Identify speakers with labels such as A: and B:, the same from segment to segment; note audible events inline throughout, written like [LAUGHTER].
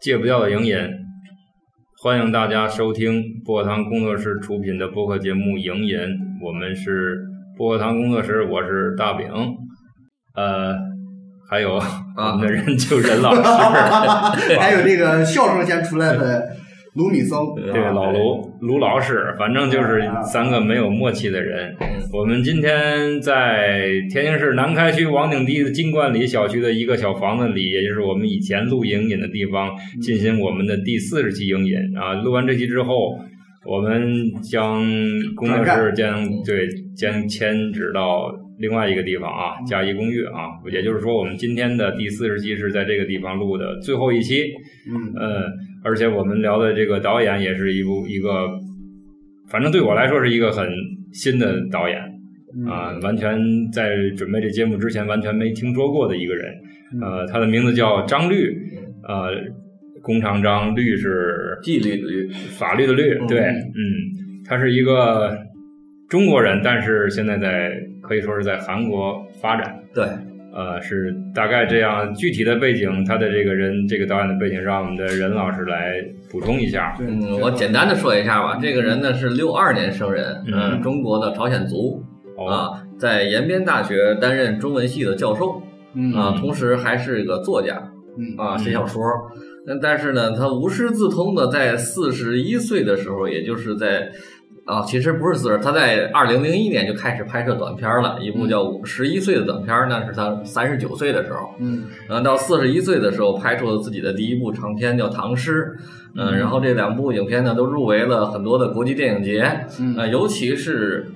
A: 戒不掉的瘾瘾。欢迎大家收听薄荷糖工作室出品的播客节目《瘾瘾》，我们是薄荷糖工作室，我是大饼，呃，还有我们的人就任老师， [LAUGHS]
B: 还有这个笑声先出来的卢米啊松，
A: 对老卢卢老师，反正就是三个没有默契的人。我们今天在天津市南开区王顶堤的金冠里小区的一个小房子里，也就是我们以前录影引的地方，进行我们的第四十期影引啊。录完这期之后，我们将工作室将对将迁址到另外一个地方啊，嘉怡公寓啊。也就是说，我们今天的第四十期是在这个地方录的最后一期。
B: 嗯，
A: 呃，而且我们聊的这个导演也是一部一个，反正对我来说是一个很新的导演
B: 嗯
A: 啊、完全在准备这节目之前完全没听说过的一个人。呃，他的名字叫张律，呃，工厂张，律是
C: 纪律的律，
A: 法律的律，对，
B: 嗯
A: 嗯，他是一个中国人，但是现在在可以说是在韩国发展。
C: 对，
A: 呃，是大概这样。具体的背景，他的这个人，这个导演的背景，让我们的任老师来补充一下。
B: 对，
C: 嗯，我简单的说一下吧，这个人呢是六二年生人，
A: 嗯
C: 嗯，中国的朝鲜族
A: 哦，
C: 啊，在延边大学担任中文系的教授
B: 嗯
C: 啊，同时还是个作家
B: 嗯
C: 啊，
A: 嗯
C: 写小说。那但是呢，他无师自通的，在四十一岁的时候，也就是在啊，其实不是四十，他在二零零一年就开始拍摄短片了，一
A: 嗯
C: 部叫《十一岁的短片》，那是他三十九岁的时候。
B: 嗯
C: 然后到四十一岁的时候，拍出了自己的第一部长片，叫《唐诗》。嗯，然后这两部影片呢，都入围了很多的国际电影节。呃，
B: 嗯
C: 尤其是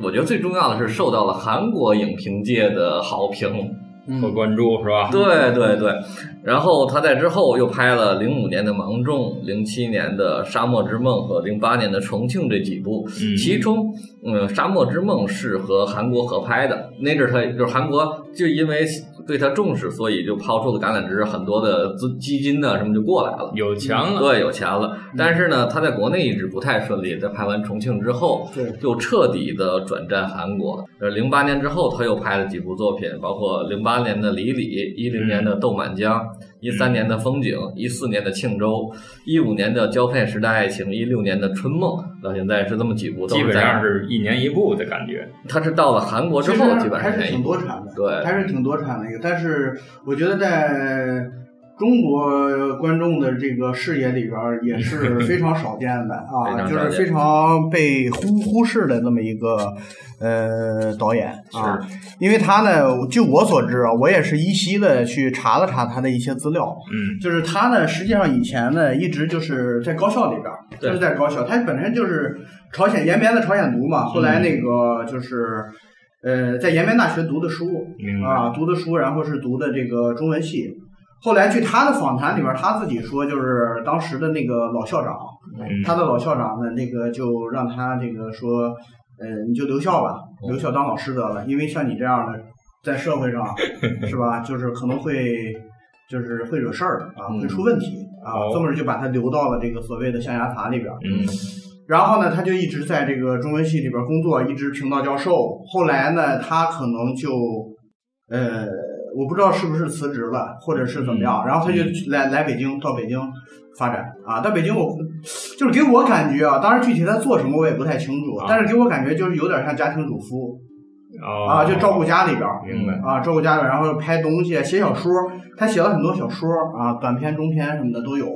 C: 我觉得最重要的是受到了韩国影评界的好评。
B: 嗯
A: 和关注是吧？
C: 对对对。然后他在之后又拍了零五年的《芒种》、零七年的《沙漠之梦》和零八年的《重庆》这几部。
A: 嗯，
C: 其中，嗯，《沙漠之梦》是和韩国合拍的，那阵儿他就是韩国就因为对他重视，所以就抛出了橄榄枝，很多的资基金呢什么就过来了。
A: 有钱
B: 嗯
A: 了，
C: 对，有钱了，但是呢，他在国内一直不太顺利。在拍完《重庆》之后，
B: 对，
C: 就彻底的转战韩国。呃，零八年之后，他又拍了几部作品，包括零八年的《李李》，一零年的《豆满江》，
A: 嗯
C: 一三年的《风景》，一四年的《庆州》，一五年的《胶片时代爱情》，一六年的《春梦》，到现在是这么几部，都
A: 基
C: 是
A: 本上
C: 在
A: 是一年一部的感觉。
C: 他是到了韩国之后，基本
B: 还
C: 上
B: 是
C: 演
B: 挺
C: 艺
B: 多产的，
C: 对
B: 还是挺多产的一个。但是我觉得在中国观众的这个视野里边儿
C: [LAUGHS]
B: 也是非常少见的
C: 非
B: 啊，
C: 常
B: 就
C: 少
B: 是
C: 见
B: 非常被忽忽视的那么一个呃导演啊。因为他呢，据我所知啊，我也是依稀的去查了查他的一些资料，
A: 嗯
B: 就是他呢，实际上以前呢，一直就是在高校里边儿，
C: 对
B: 就是在高校，他本身就是朝鲜延边的朝鲜族嘛，后来那个就是。呃，在延边大学读的书
A: 明白
B: 啊，读的书，然后是读的这个中文系。后来据他的访谈里边儿，他自己说，就是当时的那个老校长，
A: 嗯，
B: 他的老校长呢，那个就让他这个说，呃，你就留校吧，
A: 哦
B: 留校当老师得了，因为像你这样的，在社
A: [LAUGHS]
B: 会上是吧，就是可能会就是会惹事儿啊，
C: 嗯
B: 会出问题啊
A: 哦，
B: 这么着就把他留到了这个所谓的象牙塔里边儿。
A: 嗯
B: 然后呢，他就一直在这个中文系里边工作，一直评到教授。后来呢，他可能就，呃，我不知道是不是辞职了，或者是怎么
A: 嗯
B: 样。然后他就来来北京，到北京发展啊。到北京我，就是给我感觉啊，当然具体他做什么我也不太清楚
A: 啊，
B: 但是给我感觉就是有点像家庭主妇
A: 哦
B: 啊，就照顾家里边儿
A: 明白。
B: 啊，照顾家里边儿，然后拍东西、啊写小说，他写了很多小说啊，短篇、中篇什么的都有。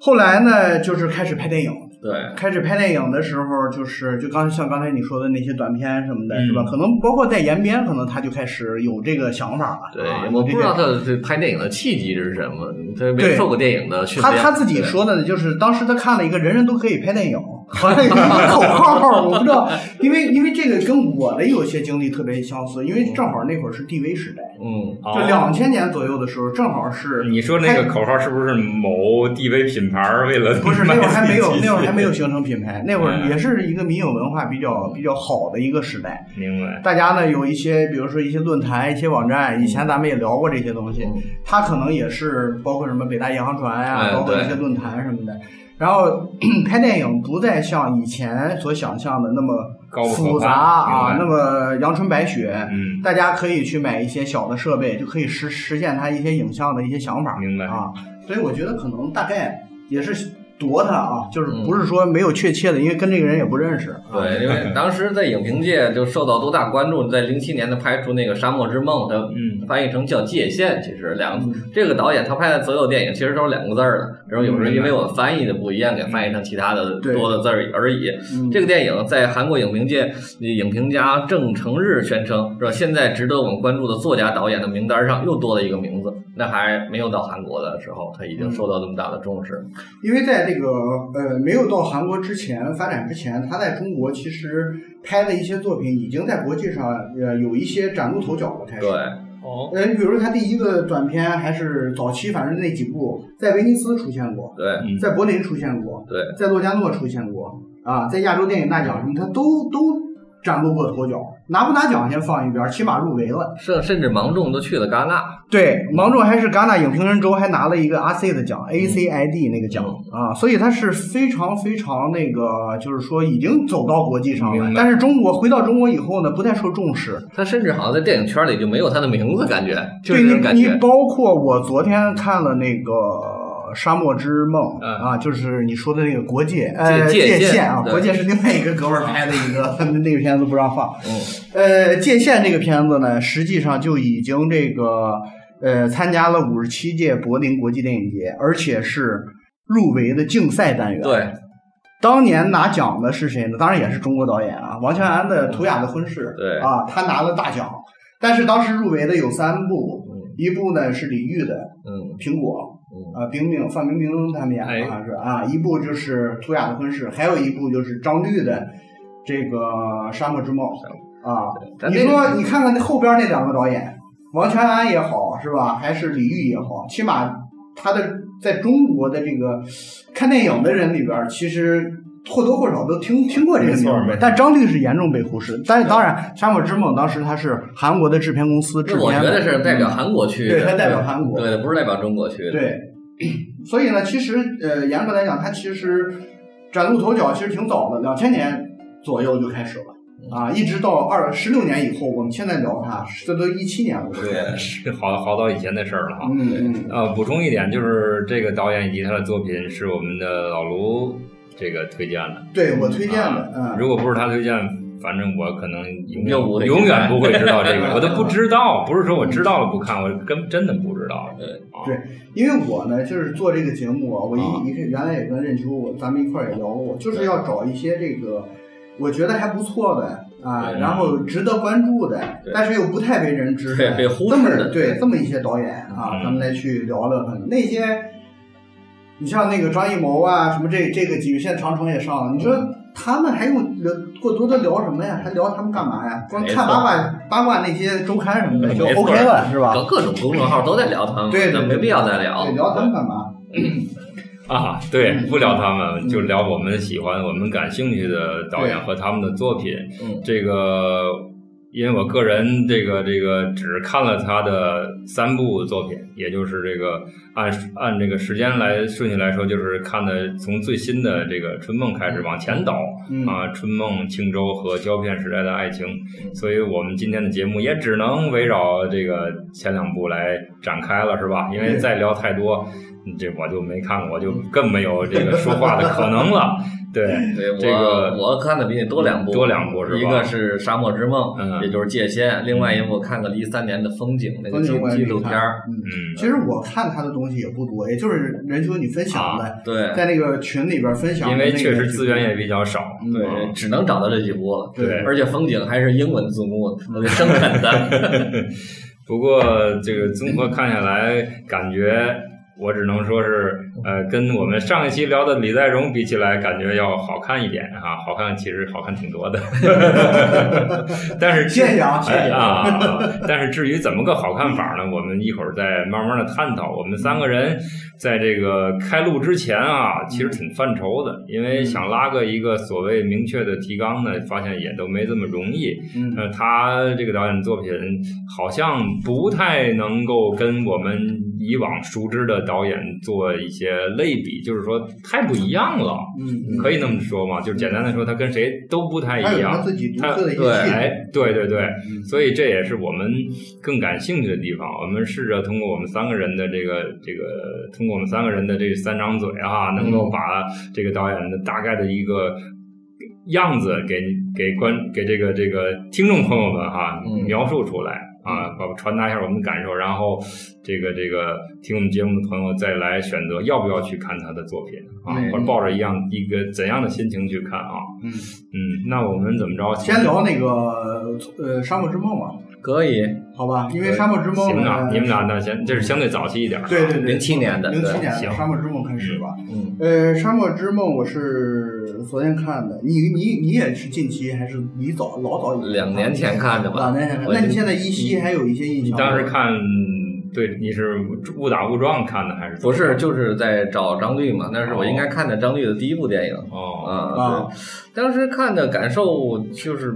B: 后来呢，就是啊开始拍电影。
C: 对
B: 开始拍电影的时候，就是就刚像刚才你说的那些短片什么的，
A: 嗯
B: 是吧？可能包括在延边，可能他就开始有这个想法了。
C: 对
B: 啊，
C: 我
B: 有
C: 不
B: 这
C: 知
B: 个
C: 道他这拍电影的契机是什么，他没
B: 对
C: 受过电影的训
B: 他
C: 练。
B: 他自己说的呢，就是当时他看了一个“人人都可以拍电影”，好像有一个口号，我不知道，因为因为这个跟我的有些经历特别相似，因为正好那会儿是 DV 时代，
C: 嗯，
A: 哦
B: 就两千年左右的时候，正好是
A: 你说那个口号是不是某 DV 品牌儿为了
B: 不是那会儿还没有那会儿还没
A: 有
B: 有形成品牌，那会儿
A: 嗯
B: 也是一个民影文化比较比较好的一个时代。
A: 明白？
B: 大家呢有一些，比如说一些论坛、一些网站，以前咱们也聊过这些东西，
C: 嗯
B: 它可能也是包括什么北大夜航船呀、
C: 哎
B: 包括
C: 对
B: 一些论坛什么的。然后 [CLEARS THROAT] 拍电影不再像以前所想象的那么
A: 高不
B: 复
A: 可
B: 杂
A: 攀
B: 啊，
A: 明白
B: 那么阳春白雪。
A: 嗯，
B: 大家可以去买一些小的设备，就可以实实现他一些影像的一些想法。
A: 明白
B: 啊，所以我觉得可能大概也是夺他啊，就是不是说没有确切的，因为跟这个人也不认识。
C: 对，因为当时在影评界就受到多大关注。在零七年的拍出那个《沙漠之梦》，它
A: 嗯，
C: 翻译成叫《界限》，其实两个
B: 嗯
C: 这个导演他拍的所有电影其实都是两个字儿的，然后有时候因为我翻译的不一样，给翻译成其他的
B: 嗯对
C: 多的字儿而已。
B: 嗯
C: 这个电影在韩国影评界，影评家郑成日宣称，是吧？现在值得我们关注的作家导演的名单上又多了一个名字，那还没有到韩国的时候，他已
B: 嗯
C: 经受到这么大的重视。
B: 因为在这个呃没有到韩国之前发展之前，他在中国其实拍的一些作品已经在国际上呃有一些崭露头角了，开始。
C: 对，
A: 哦，
B: 呃，你比如说他第一个短片还是早期，反正那几部在威尼斯出现过，
C: 对，
A: 嗯
B: 在柏林出现过，
C: 对，
B: 在洛迦诺出现过啊，在亚洲电影大奖什么，他都都崭露过头角。拿不拿奖先放一边儿，起码入围了。
C: 甚甚至芒种都去了戛纳。
B: 对，芒种还是戛纳影评人周还拿了一个 RC 的
C: 嗯
B: 奖，ACID 那个奖啊，所以他是非常非常那个，就是说已经走到国际上了
A: 明。白
B: 但是中国回到中国以后呢，不太受重视，
C: 他甚至好像在电影圈里就没有他的名字，感觉就是这
B: 对你
C: 种，感
B: 你
C: 觉。
B: 包括我昨天看了那个《沙漠之梦》
A: 嗯
B: 啊，就是你说的那个国界呃
C: 界界
B: 界
C: 限
B: 啊，
C: 对
B: 国界是另外一个 [LAUGHS] 哥们儿拍的一个那个片子不让放。
C: 嗯，
B: 呃，界限这个片子呢，实际上就已经这个呃参加了五十七届柏林国际电影节，而且是入围的竞赛单元。，
C: 对，
B: 当年拿奖的是谁呢？当然也是中国导演啊，王全安的《图雅的婚事》
C: 对
B: 啊，他拿了大奖。但是当时入围的有三部，
C: 嗯
B: 一部呢是李玉的
C: 嗯
B: 《苹果
C: 嗯》，
B: 啊，冰冰、范冰冰他们演
A: 哎
B: 的好像是啊，一部就是《图雅的婚事》，还有一部就是张律的这个《沙漠之梦》啊。
C: 咱
B: 你
C: 这个
B: 说，你看看那后边那两个导演，王全安也好是吧，还是李玉也好，起码他的在中国的这个看电影的人里边儿，其实或多或少都听听过这个
A: 没错
B: 名
A: 没
B: 字
A: 错。
B: 但张律是严重被忽视。但是当然，《沙漠之梦》当时他是韩国的制片公司制
C: 这我
B: 片
C: 觉
B: 的，嗯
C: 得是代表韩国去的，嗯
B: 对他代表韩国
C: 对的，不是代表中国去的。
B: 对。 [CLEARS THROAT] 所以呢，其实呃，严格来讲，他其实崭露头角其实挺早的，两千年左右就开始了。
C: 嗯
B: 啊，一直到二十六年以后，我们现在聊他，这都一七年了。
C: 对，
A: 是好好早以前的事儿了哈。
B: 嗯嗯，
A: 呃，补充一点，就是这个导演以及他的作品是我们的老卢这个推荐的。
B: 对我推荐的，
C: 啊
B: 嗯，
A: 如果不是他推荐，反正我可能永
C: 又不
A: 远永
C: 会知道
A: 远不会知道这
B: [LAUGHS]
A: 个，我都不知道。不是说我知道了不看，我根真的不知道。
C: 对
A: 啊
B: 对因为我呢就是做这个节目啊，我
C: 啊
B: 一一个原来也跟任秋我咱们一块儿也聊过，就是要找一些这个我觉得还不错的啊，
C: 对
B: 然后值得关注的
C: 对，
B: 但是又不太为人知
C: 对
B: 的，
C: 被忽
B: 这么
C: 视的
B: 对这么一些导演啊，
A: 嗯
B: 咱们来去聊聊他们那些。你像那个张艺谋啊，什么这这个几个现在长城也上了，你说他们还用聊过多的聊什么呀？还聊他们干嘛呀？光
C: 没
B: 看
C: 错
B: 八卦八卦那些周刊什么的就
C: 没错
B: OK 了，是吧？
C: 各各种公众号都在聊他们，
B: 对
C: 那
B: 对，
C: 没必要再聊。
B: 对聊他们干嘛？
A: 啊，对，不聊他们，
B: 嗯
A: 就聊我们喜欢、我们感兴趣的导演
B: 对
A: 和他们的作品。
C: 嗯，
A: 这个，因为我个人这个这个只看了他的三部作品，也就是这个按按这个时间来顺序来说，就是看的从最新的这个《春梦》开始往前倒
B: 嗯
A: 啊，《春梦》《青州》和《胶片时代的爱情》，所以我们今天的节目也只能围绕这个前两部来展开了，是吧？因为
B: 对
A: 再聊太多。嗯这我就没看过，我就更没有这个说话的可能了。对，嗯
C: 对我、
A: 这个
C: 我看的比你多两部，
A: 多两部是吧
C: 一个是《沙漠之梦》，
A: 嗯
C: 也就是《界限》，另外一部看个一三年的《风景》那个
B: 风
C: 纪
B: 景我也
C: 纪
B: 没
C: 录片儿，
B: 嗯，
A: 嗯，
B: 其实我看他的东西也不多，也就是任秋你分享的，
C: 对
B: 在那个群里边分享的
A: 啊因
B: 那个
A: 为
B: 几个，
A: 确实资源也比较少。啊
B: 嗯
C: 对，只能找到这几部了。
A: 对
C: 而且《风景》还是英文字幕，我得生啃的。 [LAUGHS]
A: 不过这个综合看下来，感觉我只能说是，呃，跟我们上一期聊的李在镕比起来，感觉要好看一点啊，好看其实好看挺多的， [LAUGHS] 但是
B: 谢谢啊，谢
A: 哎
B: 谢。
A: 啊！啊但是至于怎么个好看法呢，我们一会儿再慢慢的探讨。我们三个人在这个开录之前啊，其实挺犯愁的，因为想拉个一个所谓明确的提纲呢，发现也都没这么容易。
B: 嗯
A: 呃，他这个导演的作品好像不太能够跟我们以往熟知的导演做一些类比，就是说太不一样了，
B: 嗯，
A: 可以那么说吗？就是简单的说，他跟谁都不太
B: 他
A: 一
B: 有他
A: 样。
B: 自己独
A: 他
B: 特的一
C: 对
B: 个气质。
A: 哎，对对对，
B: 嗯
A: 所以这也是我们更感兴趣的地方。我们试着通过我们三个人的这个这个，通过我们三个人的这三张嘴啊，能
B: 嗯
A: 够把这个导演的大概的一个样子给给观给这个这个听众朋友们哈、
C: 嗯
A: 描述出来
B: 嗯
A: 啊，把传达一下我们的感受，然后这个这个听我们节目的朋友再来选择要不要去看他的作品啊，
B: 嗯
A: 或者抱着一样一个怎样的心情去看啊。
B: 嗯，
A: 嗯，那我们怎么着？
B: 先聊那个呃《沙漠之梦》吧，
C: 可以，
B: 好吧？因为《沙漠之梦》
A: 行啊
C: 嗯
B: 呢，，
A: 你们俩那先，这是相对早期一点儿。
B: 对对对，
C: 零七年的，
B: 零七
C: 对
B: 年的
A: 行
B: 《沙漠之梦》开始吧。
C: 嗯，
B: 呃，《沙漠之梦》我是昨天看的，你你你也是近期还是你早老早以前
C: 两年前看的吧
B: 两，年前看？
C: 我
B: 那你现在依稀还有一些印
A: 你
B: 象吗？
A: 当时看，对，你是误打误撞看的还是？
C: 不是，就是在找张律嘛，那是我应该看的张律的第一部电影
A: 哦，
C: 啊
B: 啊，，
C: 对当时看的感受就是，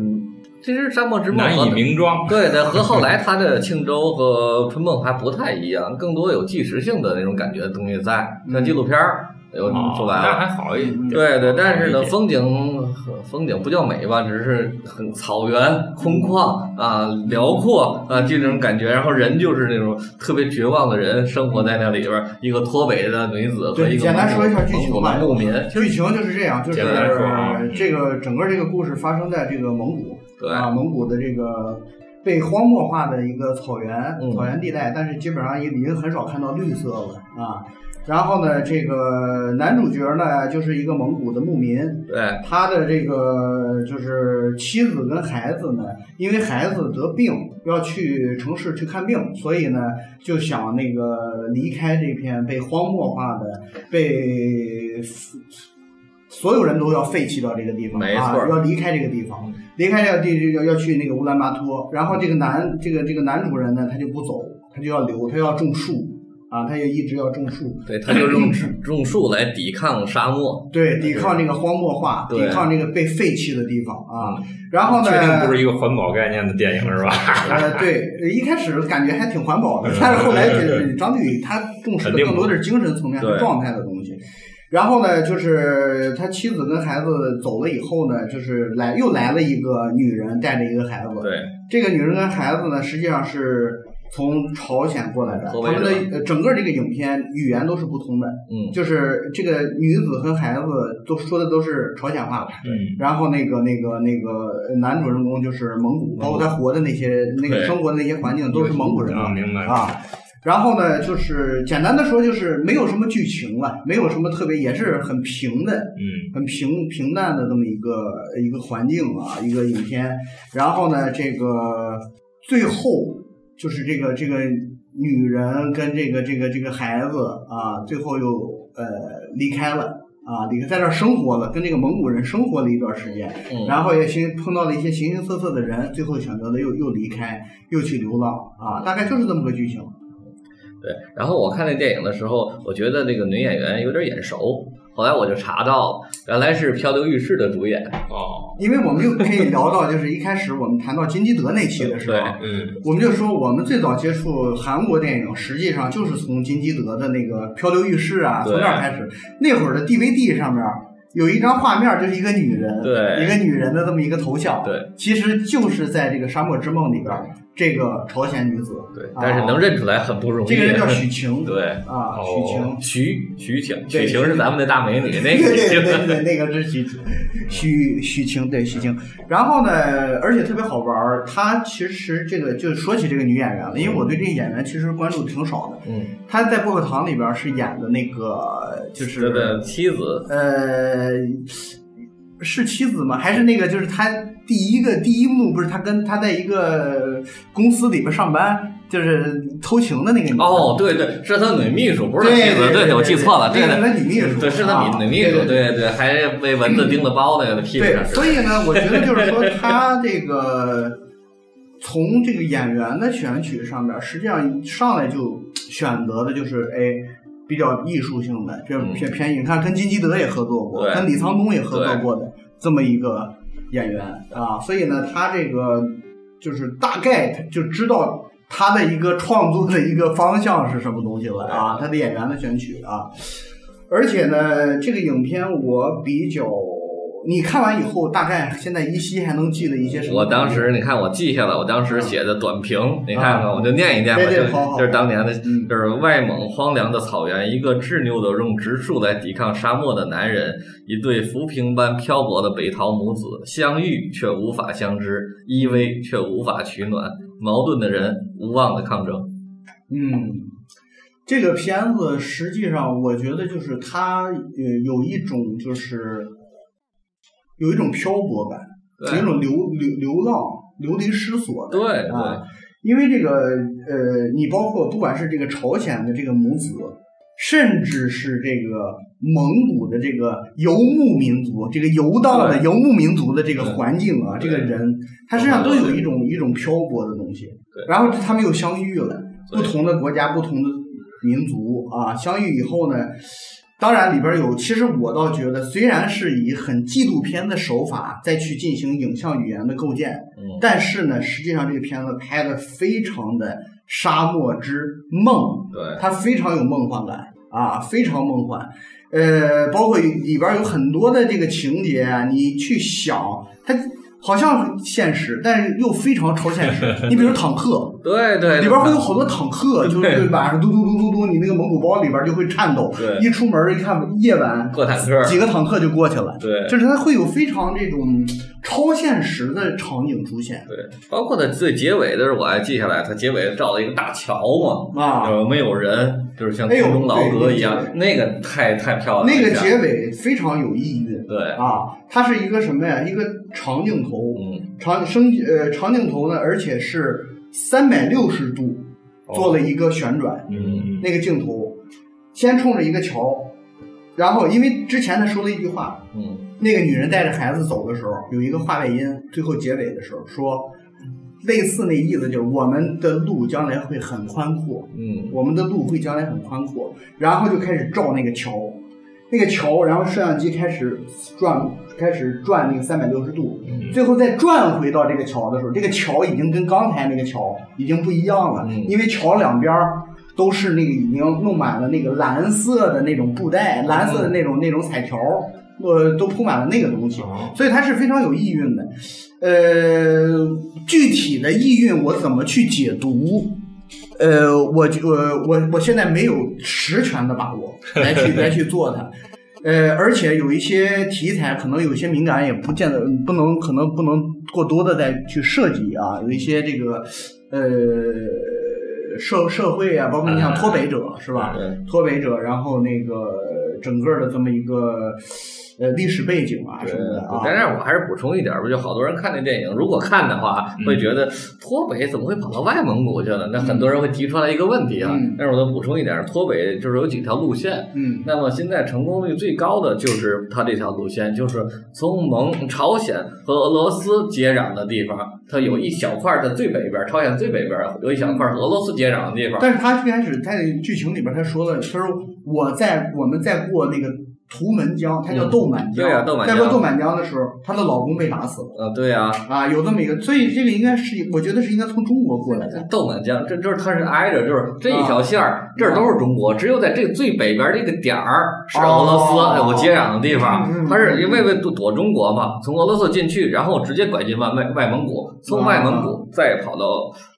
C: 其实《沙漠之梦》
A: 难
C: 和
A: 以名状。
C: 对的，和后来他的《庆州》和《春梦》还不太一样，更多有纪实性的那种感觉的东西在，像纪录片儿有
A: 哦
C: 出来
A: 那
C: 嗯了。
A: 还好一
B: 嗯
A: 点。
C: 对对，但是呢，
A: 好一点
C: 风景呃风景不叫美吧，只是很草原空
B: 嗯
C: 旷啊，辽阔啊，这种感觉。然后人就是那种特别绝望的人，生活在那里边儿，一个脱北的女子和
B: 对
C: 一个
B: 简单说一下剧情
C: 蒙古
B: 吧
C: 蒙古民。
B: 剧情就是这样，就是
A: 简单说啊
B: 这个整个这个故事发生在这个蒙古
C: 对
B: 啊，蒙古的这个被荒漠化的一个草原
C: 嗯
B: 草原地带，但是基本上也已经很少看到绿色了啊。然后呢，这个男主角呢就是一个蒙古的牧民，
C: 对，
B: 他的这个就是妻子跟孩子呢，因为孩子得病要去城市去看病，所以呢就想那个离开这片被荒漠化的、被所有人都要废弃掉这个地方，
C: 没错嗯
B: 啊，要离开这个地方，离开这个地要要去那个乌兰巴托。然后这个男这个这个男主人呢，他就不走，他就要留，他要种树啊，他也一直要种树。
C: 对，他就
B: [LAUGHS]
C: 用植种树来抵抗沙漠，
B: 对，抵抗这个荒漠化，
C: 对
B: 抵抗这个被废弃的地方啊。然后呢，
A: 确定不是一个环保概念的电影是吧？
B: 呃，对，一开始感觉还挺环保的，但是后来就是张律他重视的更多的是精神层面和状态的东西。然后呢，就是他妻子跟孩子走了以后呢，就是来又来了一个女人带着一个孩子。
C: 对，
B: 这个女人跟孩子呢，实际上是从朝鲜过来的，
C: 河
B: 他
C: 北
B: 们的
C: 人
B: 呃整个这个影片语言都是不通的，
C: 嗯，
B: 就是这个女子和孩子都说的都是朝鲜话。
A: 嗯，
B: 然后那个那个那个男主人公就是蒙古，包括他活的那些那个
C: 对
B: 生活的那些环境都是蒙古人
A: 啊，明白。
B: 啊。然后呢，就是简单的说，就是没有什么剧情了，没有什么特别，也是很平的、
A: 嗯，
B: 很平平淡的这么一个一个环境啊，一个影片。然后呢，这个最后就是这个这个女人跟这个这个这个孩子啊，最后又呃离开了啊，离开在这儿生活了，跟这个蒙古人生活了一段时间。
C: 嗯
B: 然后也形碰到了一些形形色色的人，最后选择了又又离开，又去流浪啊，大概就是这么个剧情。
C: 对，然后我看那电影的时候，我觉得这个女演员有点眼熟，后来我就查到，原来是《漂流浴室》的主演。
A: 哦，
B: 因为我们又可以聊到，就是一开始我们谈到金基德那期的时候，
C: 对
A: 嗯，
B: 我们就说我们最早接触韩国电影，实际上就是从金基德的那个《漂流浴室》啊，
C: 对
B: 从那儿开始。那会儿的 DVD 上面有一张画面，就是一个女人，
C: 对
B: 一个女人的这么一个头像，
C: 对，
B: 其实就是在这个《沙漠之梦》里边这个朝鲜女子，
C: 对，但是能认出来很不容易。
B: 哦这个人叫许
C: [LAUGHS]
B: 晴，
C: 对，
B: 啊，许晴。
C: 哦，许许晴，
B: 对
C: 许晴是咱们那大美女，那
B: 对
C: 个
B: 对
C: 许 [LAUGHS]
B: 对
C: 晴。
B: 对，那个是许许许晴，对许晴。然后呢，而且特别好玩儿。她其实这个就说起这个女演员了，因为我对这个演员其实关注挺少的。
C: 嗯，
B: 她在《薄荷糖》里边儿是演的那个，就
C: 他
B: 是
C: 的妻子，
B: 呃，是妻子吗？还是那个就是她第一个第一幕不是她跟她在一个公司里边上班，就是偷情的那个女的
C: 哦，对对，是他女秘书，不是妻
B: 对
C: 子，
B: 对，
C: 对，我记错了，对
B: 对，
C: 对，
B: 那女秘书，
C: 对，是他
B: 啊
C: 女女秘
B: 对
C: 书，
B: 对
C: 对对，还被蚊子叮了包那个屁股 [LAUGHS]
B: 对，
C: 上是吧。
B: 所以呢，我觉得就是说，他这个从这个演员的选取上边儿，实际上上来就选择的就是哎。比较艺术性的，这
C: 嗯
B: 偏偏你看跟金基德也合作过，
C: 对
B: 跟李沧东也合作
C: 对
B: 过的这么一个演员啊，所以呢，他这个就是大概就知道他的一个创作的一个方向是什么东西了啊，他的演员的选取啊，而且呢，这个影片我比较，你看完以后，大概现在依稀还能记得一些什么。
C: 我当时你看我记下了，我当时写的短评，你看看我就念一念吧，
B: 啊对对好
C: 就
B: 好
C: 就是当年的，
B: 嗯
C: 就是外蒙荒凉的草原，一个执拗的用植树来抵抗沙漠的男人，一对浮萍般漂泊的北逃母子，相遇却无法相知，依偎却无法取暖，矛盾的人无望的抗争。
B: 嗯，这个片子实际上我觉得就是它呃有一种就是有一种漂泊感，有一
C: 对
B: 种流流流浪、流离失所的
C: 对对，
B: 啊。因为这个呃，你包括不管是这个朝鲜的这个母子，甚至是这个蒙古的这个游牧民族，这个游荡的
C: 对
B: 游牧民族的这个环境啊，这
C: 对
B: 个人，他身上都有一种一种漂泊的东西
C: 对。
B: 然后他们又相遇了，
C: 对
B: 不同的国家、不同的民族啊，相遇以后呢。当然，里边有，其实我倒觉得，虽然是以很纪录片的手法再去进行影像语言的构建，
C: 嗯，
B: 但是呢，实际上这个片子拍的非常的沙漠之梦，
C: 对。
B: 它非常有梦幻感啊，非常梦幻。呃，包括里边有很多的这个情节啊，你去想，它好像很现实，但是又非常超现实。
C: [LAUGHS]
B: 你比如坦克。
C: 对对，
B: 里边会有好多坦克，就是晚上嘟嘟嘟嘟嘟，你那个蒙古包里边就会颤抖。
C: 对
B: 一出门一看，夜晚
C: 过坦克，
B: 几个坦克就过去了。
C: 对
B: 就是它会有非常这种超现实的场景出现
C: 对，包括它最结尾的时候，我还记下来，它结尾造了一个大桥嘛，
B: 啊。
C: 就是没有人，就是像
B: 哎
C: 空
B: 呦
C: 中楼阁一
B: 对
C: 样，那个太太漂亮了，
B: 那个
C: 下
B: 结尾非常有意蕴
C: 对，
B: 啊，它是一个什么呀？一个长镜头，
C: 嗯，
B: 长升呃长镜头呢，而且是三百六十度
C: 哦
B: 做了一个旋转，
A: 嗯，嗯
B: 那个镜头先冲着一个桥，然后因为之前他说了一句话，
C: 嗯，
B: 那个女人带着孩子走的时候，有一个话外音，最后结尾的时候说。类似那意思就是我们的路将来会很宽阔，
C: 嗯，
B: 我们的路会将来很宽阔，然后就开始照那个桥，那个桥，然后摄像机开始转，开始转那个三百六十度，
A: 嗯
B: 最后再转回到这个桥的时候，这个桥已经跟刚才那个桥已经不一样了，
C: 嗯
B: 因为桥两边儿都是那个已经弄满了那个蓝色的那种布带，蓝色的那种、那种彩条，呃，都铺满了那个东西。
A: 哦
B: 所以它是非常有意蕴的。呃，具体的意蕴我怎么去解读？呃，我就我我我现在没有实权的把握来去来去做它。呃，而且有一些题材可能有些敏感，也不见得不能，可能不能过多的再去涉及啊。有一些这个呃社社会啊，包括你像脱北者是吧？
C: 对，
B: 脱北者，然后那个呃整个的这么一个呃历史背景啊什么的啊。
C: 但是我还是补充一点儿吧，就好多人看这电影，如果看的话，
A: 嗯
C: 会觉得脱北怎么会跑到外蒙古去了？那很多人会提出来一个问题啊
B: 嗯。
C: 但是我再补充一点儿，脱北就是有几条路线，
B: 嗯
C: 那么现在成功率最高的就是它这条路线，就是从蒙朝鲜和俄罗斯接壤的地方，它有一小块儿在最北边儿，朝鲜最北边儿有一小块儿和俄罗斯接壤的地方。
B: 但是他最开始在剧情里边他说了，他说我在我们在过那个图门江，他叫
C: 嗯
B: 豆满江，
C: 对啊豆满江
B: 在过豆满江的时候，她的老公被打死了
C: 呃，对呀、
B: 啊，有这么一个，所以这个应该是我觉得是应该从中国过来的。
C: 豆满江，这就是它是挨着，就是这一条
B: 啊
C: 线儿，这儿都是中国，只有在这最北边这个点儿是俄罗斯
B: 哦
C: 有接壤的地方
B: 嗯嗯嗯，
C: 它是因为为躲躲中国嘛，从俄罗斯进去，然后直接拐进外外外蒙古，从外蒙
B: 啊
C: 古再跑到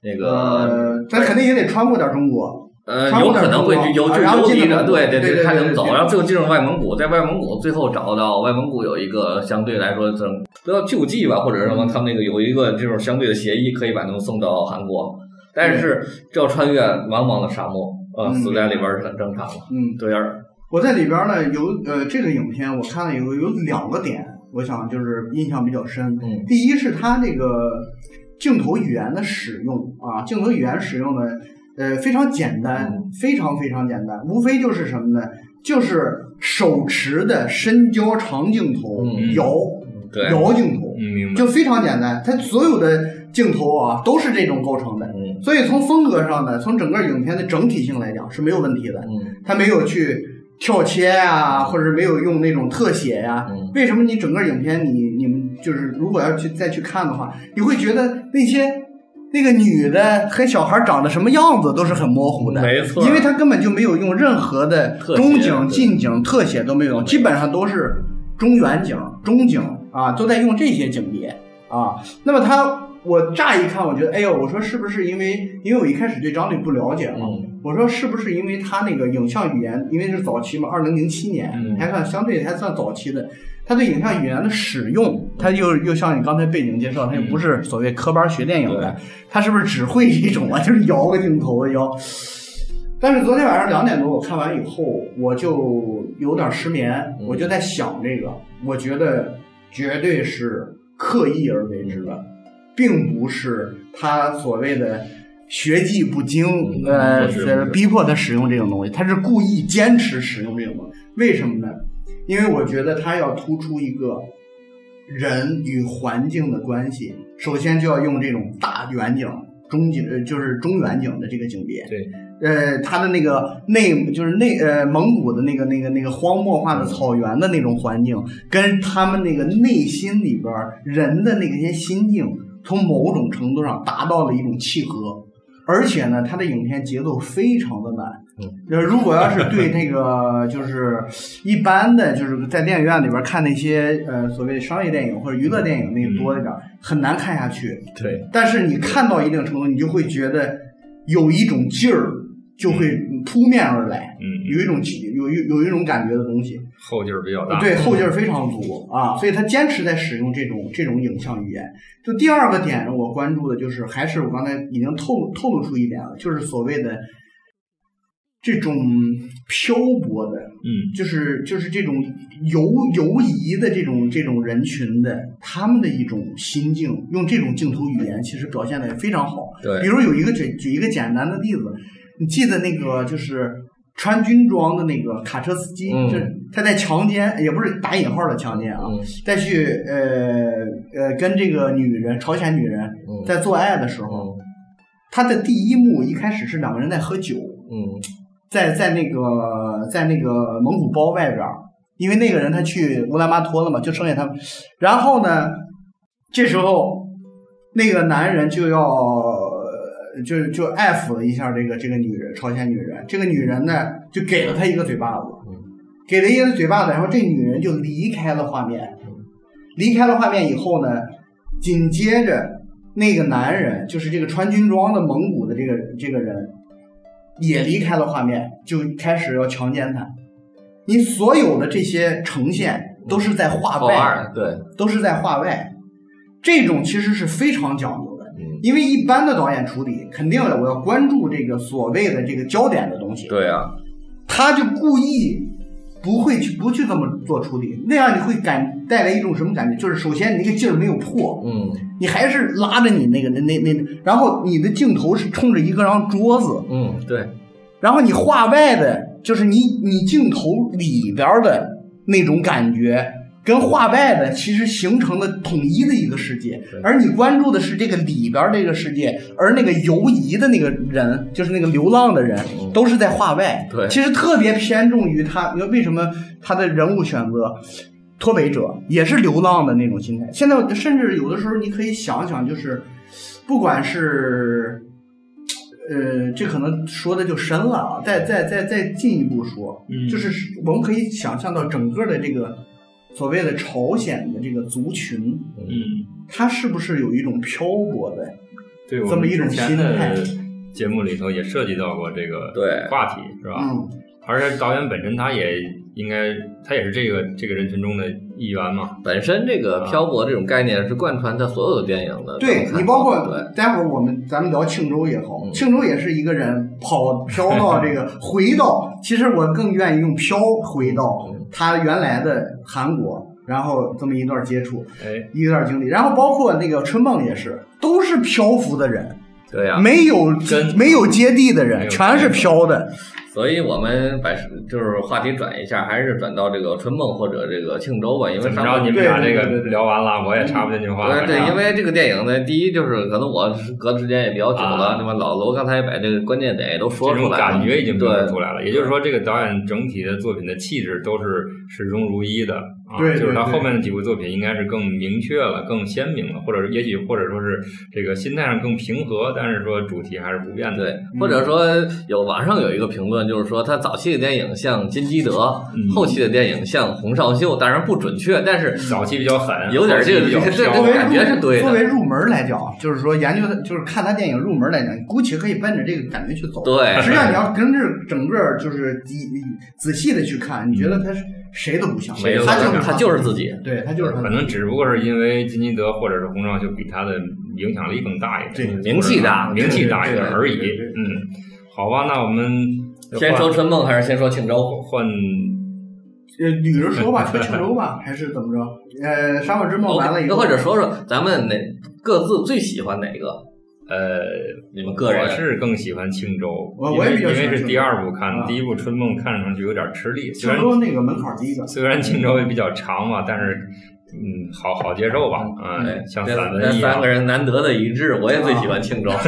C: 那个
B: 呃，咱肯定也得穿过点中国，
C: 呃，
B: 穿
C: 有
B: 过点
C: 可能会
B: 中国
C: 去游
B: 啊
C: 去
B: 然后
C: 游
B: 进
C: 离
B: 了
C: 的，
B: 蒙古
C: 对对
B: 对对
C: 看怎么
B: 对
C: 走，
B: 对
C: 然后最后进入外蒙古，在外蒙古最后找到外蒙古有一个相对来说这不要救济吧，或者是什么，他们那个有一个这种相对的协议，可以把他们送到韩国，但是这要穿越茫茫的沙漠，呃，
B: 嗯
C: 死在里边儿是很正常的。
B: 嗯，
C: 对而
B: 我在里边呢有呃这个影片我看了有有两个点，我想就是印象比较深。
C: 嗯
B: 第一是它这个镜头语言的使用啊，镜头语言使用呢，呃，非常简单，
C: 嗯
B: 非常非常简单，无非就是什么呢？就是手持的深焦长镜头、
C: 嗯
B: 摇
C: 对，
B: 摇镜头，
A: 嗯，明白。
B: 就非常简单。它所有的镜头啊都是这种构成的，
C: 嗯
B: 所以从风格上呢，从整个影片的整体性来讲是没有问题的。
C: 嗯
B: 他没有去跳切啊，或者是没有用那种特写呀、
C: 嗯
B: 为什么你整个影片你你们就是如果要去再去看的话，你会觉得那些那个女的和小孩长得什么样子都是很模糊的，
C: 没错
B: 因为他根本就没有用任何的
C: 特写
B: 中
C: 对
B: 景、近景、特写都没有用，基本上都是中远景、中景啊，都在用这些景别啊。那么他，我乍一看，我觉得，哎呦，我说是不是因为，因为我一开始对张力不了解嘛，
C: 嗯
B: 我说是不是因为他那个影像语言，因为是早期嘛，二零零七年、
A: 嗯
B: 还算相对还算早期的，他对影像语言的使用，他又又像你刚才背景介绍，他又不是所谓科班学电影的，他是不是只会这种啊？就是摇个镜头啊摇。但是昨天晚上两点多我看完以后，我就有点失眠，
C: 嗯
B: 我就在想这个，我觉得绝对是刻意而为之的，并不是他所谓的学技不精，
C: 嗯
B: 呃
A: 不是，
B: 在
A: 不是
B: 逼迫他使用这种东西，他是故意坚持使用这种东西。为什么呢？因为我觉得他要突出一个人与环境的关系，首先就要用这种大远景、中景，呃就是中远景的这个景别。
A: 对，
B: 呃，它的那个内就是内呃蒙古的那个那个那个荒漠化的草原的那种环境，跟他们那个内心里边儿人的那些心境，从某种程度上达到了一种契合。而且呢，他的影片节奏非常的慢。呃，如果要是对那个就是一般的，就是在电影院里边看那些呃所谓商业电影或者娱乐电影那多一点儿，很难看下去。
C: 对，
B: 但是你看到一定程度，你就会觉得有一种劲儿就会扑面而来，
A: 嗯，
B: 有一种有一有一种感觉的东西，
A: 后劲儿比较大。
B: 对后劲儿非常足啊，所以他坚持在使用这种这种影像语言。就第二个点，我关注的就是还是我刚才已经透露透露出一点了，就是所谓的这种漂泊的，
A: 嗯，
B: 就是就是这种游游移的这种这种人群的他们的一种心境，用这种镜头语言其实表现的也非常好。
C: 对
B: 比如有一个举举一个简单的例子，你记得那个就是穿军装的那个卡车司机，
C: 嗯
B: 就是他在强奸，也不是打引号的强奸啊，
C: 嗯
B: 再去呃呃跟这个女人朝鲜女人
C: 嗯
B: 在做爱的时候，
C: 嗯
B: 他的第一幕一开始是两个人在喝酒，
C: 嗯
B: 在在那个在那个蒙古包外边儿，因为那个人他去乌兰巴托了嘛，就剩下他们。然后呢，这时候那个男人就要就就爱抚了一下这个这个女人，朝鲜女人。这个女人呢，就给了他一个嘴巴子
C: 嗯，
B: 给了一个嘴巴子，然后这女人就离开了画面。离开了画面以后呢，紧接着那个男人，就是这个穿军装的蒙古的这个这个人，也离开了画面，就开始要强奸她。你所有的这些呈现都是在画
C: 后
B: 外，
C: 二对，
B: 都是在画外，这种其实是非常讲究的，
C: 嗯
B: 因为一般的导演处理，肯定的我要关注这个所谓的这个焦点的东西，
C: 对啊，
B: 他就故意不会去不去这么做处理，那样你会感带来一种什么感觉？就是首先你那个劲儿没有破，
C: 嗯
B: 你还是拉着你那个那那那，然后你的镜头是冲着一个张桌子，
C: 嗯对，
B: 然后你画外的，就是你你镜头里边儿的那种感觉，跟画外的其实形成了统一的一个世界
C: 对，
B: 而你关注的是这个里边儿这个世界，而那个游移的那个人，就是那个流浪的人
C: 嗯，
B: 都是在画外。
C: 对
B: 其实特别偏重于他，你说为什么他的人物选择？脱北者也是流浪的那种心态。现在甚至有的时候，你可以想想，就是不管是呃，这可能说的就深了啊，再再再再进一步说，
A: 嗯
B: 就是我们可以想象到整个的这个所谓的朝鲜的这个族群，
A: 嗯，
B: 它是不是有一种漂泊的？
A: 对，
B: 这
A: 我
B: 么
A: 们
B: 一种
A: 之前
B: 心态
A: 的节目里头也涉及到过这个
C: 对
A: 话题，是吧？
B: 嗯，
A: 而且导演本身他也应该，他也是这个这个人群中的一员嘛。
C: 本身这
A: 啊
C: 个漂泊这种概念是贯穿他所有的电影的，
B: 对
C: 咱们
B: 你
C: 看
B: 包括
C: 到的
B: 待会儿我们咱们聊庆州也好，
C: 嗯
B: 庆州也是一个人跑飘到这个回到，其实我更愿意用飘回到
C: 嗯
B: 他原来的韩国，然后这么一段接触，
A: 哎，
B: 一段经历，然后包括那个春梦也是，都是漂浮的人。
C: 对对呀，
B: 没有
A: 跟
B: 没有接地的
A: 没
B: 人，
A: 有
B: 全是飘的。
C: 所以我们把就是话题转一下，还是转到这个春梦或者这个庆州吧，因为
A: 怎么着？
C: 上半
A: 你们啊俩这
B: 对对对
A: 个
B: 对对
A: 聊完了，我也插不进去话了。
C: 对对，
A: 是吧
C: 因为这个电影呢，第一就是可能我是隔的时间也比较久了
A: 啊，
C: 那么老罗刚才把这个关键点也都说
A: 这
C: 出
A: 种
C: 来了，
A: 感觉已经表
C: 对
A: 现出来了。也就是说，这个导演整体的作品的气质都是始终如一的啊，
B: 对对
A: 就是他
B: 对
A: 后面的几部作品应该是更明确了、更鲜明了，或者是也许或者说是这个心态上更平和，但是说主题还是不变的。
C: 对，或者说有网上有一个评论，就是说他早期的电影像金基德，
A: 嗯
C: 后期的电影像洪尚秀，当然不准确，但是
A: 早期比较狠，
C: 有点这个
A: 后期比较
C: 这
A: 飘
C: 这
B: 作为入
C: 感觉是对的
B: 作为入门来讲，就是说研究，就是看他电影入门来讲，你姑且可以奔着这个感觉去走。
C: 对
B: 实际上你要跟着整个就是仔仔细的去看，你觉得他是谁都不像，
A: 没有
B: 他
A: 这
B: 就
A: 个
C: 他就是自己。
B: 对他就是他
A: 可能只不过是因为金基德或者是洪尚秀比他的影响力更大一点，
B: 对
C: 名气大
A: 名气大一点
B: 对对
A: 而已。
B: 对对对
A: 嗯，好吧，那我们就
C: 先
A: 换
C: 说春梦还是先说庆州？
A: 换
B: 呃，捋着说吧，说庆州吧，还是怎么着？呃，沙漠之梦完了以
C: 哦又
B: 后，
C: 或者说说咱们哪各自最喜欢哪个？
A: 呃，
C: 你们个人
A: 我是更喜欢庆州，
B: 我
A: 因
B: 我也
A: 为
B: 比
A: 因
B: 较喜欢
A: 为是
B: 庆
A: 第
B: 州
A: 二部看的，
B: 啊
A: 第一部《春梦》看上去有点吃力，虽
B: 庆
A: 然
B: 州那个门槛低的，
A: 虽然庆州也比较长嘛，但是嗯，好好接受吧，啊，
C: 对
A: 像
C: 哎这
A: 散
C: 这
A: 文一
C: 嗯三
A: 样
C: 个。人难得的一致，我也最
B: 啊
C: 喜欢庆州。 [LAUGHS]
B: [LAUGHS]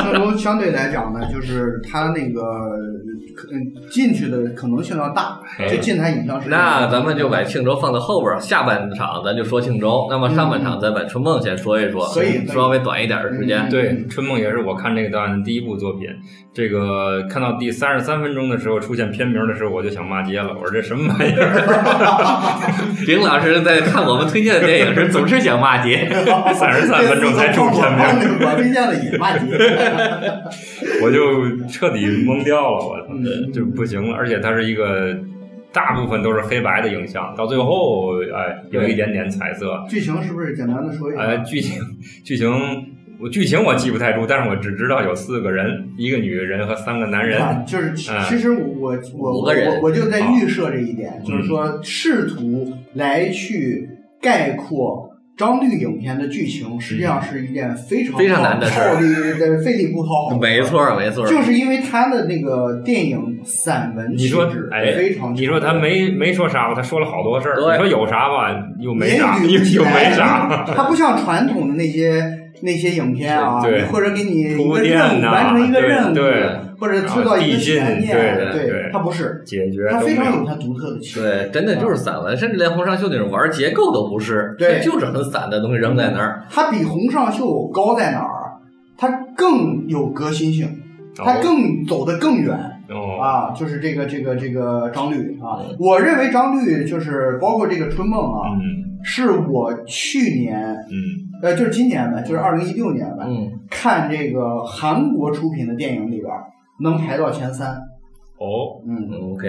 B: 庆州相对来讲呢，就是它那个可嗯进去的可能性要大，就进它影像
C: 哎
B: 是
C: 那咱们就 [LAUGHS]
B: [LAUGHS]
C: 把庆州放到后边儿，下半场咱就说庆州，那么上半场咱把春梦先说一说，嗯
B: 嗯可以可以
C: 稍微短一点的时间。
A: 对，
B: 嗯
A: 《春梦》也是我看这个导演的第一部作品。这个看到第三十三分钟的时候，出现片名的时候，我就想骂街了。我说这什么玩意
B: [LAUGHS]
A: 儿？
C: 丁老师在看我们推荐的电影时，总是想骂街。
A: 三十三分钟才出片名，
B: 名，我推荐的也骂街。
A: 我就彻底懵掉了，我操，
B: 嗯
A: 就不行了。而且它是一个大部分都是黑白的影像，到最后哎有一点点彩色，
B: 剧情是不是简单的说一
A: 呃，
C: 哎
B: 下？
A: 剧情剧情我剧情我记不太住，但是我只知道有四个人，一个女人和三个男人。
B: 啊就是其
A: 嗯
B: 其实我我
C: 五
B: 我
C: 个人
B: 我我就在预设这一点，就是
A: 嗯
B: 说试图来去概括。张律影片的剧情实际上是一件非常
C: 嗯非常难的事儿
B: 耗力呃费力不讨好的事儿，
C: 没错儿，没错儿。
B: 就是因为他的那个电影散文
A: 你
B: 气
A: 说
B: 质，
A: 哎
B: 非常，
A: 你说他没没说啥吧？他说了好多事儿。
C: 对
A: 你说有啥吧？又没
B: 没
A: 啥，又又没啥。
B: [LAUGHS] 他不像传统的那些那些影片啊，
A: 对
B: 你或者给你一
A: 铺
B: 个任
A: 垫
B: 务，
A: 呐，
B: 完成一个任务，
A: 对，啊
B: 或者制造一个悬
A: 然后递进对
B: 念，
A: 对对
B: 他不是，
A: 对解决
B: 他
A: 都
B: 非
A: 没
B: 常有
A: 有。
B: 他独特的气质。
C: 对，真的就是散文，甚至连洪尚秀那种玩结构都不是，
B: 对
C: 就是很散的东西扔在那儿。
B: 他比洪尚秀高在哪儿？他更有革新性，他更走得更远。
A: 哦，
B: 啊，就是这个这个这个张律啊，我认为张律就是包括这个春梦啊，
A: 嗯
B: 是我去年
A: 嗯
B: 呃，就是今年吧，就是二零一六年吧，
C: 嗯，
B: 看这个韩国出品的电影里边儿能排到前三。
A: 哦，
B: 嗯，
C: OK，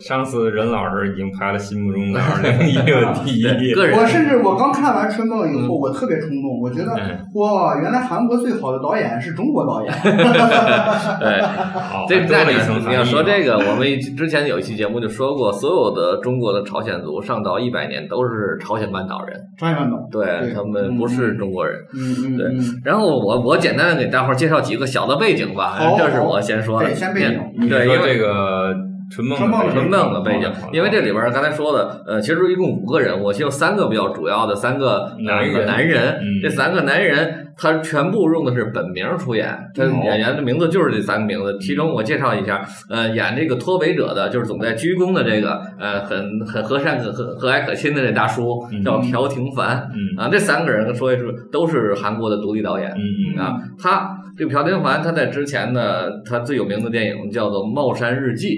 A: 上次任老师已经排了心目中的二零一六第一。
C: 个人
B: 我甚至我刚看完《春梦》以后，
C: 嗯
B: 我特别冲动，我觉得
A: 嗯，
B: 哇，原来韩国最好的导演是中国导演。
C: 对。
A: 好，
C: 这
A: 还多
C: 那
A: 了一层
C: 你
A: 含
C: 你要说
A: 义
C: 这个，我们之前有一期节目就说过，所有的中国的朝鲜族上到一百年都是朝鲜半岛人，
B: 张艺谋导，
C: 对
B: 对
C: 他们不是中国人。
B: 嗯嗯
C: 对
B: 嗯，
C: 然后我我简单的给大伙儿介绍几个小的背景吧
B: 好，
C: 这是我先说的。
B: 对先背景
A: 你
C: 对，因
A: 说
C: 为
A: 这个春梦
B: 春梦
A: 的哦
C: 纯梦的背景
A: 好，的
C: 因为这里边儿刚才说的，呃，其实一共五个人，我就三个比较主要的三个
A: 男
C: 呃
A: 人
C: 男人
A: 嗯，
C: 这三个男人他全部用的是本名出演，他
A: 嗯
C: 演员的名字就是这三个名字。其中我介绍一下，呃，演这个脱北者的，就是总在鞠躬的这个，呃，很很和善可和和蔼可亲的这大叔
A: 嗯
C: 叫朴廷凡
A: 嗯
C: 啊，这三个人说一说都是韩国的独立导演。
A: 嗯嗯
C: 啊，他这个朴廷凡，他在之前呢，他最有名的电影叫做《帽山日记》，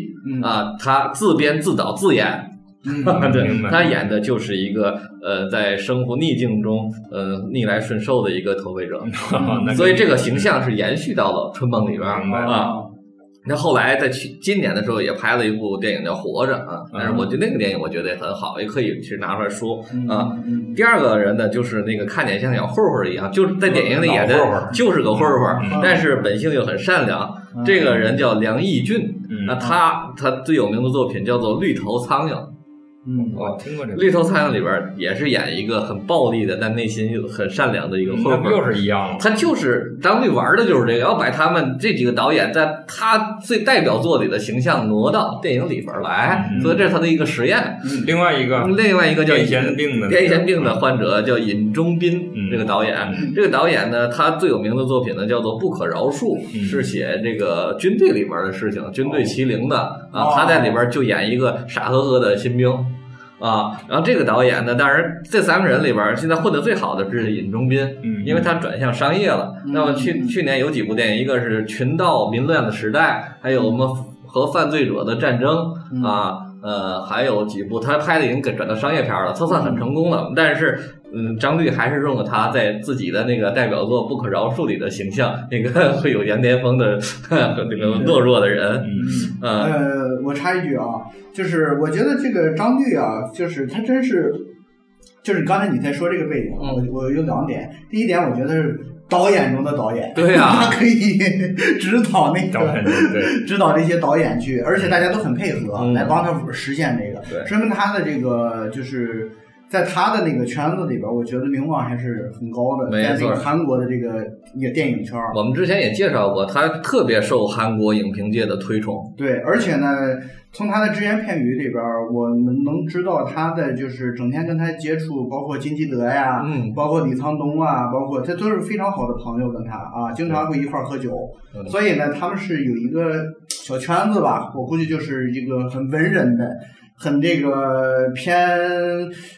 C: [LAUGHS]
B: 嗯，
C: 啊，他自编自导自演，
B: 嗯
A: 明白
C: [LAUGHS] 对，他演的就是一个呃，在生活逆境中呃逆来顺受的一个投喂者，
A: 嗯那嗯跟
C: 所以这个形象是延续到了《春梦》里边儿
A: 明白
C: 啊。，
B: 嗯
C: 那后来在去今年的时候也拍了一部电影叫《活着》啊，
A: 嗯
C: 但是我觉得那个电影我觉得也很好，也可以去拿出来说。
B: 嗯
C: 啊
B: 嗯
C: 第二个人呢，就是那个看起来像小混混一样，就是在电影里演
A: 老混
C: 的
A: 混
C: 就是个混
A: 嗯
C: 混 [LAUGHS]
B: 嗯，
C: 但是本性又很善良。
B: 嗯
C: 这个人叫梁义俊，
A: 嗯
C: 那他他最有名的作品叫做《绿头苍蝇》
B: 嗯，
A: 我听过这个，
C: 绿头苍蝇里边也是演一个很暴力的，但内心又很善良的一个
A: 嗯
C: 混
A: 那
C: 混
A: 不。又是一样吗？
C: 他就是张律玩的就是这个，要把他们这几个导演在他最代表作里的形象挪到电影里边来，
A: 嗯
C: 所以这是他的一个实验。
A: 另外一个
C: 另外一个叫
A: 癫痫病的，
C: 癫痫病的患者叫尹中斌，
A: 嗯
C: 这个导演，这个导演呢，他最有名的作品呢叫做《不可饶恕》，
A: 嗯
C: 是写这个军队里面的事情，军队欺凌的
B: 哦
C: 啊，他在里边就演一个傻呵呵的新兵。啊，然后这个导演呢，当然这三个人里边，现在混得最好的是尹中斌，
A: 嗯，
C: 因为他转向商业了。
B: 嗯
C: 那么去去年有几部电影，一个是《群盗民乱的时代》，还有我们和犯罪者的战争
B: 嗯
C: 啊，呃，还有几部他拍的已经给转到商业片了，他算很成功了。但是，嗯，张律还是用了他在自己的那个代表作《不可饶恕》里的形象，那个 [LAUGHS] 会有羊癫疯的 [LAUGHS] 那个懦弱的人，
A: 嗯
C: 嗯
B: 呃，我插一句啊，就是我觉得这个张律啊，就是他真是，就是刚才你在说这个背景，啊
C: 嗯
B: 我我有两点。第一点，我觉得是导演中的导演，
C: 对啊呀
B: [LAUGHS] 他可以指导那
C: 嗯
A: 导演
B: 个。
A: 对，
B: 指导这些导演去，而且大家都很配合，啊
C: 嗯
B: 来帮他实现这个，
C: 对
B: 说明他的这个就是在他的那个圈子里边，我觉得名望还是很高的，
C: 没
B: 在这
C: 错
B: 个韩国的这个也电影圈儿，
C: 我们之前也介绍过，他特别受韩国影评界的推崇。
B: 对，而且呢，从他的只言片语里边儿，我们能知道他的就是整天跟他接触，包括金基德呀，
C: 嗯，
B: 包括李沧东啊，包括这都是非常好的朋友，跟他啊，经常会一块儿喝酒。
C: 嗯
B: 所以呢，他们是有一个小圈子吧，我估计就是一个很文人的。很这个偏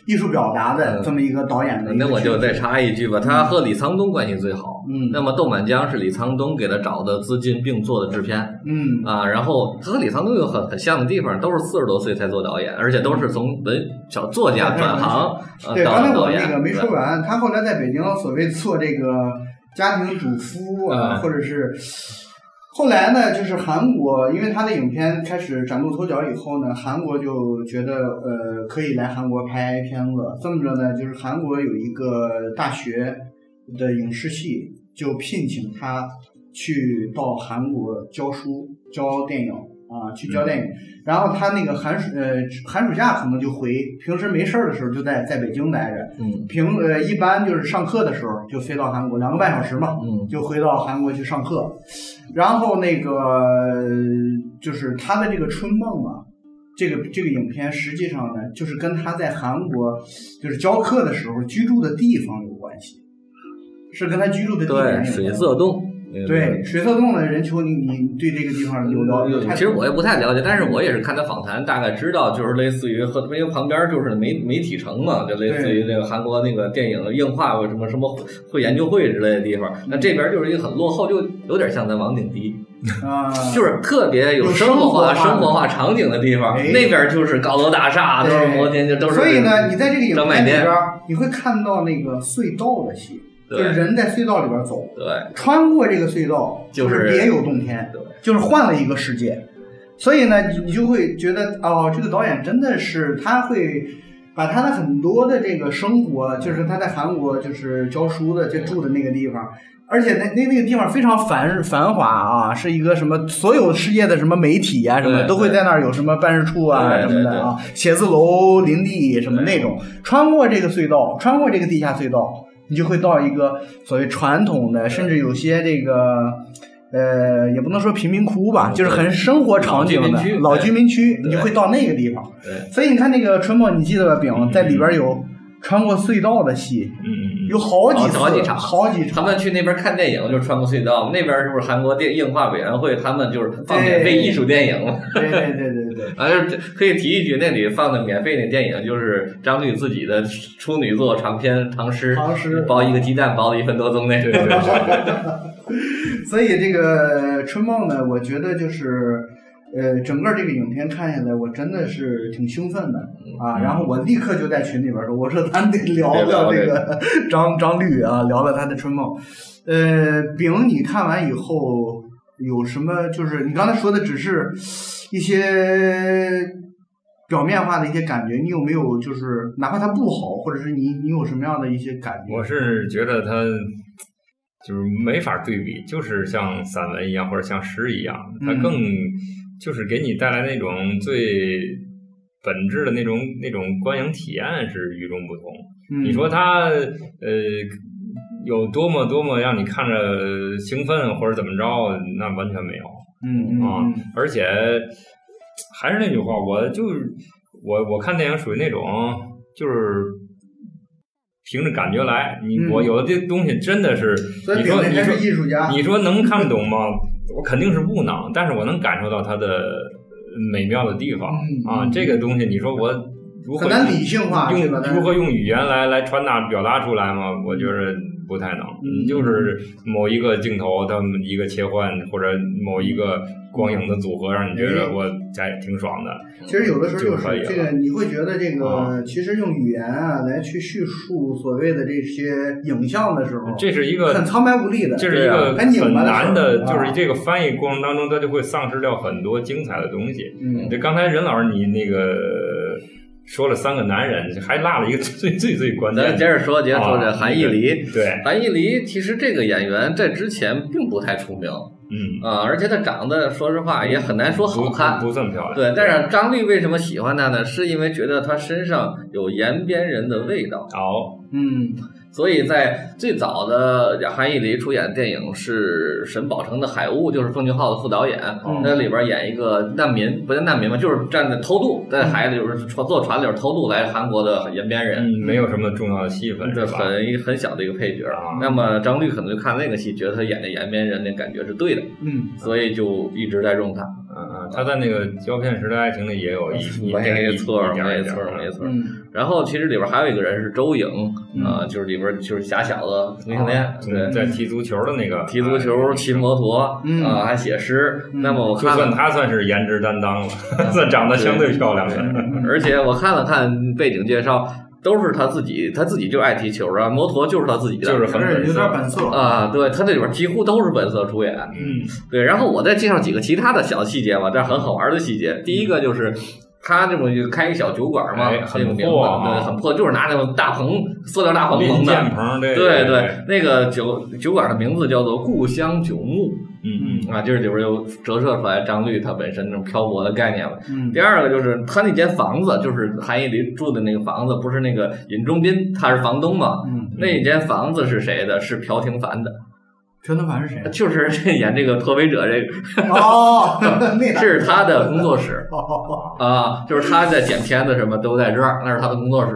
B: 艺术表达的
C: 嗯
B: 这么一个导演的一个
C: 那我就
B: 圈子
C: 再插一句吧，他和李沧东关系最好。
B: 嗯
C: 那么《豆满江》是李沧东给他找的资金并做的制片
B: 嗯
C: 啊，然后他和李沧东有很很像的地方，都是四十多岁才做导演，而且都是从文小作家转行
B: 对，
C: 呃
B: 刚才
C: 到
B: 我
C: 导
B: 那个
C: 演。
B: 没说完，他后来在北京所谓做这个家庭主夫
A: 嗯
B: 啊，或者是后来呢，就是韩国，因为他的影片开始崭露头角以后呢，韩国就觉得呃可以来韩国拍片子。这么着呢，就是韩国有一个大学的影视系就聘请他去到韩国教书、教电影啊，去教电影。然后他那个寒暑呃寒暑假可能就回，平时没事儿的时候就在在北京待着。
C: 嗯
B: 平呃一般就是上课的时候就飞到韩国，两个半小时嘛，
C: 嗯
B: 就回到韩国去上课。然后那个呃就是他的这个《春梦》啊，这个这个影片实际上呢，就是跟他在韩国就是教课的时候居住的地方有关系，是跟他居住的地点有
C: 对，
B: 关系。
C: 水色洞。
B: 对水色洞的人球，你你对这个地方有了有太多
C: 其实我也不太了解，但是我也是看他访谈，大概知道就是类似于和因为旁边就是媒媒体城嘛，就类似于那个韩国那个电影映画或什么什么会研究会之类的地方。那这边就是一个很落后，就有点像咱王景迪，
B: 啊，
C: [LAUGHS] 就是特别有
B: 有
C: 生活化、
B: 生活化的
C: 生活化场景的地方。
B: 哎
C: 那边就是高楼大厦，都是摩天，就都是。
B: 所以呢，你在这个影
C: 张
B: 片
C: 百
B: 里
C: 年
B: 边儿，你会看到那个隧道的戏，就
C: 对
B: 是人在隧道里边走，
C: 对，
B: 穿过这个隧道，
C: 就是是
B: 别有洞天
C: 对，
B: 就是换了一个世界。所以呢，你你就会觉得哦，这个导演真的是他会把他的很多的这个生活，就是他在韩国就是教书的，就住的那个地方。而且那那那个地方非常繁繁华啊，是一个什么所有世界的什么媒体啊什么
C: 对
B: 都会
C: 对
B: 在那儿有什么办事处啊
C: 对
B: 什
C: 对
B: 么的啊，写字楼林立什么那种。穿过这个隧道，穿过这个地下隧道，你就会到一个所谓传统的，甚至有些这个。呃，也不能说贫民窟吧，
C: 嗯
B: 就是很生活场景
C: 老居民
B: 的
C: 区
B: 老居民区，
C: 对
B: 你就会到那个地方。
C: 对，
B: 所以你看那个《春梦》，你记得吧？饼
A: 嗯
B: 在里边有穿过隧道的戏，
A: 嗯嗯嗯，
B: 有好几次，
C: 哦好几场
B: 好几
C: 他
B: 场。
C: 们去那边看电影就穿过隧道，那边就是韩国电映画委员会，他们就是放免费艺术电影嘛。 [LAUGHS]
B: 对对对对对，
C: 啊，这可以提一句，那里放的免费那电影就是张律自己的处女作长篇长诗，
B: 唐诗
C: 包一个鸡蛋包了一分多钟那
A: 对
C: 个。
A: 对对，
B: 所以这个《春梦》呢，我觉得就是，呃，整个这个影片看下来，我真的是挺兴奋的啊。
A: 嗯
B: 然后我立刻就在群里边说，我说咱得聊聊这
C: 得聊
B: 个张张律啊，聊聊他的《春梦》。呃，饼，你看完以后有什么？就是你刚才说的，只是一些。表面化的一些感觉，你有没有就是哪怕它不好，或者是你你有什么样的一些感觉？
A: 我是觉得他就是没法对比，就是像散文一样或者像诗一样，它
B: 嗯
A: 更就是给你带来那种最本质的那种那种观影体验是与众不同。
B: 嗯
A: 你说他呃有多么多么让你看着兴奋或者怎么着，那完全没有。
B: 嗯嗯
A: 啊
B: 嗯
A: 而且还是那句话，我就是我我看电影属于那种就是凭着感觉来。你、
B: 嗯
A: 我有的这东西真的是，
B: 所以
A: 你
B: 顶
A: 说
B: 那
A: 你
B: 还
A: 说
B: 是艺啊术家，
A: 你说能看懂吗？我肯定是无脑，但是我能感受到它的美妙的地方、
B: 嗯
A: 啊。这个东西，你说我如何
B: 很难理性化，
A: 用
B: 对吧？
A: 如何用语言来来传达表达出来吗？我觉着不太能，
B: 嗯
A: 就是某一个镜头，他们一个切换或者某一个光影的组合，让你觉得
B: 嗯
A: 我还挺爽的。
B: 其实有的时候
A: 就
B: 就
A: 可以
B: 是
A: 了
B: 这个，你会觉得这个
A: 啊
B: 其实用语言啊来去叙述所谓的这些影像的时候，
A: 这是一个
B: 哦很，苍白无力的，
A: 这是一个
B: 对啊很拧
A: 很
B: 巴的事儿
A: 难的，就
B: 啊
A: 是这个翻译过程当中，它就会丧失掉很多精彩的东西。
B: 嗯
A: 这刚才任老师你那个说了三个男人，还落了一个最最最关
C: [LAUGHS] 咱
A: 键
C: 接
A: 的，
C: 着说，接着说
B: 啊
C: 这韩艺黎。
A: 对，
C: 韩艺黎其实这个演员在之前并不太出名
A: 嗯，
C: 啊，而且她长得说实话也很难说
A: 不
C: 好看
A: 不。不算漂亮，
C: 对，但是张律为什么喜欢她呢？是因为觉得她身上有延边人的味道。
A: 好，
B: 嗯
C: 所以在最早的韩艺黎出演的电影是沈宝成的《海雾》，就是奉俊昊的副导演，
A: 哦
B: 嗯
C: 那里边演一个难民，不叫难民吧，就是站在偷渡，在海里就是船坐船里边偷渡来韩国的延边人，
A: 嗯，没有什么重要的戏
B: 嗯
A: 份
C: 这
A: 嗯是吧？
C: 很一很小的一个配角
A: 啊。
C: 那么张律可能就看那个戏，觉得他演的延边人那感觉是对的，
B: 嗯，
C: 所以就一直在用他。
A: 嗯，嗯，他在那个《胶片时代爱情》里也
C: [LAUGHS]
A: 有一一点
C: 没错，
A: 一点
C: 没
A: 一啊点
C: 错，没错。
B: 嗯
C: 然后其实里边还有一个人是周颖，
B: 嗯
C: 啊，就是里边就是假小子同性恋，对
A: 嗯。在踢足球的那个
C: [LAUGHS] 踢足球、骑摩托，
B: 嗯
C: 啊，还写诗。
B: 嗯
C: 那么我
A: 就
C: 看
A: 算
C: 了，
A: 他算是颜值担当了，算长得相对漂亮的。
C: 而且我看了看背景介绍，都是他自己，他自己就爱踢球啊，摩托就是他自己的，
A: 就是很
B: 有点有点本色，
C: 啊，对他这里边几乎都是本色出演。
B: 嗯
C: 对，然后我再介绍几个其他的小细节吧，这很好玩的细节。第一个就是。他这么就开一个小酒馆嘛，
A: 嗯哎很
C: 这个名字
A: 破啊
C: 对，很破，就是拿那种大棚、塑料大
B: 嗯
C: 棚
A: 林
C: 棚
A: 建
C: 的。
A: 鹏，对
C: 对
A: 对，
C: 对，那个酒酒馆的名字叫做故乡酒木。
A: 嗯嗯，
C: 啊，就是里边有折射出来张律他本身那种漂泊的概念了。
B: 嗯
C: 第二个就是他那间房子，就是韩艺林住的那个房子，不是那个尹中斌他是房东嘛？
B: 嗯，
C: 那间房子是谁的？是朴廷凡的，
B: 全德凡是谁？
C: 就是 [LAUGHS] 这演这个脱北者这个，
B: [LAUGHS] 哦，
A: [LAUGHS]
B: 那个
C: 是他的工作室
B: 哦，
C: 啊，就是他在剪片子什么都在这儿，那是他的工作室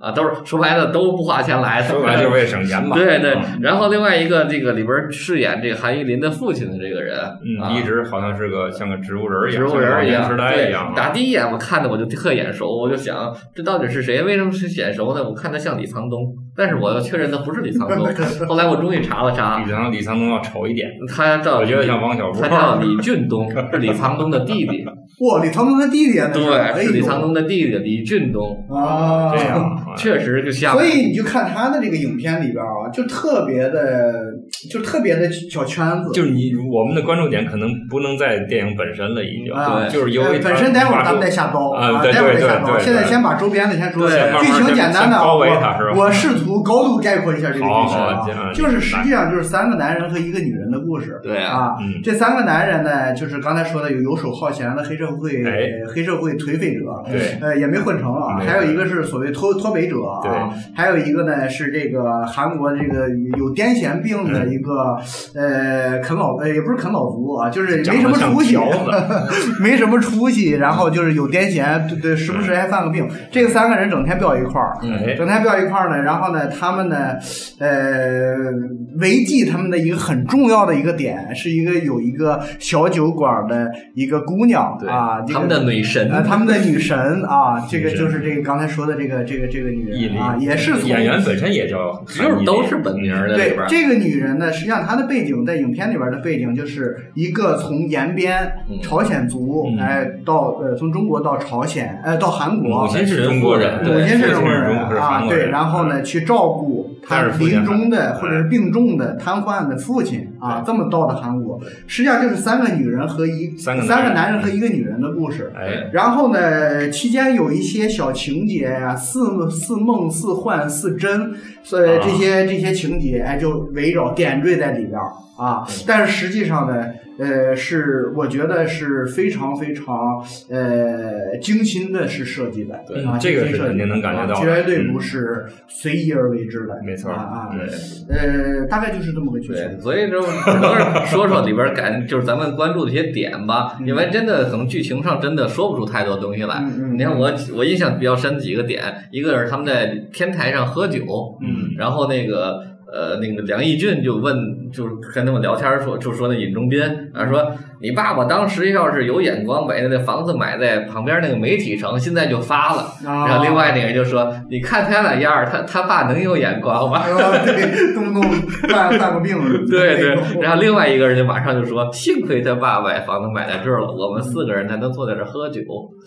C: 啊，都是说白了都不花钱来的，
A: 说白了就是为省钱嘛。
C: 对对
A: 嗯，
C: 然后另外一个这个里边饰演这个韩艺林的父亲的这个人，啊
A: 嗯，一直好像是个像个植物人一
C: 植
A: 样，
C: 物人儿一样，
A: 像个老年痴呆
C: 对
A: 一样，啊。
C: 打第一眼我看的我就特眼熟，我就想这到底是谁？为什么是眼熟呢？我看他像李沧东，但是我要确认他不是李沧东。后来我终于查了查
A: 李，沧李沧东要丑一点，
C: 他叫
A: 我觉得像王小波
C: 他。叫李俊东，是李沧东的弟
A: [LAUGHS]
C: 弟。
B: 哇，李沧东他弟弟啊，那
C: 对，是李沧
B: 沧
C: 东的弟弟李俊东，
B: 啊，
A: 这样。啊，
C: 确实就像
B: 所。以你就看他的这个影片里边儿啊，就特别的，就特别的小圈子。
A: 就是你我们的关注点可能不能在电影本身了，已经
B: 啊
C: 对
A: 就是由
B: 呃
A: 于
B: 本身待会儿咱们再
A: 在
B: 下包
A: 啊对
B: 待会儿再下
A: 对对
B: 包。
A: 对
B: 现在
A: 对
B: 先把周边的先说，
A: 对慢慢
B: 剧情
A: 先
B: 简单的
A: 先
B: 啊，
A: 包围
B: 我
A: 它是吧
B: 我试图高度概括一下这个
A: 好
B: 故事
A: 好
B: 啊
A: 这样，
B: 就是实际上就是三个男人和一个女人的故事。
C: 对啊，
B: 啊，
A: 嗯
B: 这三个男人呢，就是刚才说的有游手好闲的黑社会、
A: 哎
B: 黑社会颓废者，
A: 对
B: 呃，也没混成啊。
A: 没有
B: 还有一个是所谓脱脱北者
A: 对
B: 啊，还有一个呢是这个韩国这个有癫痫病的一个、呃啃老呃也不是啃老族啊，就是没什么
A: 长
B: 出
A: 得
B: 息
A: 像，条子，
B: [LAUGHS] 没什么出息，然后就是有癫痫，对对，时不时还犯个病。这三个人整天飙一块儿，
A: 哎
C: 嗯，
B: 整天飙一块儿呢，然后呢，他们呢，呃，违纪他们的一个很重要的一个点，是一个有一个小酒馆的一个姑娘
C: 对
B: 啊，这个
C: 他们的女神，
B: [LAUGHS] 呃他们的女神啊，这个
A: 女神
B: 就是这个刚才说的这个这个这个女
A: 毅
B: 人
A: 力
B: 啊，也是从
A: 演员本身也叫韩毅
C: 就是
A: 力
C: 都是本名儿的里
B: 对
C: 边儿，
B: 这个女人呢，实际上她的背景在影片里边的背景就是一个从延边
C: 嗯
B: 朝鲜族
A: 嗯
B: 哎、到呃从中国到朝鲜呃到韩国
A: 母亲是中国人，
C: 对
B: 母亲
A: 父亲
B: 是中国
A: 中
B: 人
A: 是韩
B: 啊，
A: 国人，嗯
B: 对，然后呢去照顾他
A: 但是福建
B: 临终的
A: 还
B: 或者是病重的瘫痪的父亲啊，这么到的韩国，实际上就是三个女人和一
A: 三个男人
B: 三个男人和一个女人的故事。
A: 哎，
B: 然后呢，期间有一些小情节呀、似似梦似幻似真，所以
A: 啊
B: 这些、这些情节哎就围绕点缀在里边儿啊。
A: 嗯
B: 但是实际上呢，呃，是我觉得是非常非常呃精心的是设计的，
A: 对
B: 啊，
A: 这个
B: 精心
A: 是
B: 设
A: 肯
B: 计
A: 定能感觉
B: 的
A: 到的
B: 绝对
A: 嗯
B: 不是随意而为之的，
A: 没错
B: 啊啊，
A: 对，
B: 呃，大概就是这么个剧
C: 对，
B: 情。
C: 所以就只能说说里边感，就是咱们关注的一些点吧，因为真的可能剧情上真的说不出太多东西来。
B: 嗯嗯
C: 你看我我印象比较深的几个点，一个是他们在天台上喝酒，
A: 嗯，
C: 然后那个呃那个梁义俊就问，就是跟他们聊天说，就说那尹中斌啊说你爸爸当时要是有眼光，把那房子买在旁边那个媒体城，现在就发了。然
B: 然
C: 后另外那个就说，你看他那样儿，他他爸能有眼光吗？
B: 啊， [LAUGHS] 对，动不动犯犯个病，
C: 对对，然后另外一个人就马上就说：“幸亏他爸买房子买在这儿了，我们四个人才能坐在这儿喝酒。”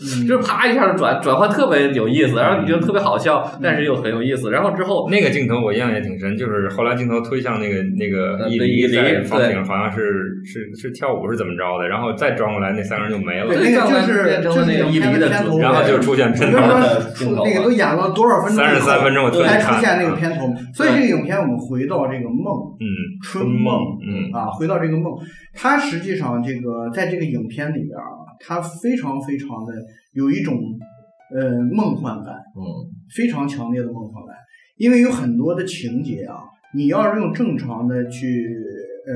B: 嗯
C: 就是啪一下就转转换特别有意思，然后你就特别好笑，但是又很有意思。然后之后
A: 那个镜头我印象也挺深，就是后来镜头推向那个那个
C: 呃
A: 伊
C: 对伊
A: 犁
C: 犁
A: 在房顶，
C: 对
A: 好像是是是跳舞是怎么着的，然后再转过来那三个人就没了，
B: 对，那个就是
C: 变成
B: 就是
C: 了那个伊犁
B: 影片
C: 的
B: 片
C: 主
B: 头，
A: 然后就出现片
B: [LAUGHS] 你
A: 头
B: 就
C: 嗯
A: 了，
B: 说出那个都演了多少分钟以
A: 三
B: 后？
A: 十三分钟我特意
B: 才
A: 看
B: 出现那个
A: 啊
B: 片头，所以这个影片我们回到这个梦，
A: 嗯，
B: 春梦，
A: 嗯，
B: 啊，回到这个梦，它实际上这个在这个影片里边啊，它非常非常的有一种呃梦幻感，
C: 嗯，
B: 非常强烈的梦幻感，因为有很多的情节啊，你要是用正常的去呃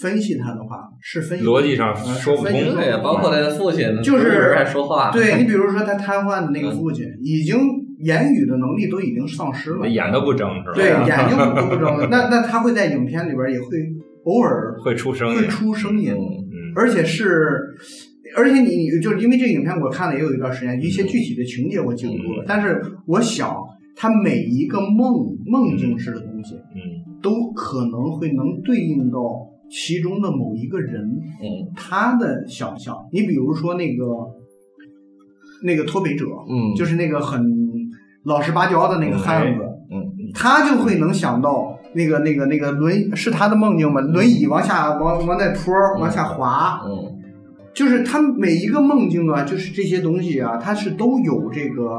B: 分析它的话，是分析不
A: 逻辑上
B: 啊
A: 说不
B: 是分析
A: 通，
B: 不
C: 对，包括他的父亲
B: 就是
C: 不人还说
A: 啊
C: 话，
B: 对你比如说他瘫痪的那
A: 嗯
B: 个父亲，已经言语的能力都已经丧失了，
A: 眼都不睁是吧？
B: 对眼睛都
A: [LAUGHS]
B: 不睁了。那那他会在影片里边也会偶尔
A: 会出声
B: 会
A: 音，
B: 出声音，
C: 嗯，
A: 嗯，
B: 而且是。而且你你就是因为这个影片我看了也有一段时间，一
A: 嗯
B: 些具体的情节我记不住了，但是我想，他每一个梦梦境式的东西，
A: 嗯，
B: 都可能会能对应到其中的某一个人
C: 嗯
B: 他的想象。你比如说那个那个脱北者，
C: 嗯，
B: 就是那个很老实巴交的那个汉子，
C: 嗯
B: 他就会能想到那个那个那个轮是他的梦境吗？轮椅往下往往那坡儿往下滑，
C: 嗯
B: 就是他每一个梦境啊，就是这些东西啊，它是都有这个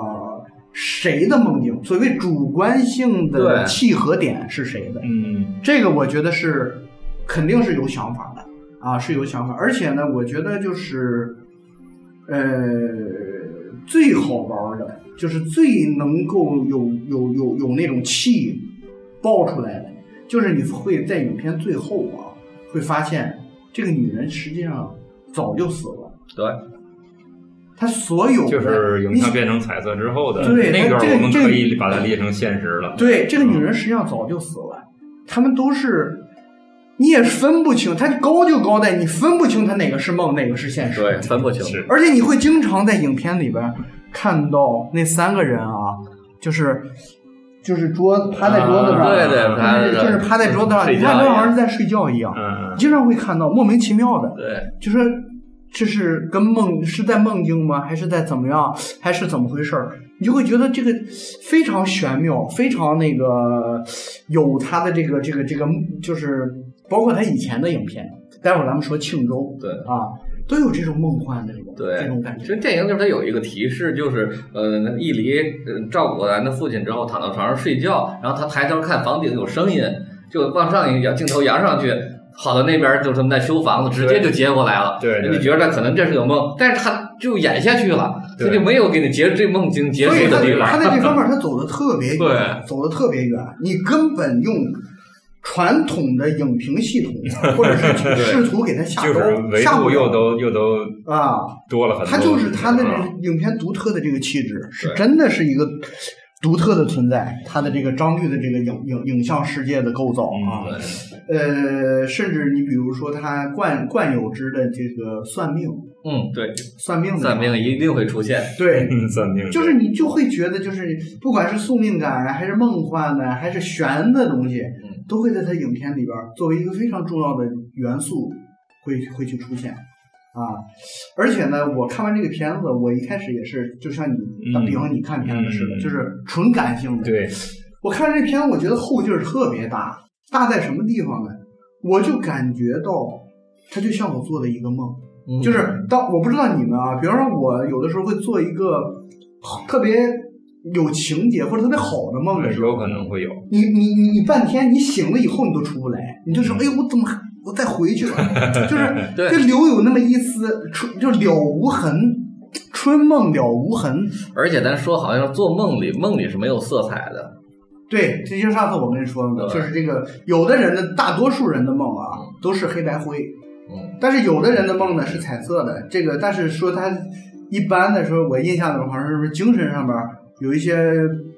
B: 谁的梦境，所谓主观性的
C: 对
B: 契合点是谁的，
A: 嗯，
B: 这个我觉得是肯定是有想法的啊，是有想法，而且呢，我觉得就是呃最好玩的，就是最能够有有有有那种气爆出来的，就是你会在影片最后啊，会发现这个女人实际上早就死了，
C: 对，
B: 她所有的
A: 就是影
B: 你
A: 像变成彩色之后的
B: [LAUGHS] 对
A: 那
B: 它
A: 段，
B: 这
A: 我们
B: 这
A: 可以把它列成现实了。
B: 对，这个女人实际上早就死了，他们都是，你也分不清，她高就高在你分不清她哪个是梦，哪个是现实。
C: 对，分不清，
A: 是
B: 而且你会经常在影片里边看到那三个人啊，就是就是桌趴在桌子上，
A: 啊
C: 对对，他
B: 就是就是趴在桌子上，
C: 嗯睡
B: 你
C: 觉
B: 看
C: 一
B: 他好
C: 样
B: 像是在睡觉一样，
A: 嗯，嗯
B: 经常会看到莫名其妙的，
C: 对，
B: 就说这是跟梦是在梦境吗？还是在怎么样？还是怎么回事儿？你就会觉得这个非常玄妙，非常那个有他的这个这个这个，就是包括他以前的影片，待会儿咱们说《庆州》
C: 对
B: 啊，都有这种梦幻的这种
C: 对
B: 这种感
C: 其实
B: 觉。
C: 电影就是它有一个提示，就是呃，一离呃赵果然的父亲之后躺到床上睡觉，然后他抬头看房顶有声音，就往上一摇，镜头扬上去，跑到那边就是他们在修房子，直接就接过来了。
A: 对
C: 你
A: 对，
C: 觉得可能这是个梦，但是他就演下去了，
A: 对
C: 他就没有给你结这梦境结
B: 所以
C: 束
B: 他
C: 的地
B: 他
C: 方。
B: 在
C: [LAUGHS]
B: 这方面他走的特别远，
C: 对
B: 走的特别远，你根本用传统的影评系统，或者是试图给他下
A: 就
B: 钩
A: 是，维
B: 下不
A: 度又
B: 了
A: 都又都
B: 啊，
A: 多了很多。
B: 他就是他的这
A: 嗯
B: 个影片独特的这个气质，是
C: 啊对
B: 真的是一个独特的存在。他的这个张律的这个影影影像世界的构造啊，
C: 嗯对
B: 呃，甚至你比如说他惯惯有之的这个算命，
C: 嗯，对，
B: 算命的啊
C: 算命一定会出现。
B: 对。
A: 嗯算命
B: [LAUGHS] 就是你就会觉得，就是不管是宿命感啊，还是梦幻的，还是玄的东西，
A: 嗯
B: 都会在他影片里边儿作为一个非常重要的元素会会去出现啊。而且呢，我看完这个片子，我一开始也是就像你
A: 嗯
B: 打比方你看片子似的，
A: 嗯
B: 就是纯感性的，
A: 对，
B: 我看这片，我觉得后劲儿特别大，大在什么地方呢？我就感觉到，它就像我做的一个梦，
C: 嗯
B: 就是当我不知道你们啊，比方说我有的时候会做一个特别有情节或者特别好的梦的时候，
A: 有可能会有。
B: 你你你你半天，你醒了以后你都出不来，你就说，哎呦，我怎么还我再回去
C: [LAUGHS]
B: 了？就是
C: 嗯对
B: 就留有那么一丝春，就了无痕，春梦了无痕。
C: 而且咱说好像做梦里，梦里是没有色彩的，
B: 对，这就是上次我跟你说的，
C: 对
B: 就是这个有的人的大多数人的梦啊都是黑白灰，
C: 嗯，
B: 但是有的人的梦呢是彩色的。这个但是说他一般的时候，我印象里好像是不是精神上面有一些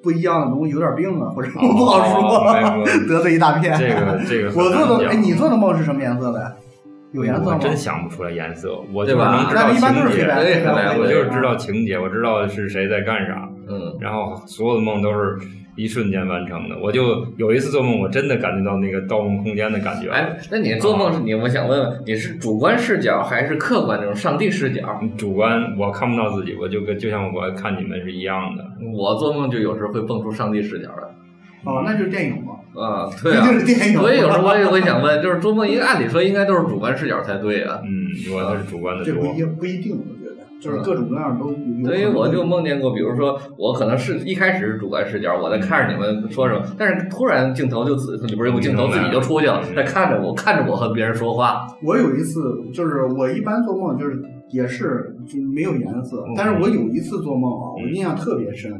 B: 不一样的东西，有点病了，或者
C: 哦
B: 我 [LAUGHS] 不好说，
A: 哦
B: [LAUGHS]
A: 没有
B: 得罪一大片。
A: 这个这个很
B: 我
A: 难
B: 做的，
A: 讲
B: 哎，你做的梦是什么颜色的？有颜色
A: 我
B: 吗？
A: 真想不出来颜色，我就
C: 对吧
A: 能知
B: 那
A: 道
B: 一般都是
A: 情节，
B: 黑白
C: 对
B: 黑白
C: 黑白
B: 灰啊
A: 我
C: 对
A: 就是知道情节，我知道是谁在干啥，
C: 嗯，
A: 然后所有的梦都是一瞬间完成的。我就有一次做梦，我真的感觉到那个《盗梦空间》的感觉了。
C: 哎，那你做梦是你，我想问问，你是主观视角还是客观这种上帝视角？
A: 主观我看不到自己，我就跟就像我看你们是一样的。
C: 我做梦就有时候会蹦出上帝视角来。
B: 哦，那就是电影嘛，
C: 啊，
B: 这
C: 对啊
B: [LAUGHS] 就，是电影。
C: 所以有时候我
B: [LAUGHS]
C: 也会想问，就是做梦，应该按理说应该都是主观视角才对啊。
A: 嗯，我还是主观的
B: 这
A: 多
B: 不。一定不一定，我觉得就是
C: 嗯
B: 各种各样都有。有
C: 所以我
B: 可能
C: 就梦见过，比如说我可能是一开始是主观视角，我在看着你们说什么，但是突然镜头就自里边有个镜头自己就出去了，在看着我，看着我和别人说话，
B: 我有一次，就是我一般做梦就是也是就没有颜色
A: 嗯，
B: 但是我有一次做梦啊，
A: 嗯
B: 我印象特别深，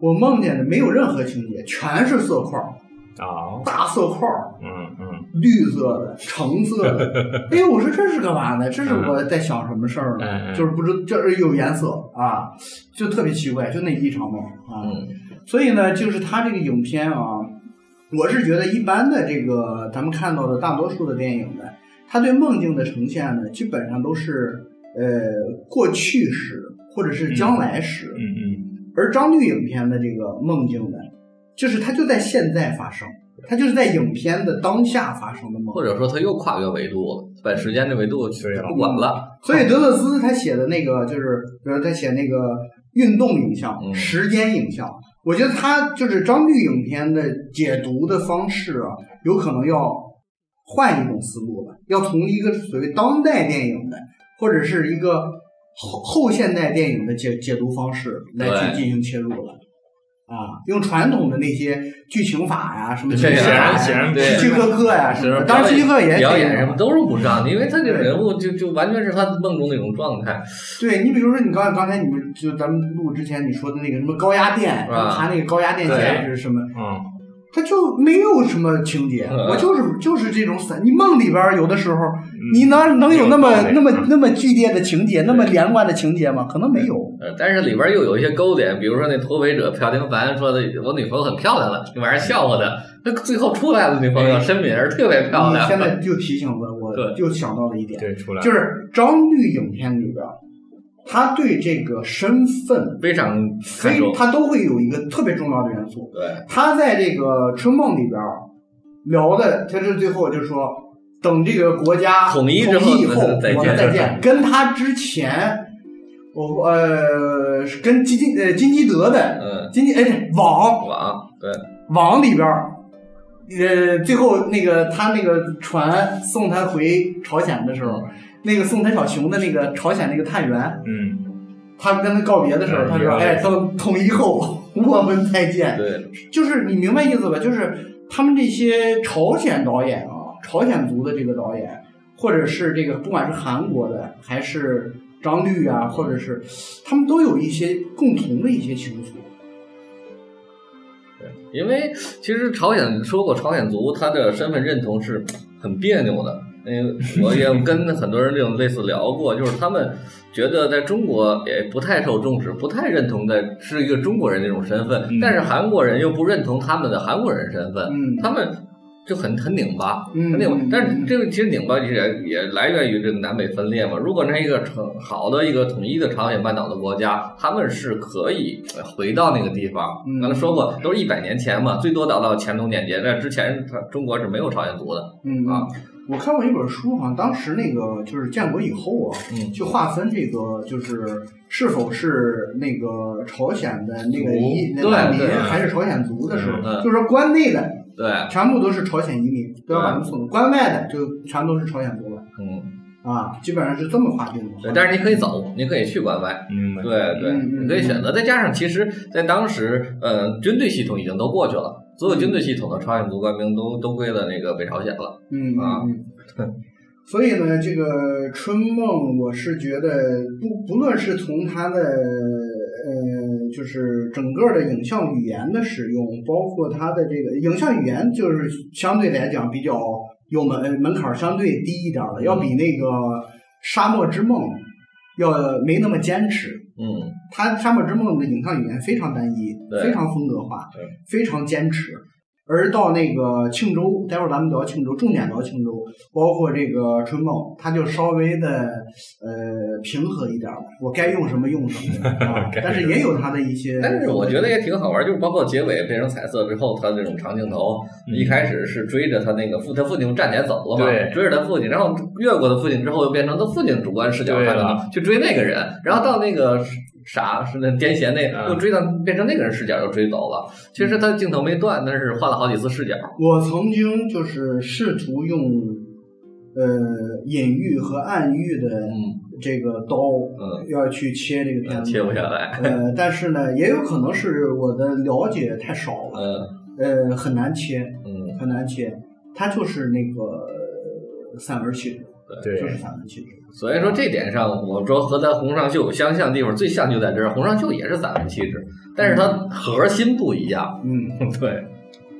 B: 我梦见的没有任何情节，全是色块儿，
A: 啊，
B: 大色块儿。
A: 嗯嗯
B: 绿色的、橙色
A: [LAUGHS]
B: 的，哎，我说这是干嘛呢？这是我在想什么事儿呢？
A: 嗯嗯嗯，
B: 就是不知就是有颜色啊，就特别奇怪，就那一场梦啊。
C: 嗯
B: 所以呢，就是他这个影片啊，我是觉得一般的这个咱们看到的大多数的电影呢，它对梦境的呈现呢，基本上都是呃过去时或者是将来时，
A: 嗯嗯
B: 而张律影片的这个梦境呢，就是它就在现在发生，它就是在影片的当下发生的梦。
C: 或者说他又跨越维度了，把时间的维度
A: 对啊
C: 不管了，
B: 所以德勒兹他写的那个就是，比如他写那个运动影像、
C: 嗯
B: 时间影像，我觉得他就是张律影片的解读的方式啊，有可能要换一种思路了，要从一个所谓当代电影的或者是一个后后现代电影的解解读方式来去
C: 对
B: 进行切入了。啊，用传统的那些剧情法呀、什
C: [LAUGHS]
B: 么
C: 对啊
B: 剧情
C: 显
B: 法
C: 然
B: 呀、
A: 显然不
B: 希
A: 是
B: 区柯克呀什么
C: 是
B: 的，当然希区柯克也
C: 表
B: 也
C: 演什
B: 有
C: 么都是不上的，因为他这个
B: 啊对
C: 人物就就完全是他梦中那种状态，
B: 对你比如说，你刚刚才你们就咱们录之前你说的那个什么高压电，
C: 啊
B: 他那个高压电线是什么？
A: 嗯，
B: 它就没有什么情节，
C: 嗯
B: 我就是就是这种散。你梦里边儿有的时候，你能能有那么那么
C: 嗯
B: 那么剧烈的情节，那么连贯的情节吗？可能没有。
C: 呃，但是里边又有一些勾点，比如说那脱北者朴廷凡说的我女朋友很漂亮了，你晚上笑话他，那最后出来了女朋友申敏儿特别漂
B: 你
C: 亮，
B: 嗯现在就提醒了我，
C: 对
B: 又想到了一点，
A: 对，出来
B: 就是张律影片里边儿，他对这个身份，
C: 非常
B: 所
C: 看
B: 以
C: 重，
B: 他都会有一个特别重要的元素，
C: 对，
B: 他在这个《春梦》里边儿聊的，他是最后就说，等这个国家
C: 统一
B: 一
C: 之后
B: 以后，
C: 再见
B: 我们再见。跟他之前，我呃，是跟金基呃金基德的
C: 嗯，
B: 金基哎网
C: 网对，
B: 网里边儿，呃，最后那个他那个船送他回朝鲜的时候，那个送他小熊的那个朝鲜那个探员，
A: 嗯
B: 他跟他告别的时候，
A: 嗯
B: 他说：“
A: 了解
B: 哎，等统一后，我们再见。”
C: 对，
B: 就是你明白意思吧？就是他们这些朝鲜导演啊，朝鲜族的这个导演，或者是这个不管是韩国的还是张律啊，或者是他们都有一些共同的一些情愫。
C: 因为其实朝鲜说过，朝鲜族他的身份认同是很别扭的。嗯，我
B: [LAUGHS]
C: 也跟很多人这种类似聊过，就是他们觉得在中国也不太受重视，不太认同在是一个中国人这种身份，
A: 嗯
C: 但是韩国人又不认同他们的韩国人身份，
B: 嗯
C: 他们就很很拧巴，
B: 嗯
C: 很拧巴
B: 嗯。
C: 但是这个其实拧巴也也来源于这个南北分裂嘛。如果是一个成好的一个统一的朝鲜半岛的国家，他们是可以呃回到那个地方
B: 嗯。
C: 刚才说过，都是一百年前嘛，最多到到乾隆年间，在之前，他中国是没有朝鲜族的。
B: 嗯
C: 啊，
B: 我看过一本书，好像当时那个就是建国以后啊，
C: 嗯
B: 去划分这个就是是否是那个朝鲜的那个移那
C: 对
B: 难民
C: 对
B: 还是朝鲜族的时候，
C: 嗯嗯
B: 就是说关内的
C: 对，
B: 全部都是朝鲜移民，都要把他们送走；关外的就全都是朝鲜族了
C: 嗯，
B: 啊，基本上是这么划定的。
C: 对，但是你可以走，你可以去关外，
A: 明白。
C: 对对，
B: 嗯嗯
C: 你可以选择。再加上，其实，在当时，呃，军队系统已经都过去了，所有军队系统的朝鲜族官兵都都归了那个北朝鲜了。
B: 嗯
C: 啊
B: 嗯嗯。 [LAUGHS] 所以呢，这个春梦，我是觉得不不论是从它的呃，就是整个的影像语言的使用，包括它的这个影像语言，就是相对来讲比较有门门槛儿相对低一点儿了，要比那个《沙漠之梦》要没那么坚持。
C: 嗯，
B: 他《沙漠之梦》的影像语言非常单一，
C: 对
B: 非常风格化
C: 对，
B: 非常坚持。而到那个庆州，待会儿咱们聊庆州，重点聊庆州，包括这个春梦，它就稍微的呃平和一点了。我该用什么用什
C: [LAUGHS]
B: 么啊，但是也有它的一些。
C: 但是我觉得也挺好玩，就是包括结尾变成彩色之后，他这种长镜头，
A: 嗯
C: 一开始是追着他那个父，他父亲站起来走了嘛，
A: 对
C: 追着他父亲，然后越过他父亲之后，又变成他父亲主观视角
A: 对啊
C: 看
A: 了
C: 到去追那个人，然后到那个傻是那癫痫那
A: 嗯
C: 又追到变成那个人视角又追走了。其实他镜头没断，但是换了好几次视角。
B: 我曾经就是试图用呃隐喻和暗喻的
C: 嗯
B: 这个刀
C: 嗯
B: 要去切这个片
C: 嗯，
B: 子，
C: 切不下来。
B: 呃，但是呢，也有可能是我的了解太少了，
C: 嗯
B: 呃，很难切，
C: 嗯，
B: 很难切。它就是那个呃散文气质，
A: 对
B: 就是散文气质。
C: 所以说这点上，我说和咱洪尚秀相像的地方最像就在这儿，洪尚秀也是散文气质，但是他核心不一样。
B: 嗯，
A: [LAUGHS] 对，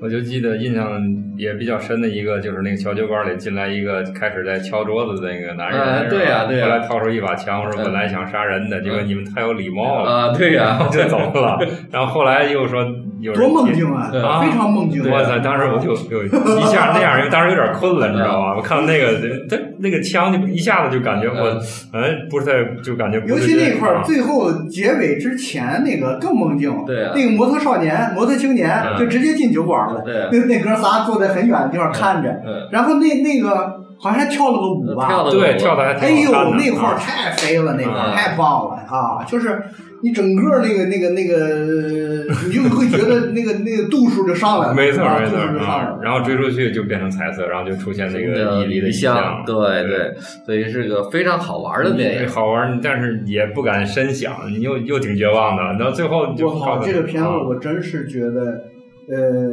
A: 我就记得印象也比较深的一个，就是那个小酒馆里进来一个开始在敲桌子的那个男人，
B: 呃
C: 啊
A: 是吧
C: 对呀对呀
A: 后来掏出一把枪，我说
C: 嗯
A: 本来想杀人的，结果你们太有礼貌了，
C: 啊，对呀、
A: 就走了。然后后来又说有人
B: 嗯多梦
A: 接
B: 境啊，
A: 啊
B: 非常梦境、
A: [LAUGHS] 我操！当时我就就一下那样，因为当时有点困了，你知道吗？我看那个他那个枪，就一下子就感觉我，
C: 嗯
A: 哎，不是太就感觉不
B: 尤
A: 对
B: 其
A: 劲，
B: 那块儿
A: 啊
B: 最后结尾之前那个更梦境，
C: 对啊
B: 那个摩托少年、摩托青年
A: 嗯
B: 就直接进酒馆了，
C: 对啊
B: 那那哥仨坐在很远的地方看着，
C: 嗯，
B: 然后那那个好像还跳了个舞吧，
C: 呃跳的
A: 对跳的还
B: 哎
A: 挺
B: 呦，
A: 好看的
B: 那块儿
A: 啊
B: 太飞了，那块
C: 嗯
B: 儿太棒了啊！就是你整个那个那个那个，你就会觉得那个那个度数就上来了，
A: 没错
B: 啊
A: 没
B: 度
A: 错
B: 数就上来
A: 啊
B: 了。。
A: 然后追出去就变成彩色，然后就出现那个伊犁的
C: 理
A: 遗
C: 想，嗯对
A: 对
C: 对，所以是个非常好玩的电影。
A: 嗯好玩，但是也不敢深想，你又又挺绝望的。到最后你就
B: 我靠，这个片子
A: 啊
B: 我真是觉得，呃，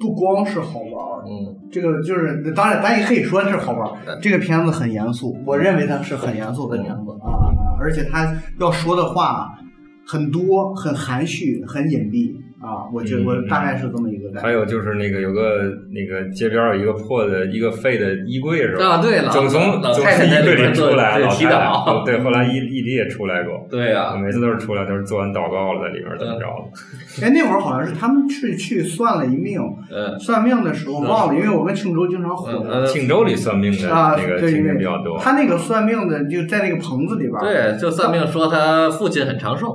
B: 不光是好玩儿，
C: 嗯，
B: 这个就是当然咱也可以说是好玩儿。这个片子很严肃，我认为它是很严肃的片子啊，而且它要说的话很多，很含蓄，很隐蔽啊。我觉得
A: 嗯
B: 我大概是这么一个感觉。
A: 还有就是那个有个那个街边有一个破的一个废的衣柜是吧？
C: 啊，对了，
A: 总从总
C: 老
A: 从
C: 太太在
A: 衣
C: 里
A: 柜
C: 面
A: 里出
C: 做
A: 来，
C: 对
A: 老
C: 祈
A: 太太
C: 祷，
A: [LAUGHS] 对，嗯后来伊伊犁也出来过，
C: 对呀，
A: 每次都是出来都是做完祷告了，在里边怎么着的。
B: 哎，那会儿好像是他们是去算了一命，
C: 嗯
B: 算命的时候忘了，因为我跟庆州经常
C: 嗯
B: 混。
C: 嗯，
A: 庆州里算命的
B: 啊，
A: 那个
B: 对
A: 情
B: 对
A: 景比较多，
B: 他那个算命的就在那个棚子里边儿。
C: 对，就算命说他父亲很长寿，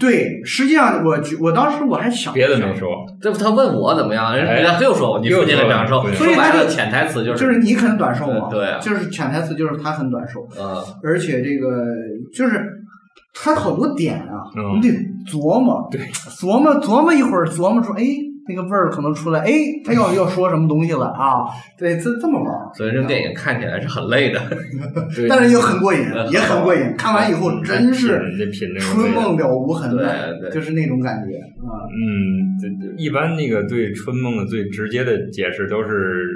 B: 对，实际上我觉我当时我还想
A: 别的没，说，
C: 这不他问我怎么样，人人家又说我你父亲很长寿，
A: 哎又
B: 说了
C: 说白了潜台词就，
B: 就是是你很短寿嘛，
C: 嗯对啊
B: 就是潜台词就是他很短寿，
C: 嗯，
B: 而且这个就是他好多点啊，
A: 嗯
B: 你得琢磨，
A: 对，
B: 琢磨琢磨一会儿，琢磨出哎那个味儿可能出来，哎他要要说什么东西了啊，对，这这么玩儿，
C: 所以这电影看起来是很累的，
A: 对
B: 但是又很过瘾，
C: 嗯
B: 也很过瘾，看完以后真是。
A: 这品那个
B: 春
A: 味道。
B: 梦了无痕的，
C: 对对
B: 就是那种感觉啊。
A: 嗯，这这一般那个对春梦的最直接的解释都是，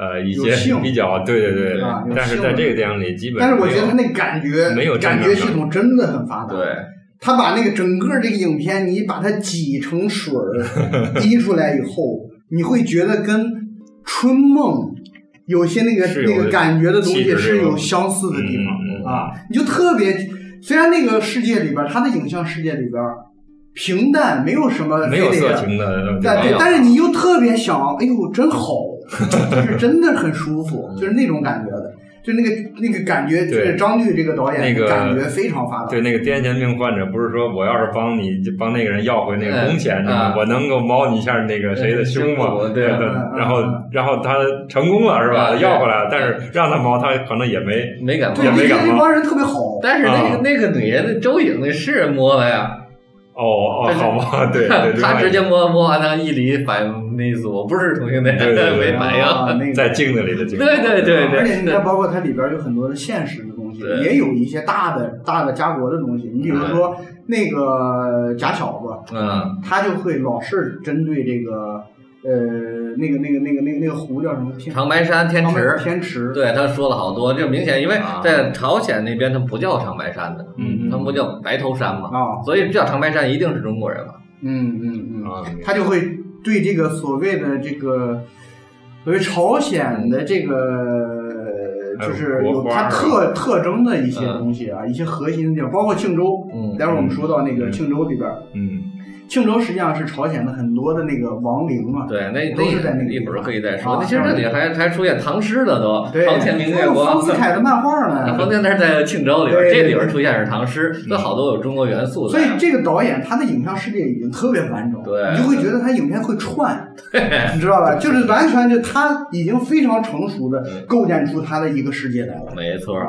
A: 呃，一
B: 有
A: 些
B: 性
A: 比较对对对，
B: 啊有
A: 但是在
B: 性
A: 这个电影里基本
B: 但是我
A: 没
B: 觉得
A: 有
B: 他那感觉
A: 没有
B: 感
A: 正常
B: 觉
A: 的
B: 系统真的很发达。
C: [LAUGHS] 对，
B: 他把那个整个这个影片，你把它挤成水儿， [LAUGHS] 滴出来以后，你会觉得跟春梦有些那个
A: 是有
B: 那个感觉的东
A: 气
B: 西
A: 质
B: 是有
A: 的
B: 相似的地方、
A: 嗯嗯嗯
B: 啊。你就特别，虽然那个世界里边儿，他的影像世界里边儿平淡，没有什么
A: 没有
B: 非得
A: 色情的，
B: 但
A: 对
B: 对
A: 吧，
B: 但是你
A: [LAUGHS]
B: 又特别想，哎呦，真好，就是真的很舒服，
C: 嗯
B: 就是那种感觉的。就那个那个感觉，这个
A: 对
B: 张律这个导演
A: 那个
B: 感觉非常
C: 啊
B: 发达。
A: 对那个癫痫病患者，不是说我要是帮你就帮那个人要回那个工钱，
C: 嗯
A: 是吧
C: 啊
A: 我能够摸你一下那个谁的胸吗？
C: 嗯对
B: 嗯嗯
A: 然后然后他成功了是吧？
C: 嗯
A: 要回来了，但是让他摸他可能也没
C: 没敢
B: 对，
A: 也
B: 那
C: 摸。
A: 没敢
B: 那
A: 摸
B: 那帮人特别好，
C: 但是那个
A: 啊
C: 那个女人，那周颖那是摸了呀，
A: 哦哦
C: 但是
A: 好吧，
C: [LAUGHS]
A: 对对，另
C: 她
A: 外一
C: 直接
A: 个
C: 摸摸完了，一离反那意思，我不是同性恋，
A: 对对对
C: [LAUGHS] 没反应。
B: 啊那个
A: 在镜子里的镜子，
C: 对对对对
B: 而且你看，包括它里边有很多的现实的东西，
C: 对
B: 也有一些大的大的家国的东西。你比如说那个假小子，
C: 嗯，
B: 他就会老是针对这个呃那个那个那个那个那个湖叫什么天
C: 长白山天池，
B: 天池，
C: 对他说了好多，这明显因为
A: 啊
C: 在朝鲜那边，他们不叫长白山的，
A: 嗯
C: 他们不叫白头山嘛，
B: 啊，
C: 所以叫长白山一定是中国人嘛。
B: 嗯嗯嗯，
A: 啊，
B: 他就会对这个所谓的这个所谓朝鲜的这个。
A: 还
B: 就
A: 有
B: 是
A: 国
B: 有
A: 花
B: 它
A: 啊
B: 特特征的一些东西啊，一些核心的地方，包括庆州。
C: 嗯
B: 待会儿我们说到那个
A: 嗯
B: 庆州里边，
A: 嗯
B: 庆州实际上是朝鲜的很多的那个亡灵啊嘛，
C: 对，那
B: 都是在那
C: 那
B: 个地
C: 一会儿
B: 方
C: 可以再
B: 啊
C: 说。那其实这里还还出现唐诗了都，
B: 对，
C: 唐前明
B: 还
C: 月
B: 有
C: 光
B: 丰。子恺的漫画
A: [LAUGHS]
C: 那
B: 呢。
C: 冯天那是在庆州里边，
B: 对对
C: 这里边出现是唐诗，
A: 嗯
C: 那好多有中国元素
B: 所
C: 在。
B: 以这个导演他的影像世界已经特别完整，
C: 对
B: 你就会觉得他影片会串，你知道吧？就是完全就他已经非常成熟的
C: 嗯
B: 构建出他的一个世界来了
C: 没错，
B: 啊。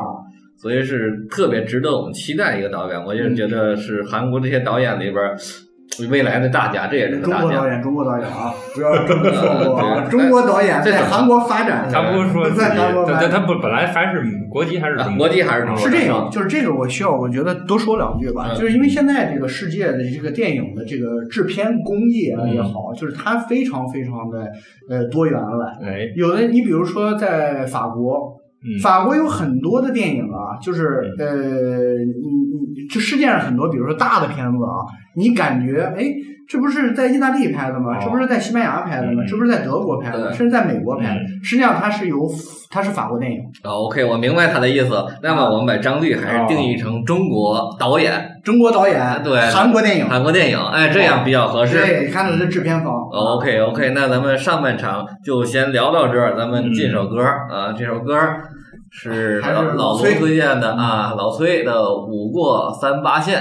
C: 所以是特别值得我们期待一个导演。我就是觉
B: 嗯
C: 得是韩国这些导演里边儿未来的大家，这也是个
B: 中
C: 大
B: 国
C: 家
B: 导。演，中国导演啊，不要这么错过啊！
C: [LAUGHS] 对
B: 中国导演
C: 这
B: 在
C: 怎么
B: 韩国发
C: 哎
B: 展
A: 他不是说自己，
B: 在韩国
A: 他
B: 发
A: 他他
B: 展。
A: 不本来还是国籍还是
C: 啊
A: 中
C: 国籍还是中国
B: 是这
C: 样
B: 样，就是这个，我需要，我觉得多说两句吧，
C: 嗯
B: 就是因为现在这个世界的这个电影的这个制片工艺啊也好，就是它非常非常的呃多元了。
A: 哎
B: 有的，你比如说在法国，
A: 嗯
B: 法国有很多的电影啊，就是呃，你你这世界上很多，比如说大的片子啊，你感觉哎，这不是在意大利拍的吗？
A: 哦
B: 这不是在西班牙拍的吗？
A: 嗯
B: 这不是在德国拍的吗，
C: 对
B: 甚至在美国拍的。实际上它是由它是法国电影，
C: 啊，OK，我明白他的意思。那么我们把张律还是定义成中国导演、
B: 中国导演，
C: 对
B: 韩国电影，
C: 韩国哦电影，哎，这样比较合适。
B: 哦对，看到这制片方。
C: OK OK，那咱们上半场就先聊到这儿，咱们进首歌、啊，这首歌是
B: 嗯还是
C: 老
B: 老
C: 老卢
B: 崔嗯
C: 推荐的啊，老崔的《五过三八线》。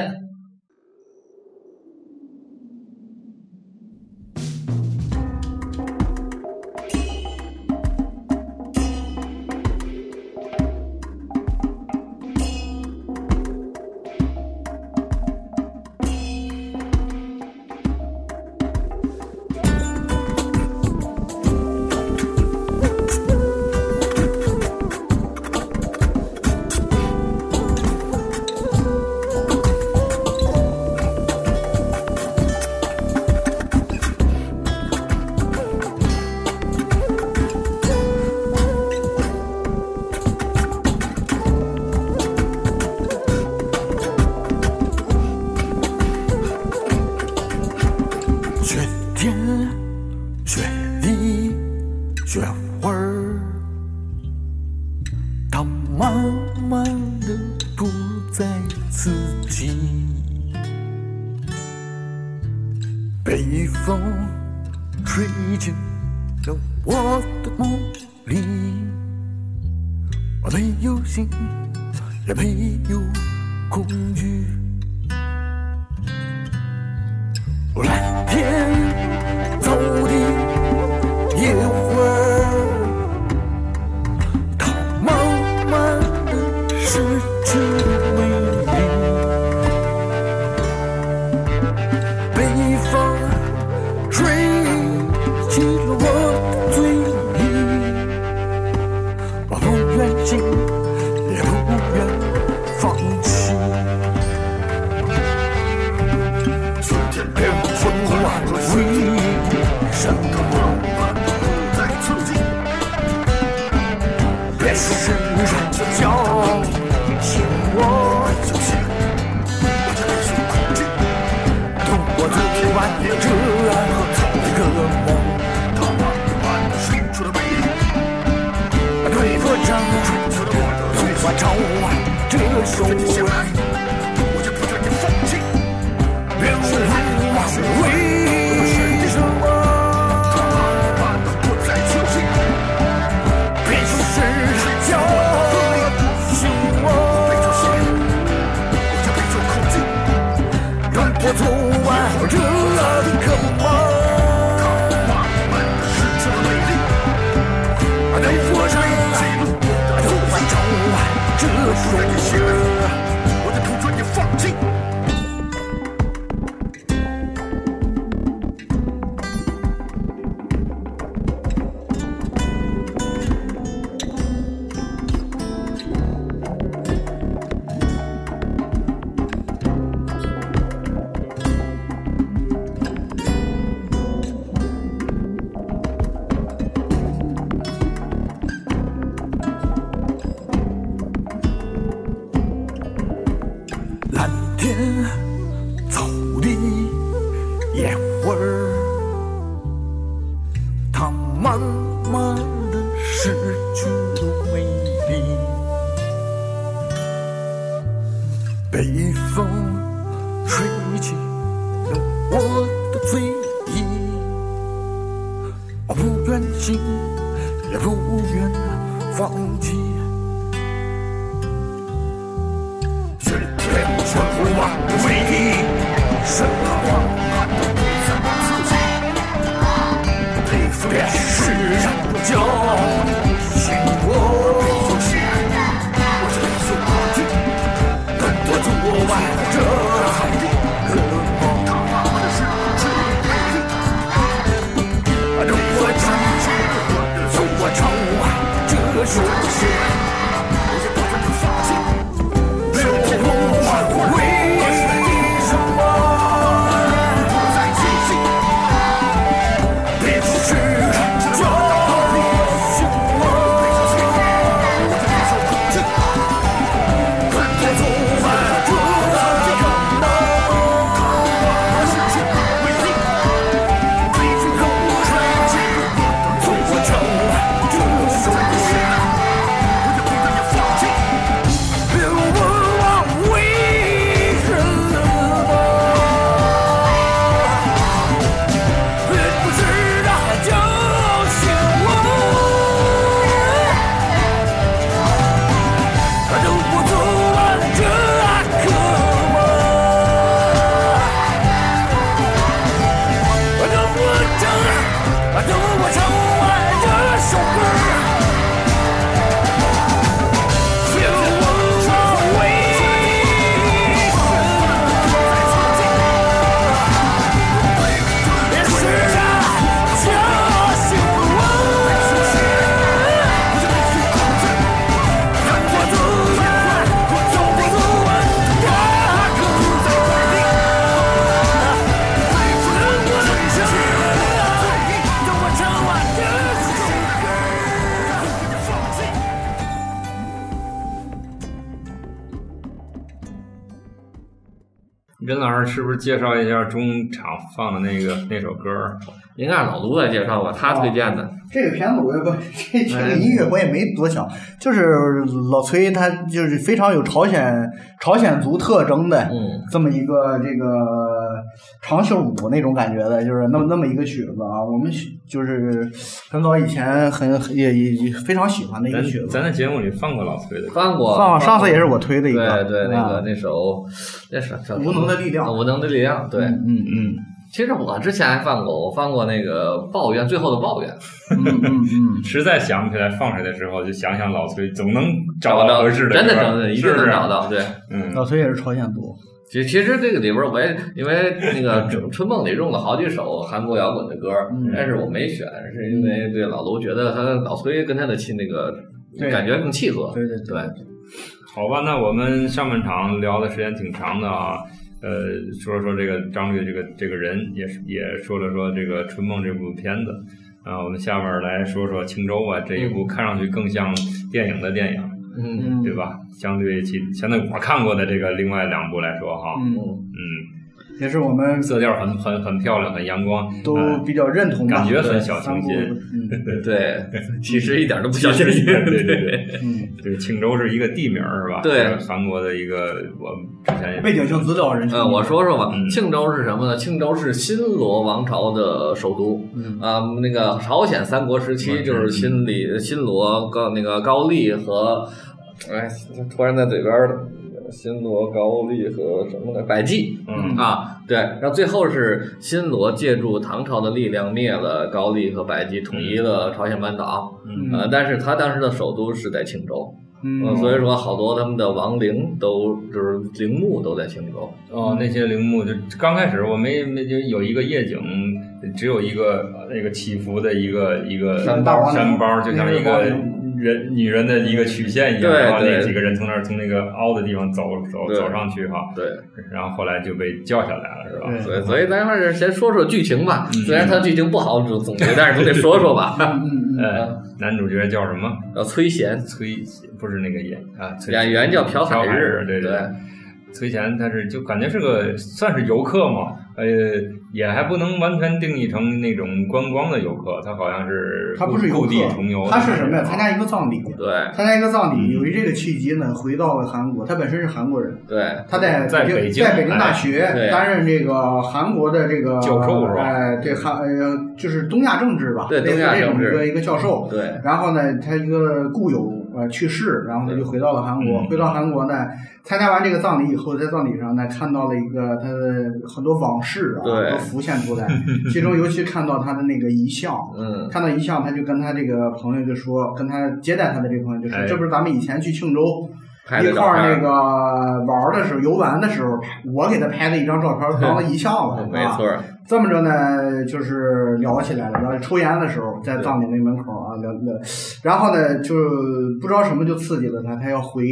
D: 雪天、雪地、雪花儿，它慢慢的不再刺激。北风吹进了我的梦里，我没有心，也没有恐惧。蓝天走的夜晚，它慢慢的失去美丽。北风吹起了我的醉意，我不愿醒，也不愿放弃。变春晚为什么别是人叫醒我，度过最晚这一个梦。对歌唱，对话唱这首歌。别问我为什么，别是叫有你时，我的青春也放弃。蓝天、草地、野花儿，它慢慢的失去了美丽。北风吹起了我的醉意，我不愿醒，也不愿放弃。水变全无望为敌，什么浪漫都不曾自己。佩服的是让我骄傲，幸福我是我承受过去，但我做完这海的噩梦。让我尝试，从我唱完这首诗，我也不曾放弃。流光为什么不再继续？别只是骄傲的心窝，我承受不起，看不透万种的梦。我是谁？为你，为谁流泪？从我唱完这首诗，我也不愿放弃。流亡为什么？也不知道就是我，让我走完这个梦，让我唱，让我唱完这首歌。流亡为什么？也是啊，就是我，让我走完，走不完这个梦，让我唱，让我唱完这首歌。
A: 任老师是不是介绍一下中场放的那个那首歌儿？
C: 应该是老卢来介绍吧，他推荐的。
B: 这个片子我也不，
A: 哎
B: 这这个音乐我也没多想，就是老崔他就是非常有朝鲜朝鲜族特征的
C: 嗯，
B: 这么一个这个长袖舞那种感觉的，就是那么那么一个曲子啊，我们喜就是很早以前很很也也也非常喜
C: 哎
B: 欢的一个
A: 咱
B: 曲子。
A: 咱在节目里放过老崔的歌，
C: 放过，
B: 放上次也是我推的一个，
C: 对对，那个
B: 啊
C: 那首，那是叫
B: 无能的力量
C: 啊无能的力量。对，
B: 嗯嗯
C: 其实我之前还放过，我放过那个《抱怨》，最后的抱怨，
B: 嗯嗯嗯嗯，
A: 实在想不起来放谁的时候，就想想老崔，总能找到
C: 到
A: 合适
C: 真
A: 的
C: 的
A: 歌
C: 找
A: 儿，
C: 到，一
A: 是
C: 定
A: 不
C: 能
A: 是？啊
C: 找到。对，
A: 嗯，
B: 老崔也是朝鲜族，
C: 其其实这个里边儿我也因为那个春春梦里用了好几首韩国摇滚的歌儿
B: 嗯，
C: 但是我没选，是因为对老卢觉得他老崔跟他的亲那个
B: 对
C: 感觉更契合。
B: 对对
C: 对，
A: 好吧，那我们上半场聊的时间挺长的啊，呃，说了说这个张律这个这个人，也是也说了说这个《春梦》这部片子。啊，我们下面来说说《青州》吧，这一部看上去更像电影的电影，
C: 嗯
B: 嗯
A: 对？吧？相对其相对我看过的这个另外两部来说哈，
C: 嗯，
B: 嗯，
A: 嗯，
B: 也是我们
A: 色调很很很漂亮，很阳光，
B: 都
A: 呃
B: 比较认同吧，
A: 感觉很
B: 对
A: 小
B: 三
A: 清
B: 部
A: 新
B: 嗯
C: 对，其实一点都不小心。 [LAUGHS]
A: 对对对，
B: 嗯，
A: 这个青州是一个地名儿是吧？
C: 对
A: 是韩国的一个，我之前也
B: 背景性资料人群，
C: 嗯，我说说吧
A: 嗯，
C: 庆州是什么呢？庆州是新罗王朝的首都。
B: 嗯
C: 啊、那个朝鲜三国时
A: 嗯
C: 期就是新里、新罗、高那个高丽和，哎，突然在嘴边儿了，新罗、高丽和什么的百济
A: 嗯
C: 啊，对，然后最后是新罗借助唐朝的力量灭了高丽和百济，统一了朝鲜半岛。呃
A: 嗯
C: 呃，但是他当时的首都是在庆州，嗯，
B: 嗯，
C: 所以说好多他们的亡灵都就是陵墓都在青州，
A: 哦，那些陵墓就刚开始我没没就有一个夜景，只有一个那个起伏的一个一个
B: 山包
A: 山包，就像一
B: 那个
A: 个
B: 包
A: 人女人的一个曲线一样，
C: 对
A: 然后那
C: 对
A: 几个人从那儿从那个凹的地方走走
C: 对
A: 走上去哈，
C: 对，
A: 然后后来就被叫下来了，是吧？
B: 对
C: 所以所以咱还是先说说剧情吧，
A: 嗯
C: 虽然它剧情不好总总结，但是总得说
A: [LAUGHS]
C: 说吧。
B: 嗯嗯嗯，
A: 哎，男主角叫什么？
C: 呃，崔贤
A: 崔不是那个演啊，崔
C: 演员叫朴
A: 朴
C: 海
A: 海
C: 日，
A: 对
C: 对
A: 崔贤他是就感觉是个算是游客嘛，呃，也还不能完全定义成那种观光的游客，他好像是
B: 他不是游
A: 故
B: 客
A: 地重游的，
B: 他是什么呀？参加一个葬礼，
C: 对
B: 参加一个葬礼，由于这个契机呢，回到了韩国。他本身是韩国人，
C: 对
B: 他在
A: 在
B: 北
A: 北京
B: 在北京大学
C: 哎对
B: 担任这个韩国的这个
A: 教授是吧
B: 哎，对韩呃，就是东亚政治吧，
C: 对
B: 类似
C: 东亚
B: 这种
C: 政治
B: 一个一个教授。
C: 对
B: 然后呢，他一个故友呃去世，然后他就回到了韩国。
A: 嗯
B: 回到韩国呢，参加完这个葬礼以后，在葬礼上呢，看到了一个他的很多往事啊
C: 对
B: 都浮现
C: [LAUGHS]
B: 出来，其中尤其看到他的那个遗像。
C: 嗯
B: 看到遗像，他就跟他这个朋友就说，跟他接待他的这个朋友就说，
A: 哎
B: 这不是咱们以前去庆州
C: 拍
B: 一
C: 的
B: 块
C: 照
B: 儿那
C: 片，
B: 个玩儿的时候、游玩的时候，我给他拍的一张照片儿当了遗像了，
C: [LAUGHS] 没
B: 啊。
C: 错儿，
B: 这么着呢，就是聊起来了，然后抽烟的时候在葬礼那门口啊聊聊，然后呢就不知道什么就刺激了他，他要回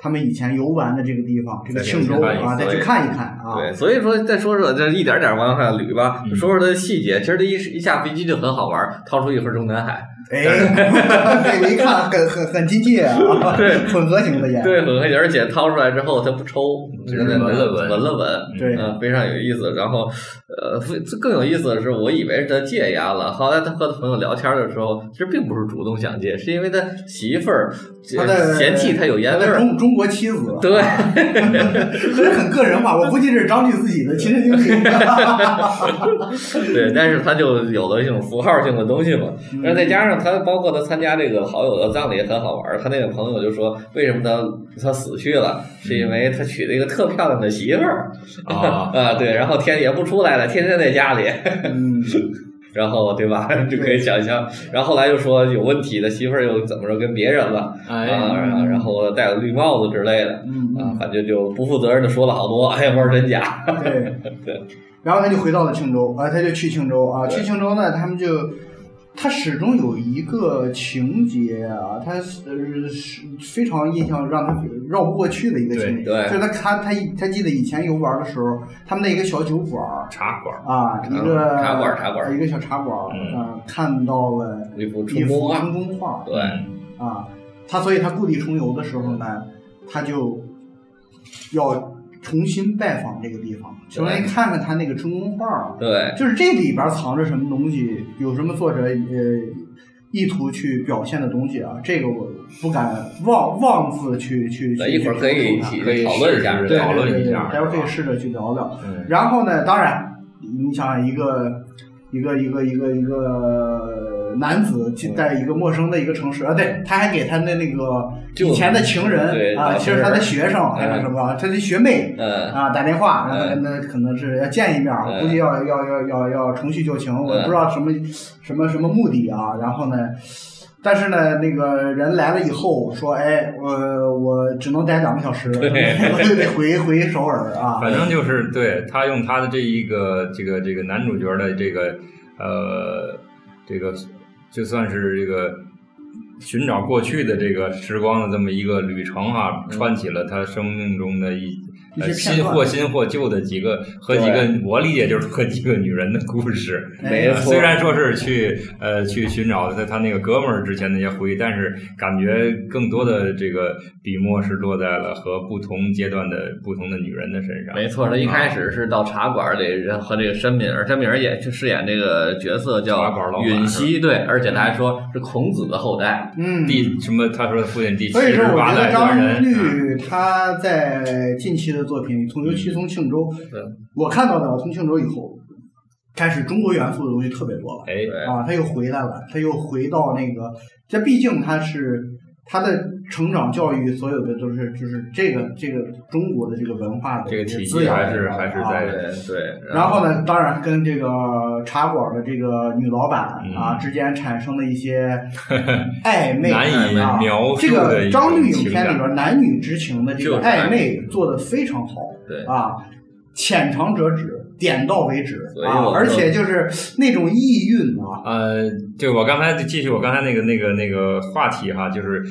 B: 他们以前游玩的这个地方，这个
A: 再
B: 庆
A: 去
B: 州
A: 看一
B: 啊，
C: 次
B: 再去
C: 对
B: 看一看啊。
C: 对，所以说再说说，这一点点往下捋吧，
A: 嗯
C: 说说它的细节。其实它一一下飞机就很好玩儿，掏出一盒中南海，
B: 哎，这个一看很很很亲切啊， [LAUGHS] 混合型的烟。
C: 对，很黑，而且掏出来之后它不抽，
A: 就是
C: 在那
A: 闻了闻
C: 闻了闻，
B: 对
C: 嗯，非常有意思。然后，呃，非这更有意思的是，我以为是他戒烟了，后来他和他朋友聊天的时候，其实并不是主动想戒，是因为他媳妇儿呃
B: 他的
C: 嫌弃他有烟味儿。
B: 中中国妻子，
C: 对， [LAUGHS]
B: 这是很个人化，我估计这是张律自己的亲身经历。
C: 对，但是他就有了一种符号性的东西嘛， [LAUGHS]
B: 嗯
C: 然后再加上他，包括他参加这个好友的葬礼也很好玩儿。他那个朋友就说，为什么他他死去了，是因为他娶了一个特漂亮的媳妇儿
A: 啊，
C: 啊，对，然后天也不出来了，天天在家里，
B: 嗯，
C: 然后对吧， [LAUGHS] 就可以想象。然后后来又说有问题的媳妇儿又怎么着跟别人了啊，
A: 哎，
C: 然后然后戴了绿帽子之类的
B: 嗯
C: 啊，反正就不负责任的说了好多， [LAUGHS] 哎呀，不知道真假，
B: 对
C: 对。
B: 然后他就回到了庆州啊，他就去庆州啊，
C: 对
B: 去庆州呢，他们就。他始终有一个情节啊，他是呃是非常印象让他绕不过去的一个情节，
C: 对对
B: 就是他他他他记得以前游玩的时候，他们那一个小酒馆儿
A: 茶馆儿，
B: 啊，一个
C: 嗯茶馆儿茶馆儿
B: 一个小茶馆儿
A: 嗯
B: 啊，看到了
C: 一幅
B: 一
C: 春宫
B: 幅
C: 画，
B: 春宫画，
C: 对，
B: 啊，他所以他故地重游的时候呢，他就要重新拜访这个地方，
C: 对
B: 相当于看看他那个春宫画儿，
C: 对，
B: 就是这里边藏着什么东西，有什么作者呃意图去表现的东西啊，这个我不敢妄妄自去去
C: 咱
B: 去
C: 一会儿可以一
B: 去
C: 起
A: 可以
C: 讨论一下，
A: 试试
B: 对
A: 讨论
B: 对
A: 一
B: 对
A: 下
B: 待会儿可以试着去聊聊。
A: 嗯
B: 然后呢，当然，你想想一个一个一个一个一个男子
A: 嗯
B: 进在一个陌生的一个城市啊，对，他还给他的那个
C: 就
B: 以前的情
C: 对
B: 人啊，
C: 老
B: 其实
C: 师
B: 他的学
A: 嗯
B: 生还是什么，他的学妹。
A: [LAUGHS]
C: 嗯，
B: 啊，打电话，让他
C: 嗯
B: 跟他可能是要见一面，
C: 嗯
B: 估计要要要要要重叙旧情，我
C: 嗯
B: 不知道什么什么什么目的啊。然后呢，但是呢，那个人来了以后说，哎，我我只能待两个小时，我就得回回首尔啊。
A: 反正就是对他用他的这一个这个这个男主角的这个呃这个就算是这个寻找过去的这个时光的这么一个旅程哈、
C: 嗯
A: 串起了他生命中的一。
B: 一
A: 呃
B: 些片
A: 新
B: 段
A: 或新或旧的几个和几个，我理解就是和几个女人的故事。
C: 没
B: 哎
C: 错，
A: 呃虽然说是去呃去寻找他他那个哥们儿之前的一些回忆，但是感觉更多的这个笔墨是落在了和不同阶段的不同的女人的身上。啊
C: 没错，他一开始是到茶馆里，然后和这个申敏儿，申敏儿也去饰演这个角色
A: 茶
C: 叫
A: 馆老板
C: 允熙，对，而且他还说是孔子的后代，
B: 嗯，
A: 第什么？他说父亲第七
B: 所以
A: 十
B: 说，我
A: 八
B: 觉
A: 代
B: 得
A: 传
B: 张
A: 人。啊嗯
B: 律他在近期的作品，从尤其从庆州
C: 对，
A: 嗯
B: 我看到的，从庆州以后开始，中国元素的东西特别多了
A: 哎，
C: 对
B: 啊，他又回来了，他又回到那个，这毕竟他是他的成长教育所有的都是就是这个这个中国的这个文化的
A: 这个体
B: 资
A: 系
B: 源
A: 还是还是
B: 啊
A: 在
C: 对对，
B: 然后呢，当然跟这个茶馆的这个女老板啊、
A: 嗯
B: 之间产生的一些
A: [LAUGHS]
B: 暧昧
A: 难以
B: 啊，
A: 描述
B: 这
A: 的
B: 个
A: 一
B: 张
A: 种
B: 律影
A: 情
B: 片里
A: 感。
B: 边男女之情的这
C: 就
B: 个
C: 是暧
B: 暧昧做的非常好，
C: 对
B: 啊，浅尝辄止，点到为止
C: 所以
B: 啊
C: 我，
B: 而且就是那种意蕴啊，
A: 呃，就我刚才就继续我刚才那个那个那个话题哈，就是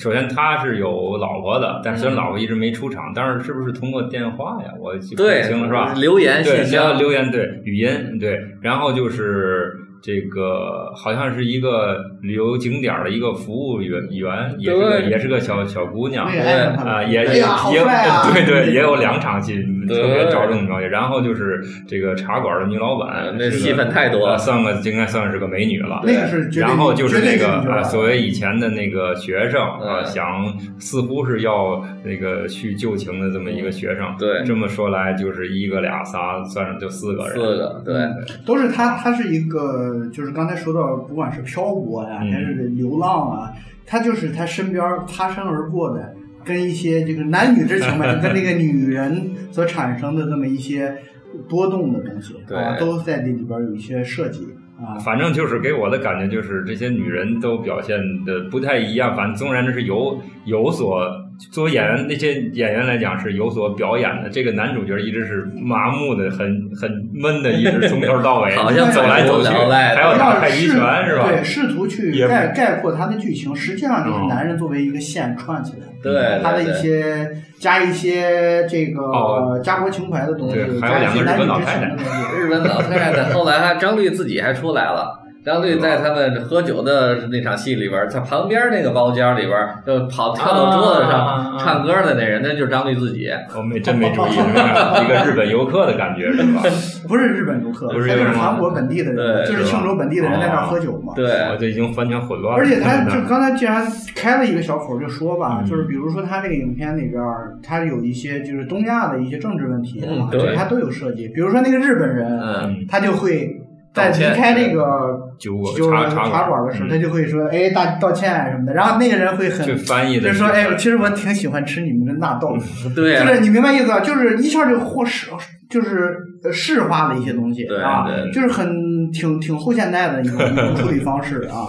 A: 首先他是有老婆的，但是
C: 嗯
A: 虽然老婆一直没出场，但是是不是通过电话呀？我记不
C: 对
A: 清了是吧？
C: 留言
A: 对，
C: 信
A: 只要
C: 箱，
A: 留言对语音对，然后就是这个好像是一个旅游景点儿的一个服务员员，也是个
C: 对
A: 也是个小小姑娘
B: 我也爱上他
A: 啊、
B: 了，
A: 也
B: 哎
A: 也也、
B: 呀，好帅啊，
A: 对对，也有两场戏嗯特别着重表演，然后就是这个茶馆的女老
C: 呃
A: 板，
C: 那
A: 是个
C: 戏份太多
A: 呃
C: 了，
A: 算个应该算是个美女了。
B: 那个是绝对
A: 啊然后就是
B: 绝
A: 那
B: 对
A: 个
B: 女主角
A: 呃，所谓以前的那个学生啊，
C: 嗯
A: 想似乎是要那个去旧情的这么一个学生，
C: 嗯对，
A: 这么说来，就是一个俩仨，算上就四个人。
C: 四个，嗯对，
B: 都是他，他是一个，就是刚才说到，不管是漂泊呀、
A: 嗯
B: 还是流浪啊，他就是他身边擦身而过的，跟一些这个男女之情嘛，就跟那个女人所产生的这么一些波动的
A: [LAUGHS]
B: 东西啊，
C: 对
B: 都在这里边有一些设计啊。
A: 反正就是给我的感觉就是这些女人都表现的不太一样，反正纵然这是有有所作为演员那些演员来讲是有所表演的，这个男主角一直是麻木的，很很闷的，一直从头到尾
C: [LAUGHS] 好像
A: 走来走去，
C: 走来
A: 还要打太极
B: 试
A: 拳是吧？
B: 对，试图去
A: 也
B: 概概括他的剧情，实际上就是
A: 嗯
B: 男人作为一个线串起来，
C: 对对
B: 他的一
C: 对
B: 些加一些这
A: 哦
B: 个家国情怀的东西，
A: 对还有
B: 加一
A: 两个日
B: 些男
A: 本
B: 女
A: 老
B: 之
A: 太
B: 情
A: 太
B: 的东西。
C: 日本老太太，后来还张律自己还出来了。张律在他们喝酒的那场戏里边，在旁边那个包间里边，就跑跳到桌子上
A: 啊
C: 唱歌的那人，那就是张律自己。
A: 我没真没注意，有点一个日本游客的感觉是吧？
B: 不是日本游客，
A: 不是
B: 他就是
A: 日本
B: 韩国本地的人，
C: 对
B: 就
A: 是吧
B: 是
A: 哦
B: 庆州本地的人在那儿喝酒嘛。
C: 对，
A: 我这已经完全混乱了。
B: 而且他就刚才既然开了一个小口，就说吧，
A: 嗯
B: 就是比如说他这个影片里边儿，他有一些就是东亚的一些政治问题啊
C: 嗯，对
B: 对，他都有涉及。比如说那个日本人，
C: 嗯，
B: 他就会在
C: 道
B: 离
C: 歉
B: 开那个
A: 酒
B: 就是
A: 茶
B: 茶馆
A: 馆
B: 的
C: 嗯
B: 时候，他就会说，哎，大道歉什么的。然后那个人会很
A: 嗯去翻译
B: 就
A: 的啊
B: 是说，哎，其实我挺喜欢吃你们的纳豆，
C: 对
B: 就
C: 啊，
B: 是你明白意思吧？就是一下就或是就是呃市化了一些东西
C: 对
B: 啊
C: 对，
B: 就是很挺挺后现代的一种一种处理方式啊。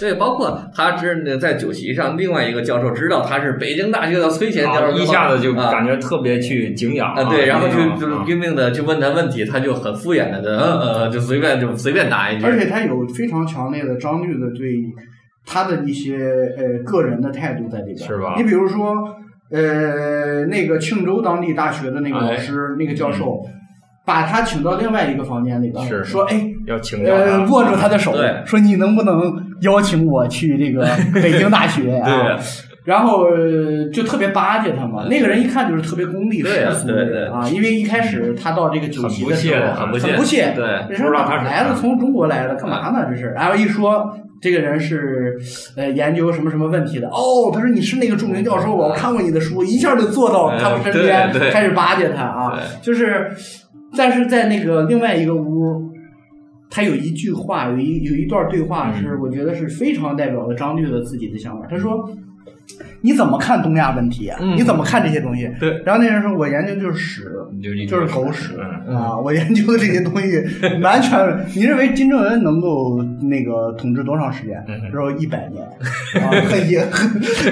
C: 对，包括他知在酒席上，另外一个教授知道他是北京大学的崔贤教
A: 啊
C: 授之后，
A: 一下子就
C: 啊
A: 感觉特别去敬仰
C: 啊，对，然后就
A: 就
C: 就是拼命的去问他问题，他就很敷衍的，就嗯嗯嗯，就随便就随便答一句，
B: 而且他有非常强烈的张律的对他的一些呃个人的态度在里边，
A: 是吧
B: 你比如说，呃，那个庆州当地大学的那个
C: 哎
B: 老师，那个
C: 嗯
B: 教授。把他请到另外一个房间里边，
A: 是
B: 说：“哎，
A: 要请教
B: 呃，握住他的手
C: 对，
B: 说你能不能邀请我去这
C: [LAUGHS]
B: 个北京大学啊？
C: 对
B: 然后呃就特别巴结他嘛。那个人一看就是特别功利世俗的
C: 对啊对对
B: 人啊，因为一开始他到这个酒席的时候
A: 很
C: 不屑
B: 很
C: 的
B: 不屑，
C: 对，
B: 这说哪来
C: 嗯
B: 的？从中国来的，干嘛呢？这是。然后一说这个人是呃研究什么什么问题的，哦，他说你是那个著名教授吧？我看过你的书，一下就坐到他们身边
C: 嗯对，对
B: 开始巴结他啊。
C: 对
B: [LAUGHS] 就是，但是在那个另外一个屋，他有一句话，有一有一段对话
C: 嗯
B: 是，我觉得是非常代表了张律的自己的想法。他说：“你怎么看东亚问题啊？
C: 嗯
B: 你怎么看这些东西？”
C: 对。
B: 然后那人说：“我研究就是屎。”
A: 就是
B: 就是狗屎
A: 嗯
B: 啊！我研究的这些东西完全，你认为金正恩能够那个统治多长时间？
A: 嗯
B: 然后一百年，啊，很也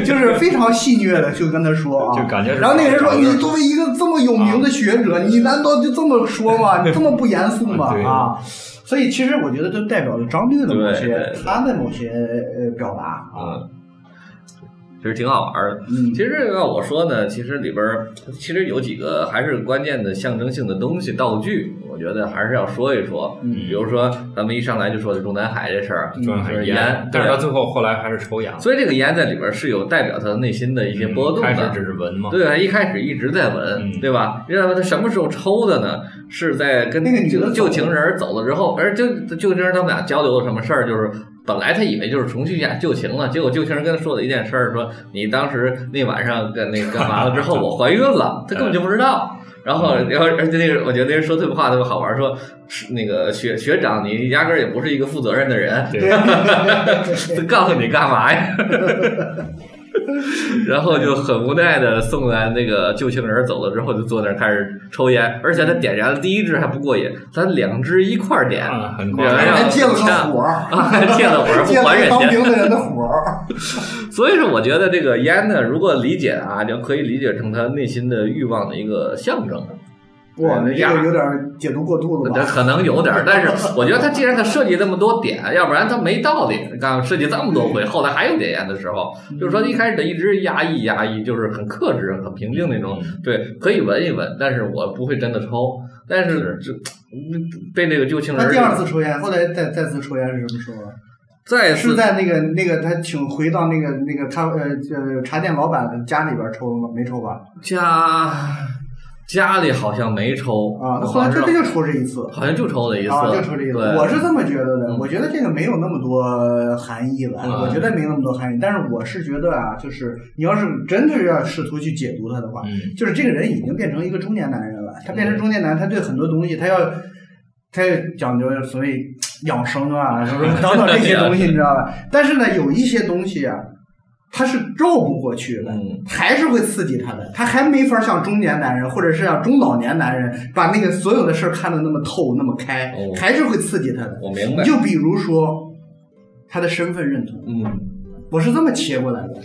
B: 就是非常戏谑的就跟他说啊，
A: 就感觉是
B: 然后那个人说：“
A: 找
B: 你
A: 事儿？
B: 作为一个这么有名的学者，你难道就这么说吗？你这么不严肃吗
A: 对
B: 啊？”所以其实我觉得都代表了张律的某
C: 对
B: 些
C: 对对
B: 他的某些呃表达啊，
C: 嗯，其实挺好玩的。
B: 嗯
C: 其， [LAUGHS]
B: [LAUGHS]
C: 实要我说呢，其实里边儿其实有几个还是关键的象征性的东西道具，我觉得还是要说一说。
B: 嗯
C: 比如说咱们一上来就说的中南海这事儿，啊
A: 专
C: 就是
A: 很
C: 盐啊
A: 严，，但是到最后后来还是抽烟了，
C: 所以这个盐在里边儿是有代表他内心的一些波动
A: 开始
C: 的。
A: 只是闻嘛，
C: 对啊，一开始一直在闻，
A: 嗯
C: 对吧？因为他什么时候抽的呢？是在跟
B: 那个女
C: 旧
B: 的走
C: 旧
B: 了
C: 情人儿走了之后，而旧旧情人他们俩交流了什么事儿？就是本来他以为就是重续一下旧情了，结果旧情人跟他说的一件事儿，说你当时那晚上跟那干嘛
A: [LAUGHS]
C: 了之后，我怀孕了，他根本就不知道。然后，
A: 嗯
C: 然后，而且那个，我觉得那人说这个话特别好玩，说是那个学学长，你压根儿也不 [LAUGHS] 是一个负责任的人，
A: 对，
C: 告诉你干嘛呀？ [LAUGHS] 然后就很无奈的送完那个旧情人走了之后，就坐那儿开始抽烟，而且他点燃了第一支还不过瘾，咱两支一块儿点，
A: 啊，很
C: 对
A: 夸张。
B: 还借了个火儿，
C: 啊，借了火儿不
B: 借
C: 还
B: 了
C: 人
B: 当
C: 家。
B: 兵的人的火儿。
C: 所以说，我觉得这个烟呢，如果理解啊，就可以理解成他内心的欲望的一个象征。
B: 哇，你这
C: 嗯呀
B: 个有点解读过度了
C: 这
B: 吧？
C: 可能有点儿，但是我觉得他既然他设计那么多点，要不然他没道理。你看设计这么多回，后来还有点烟的时候，
B: 嗯
C: 就是说一开始得一直压抑压抑，就是很克制、很平静那种。
B: 嗯
C: 对，可以闻一闻，但是我不会真的抽。但是这嗯被那个旧情人
B: 他第二次抽烟，后来再再次抽烟是什么时候啊？
C: 再
B: 是
C: 次
B: 在那个那个他请回到那个那个咖呃呃茶店老板的家里边抽了吗？没抽吧？
C: 家家里好像没抽
B: 啊，那
C: 好
B: 后来
C: 像
B: 这
C: 是
B: 这就抽这一次。
C: 好像就抽了一次，
B: 啊，就抽这一次，
C: 对
B: 我是这么觉得的。
C: 嗯
B: 我觉得这个没有那么多含义了，
C: 嗯
B: 我觉得没那么多含义。但是我是觉得啊，就是你要是真的要试图去解读他的话，
A: 嗯，
B: 就是这个人已经变成一个中年男人了。他
C: 嗯
B: 变成中年男，他对很多东西，他要他要讲究所谓养生啊，什么
C: [LAUGHS]
B: 等等这些东
C: 啊
B: 西，你知道吧？但是呢，有一些东西啊，他是绕不过去的。
C: 嗯，
B: 还是会刺激他的，他还没法像中年男人或者是像中老年男人把那个所有的事儿看得那么透那么开
C: 哦，
B: 还是会刺激他的。
C: 我明白，
B: 就比如说他的身份认同，
C: 嗯。
B: 我是这么切过来的。啊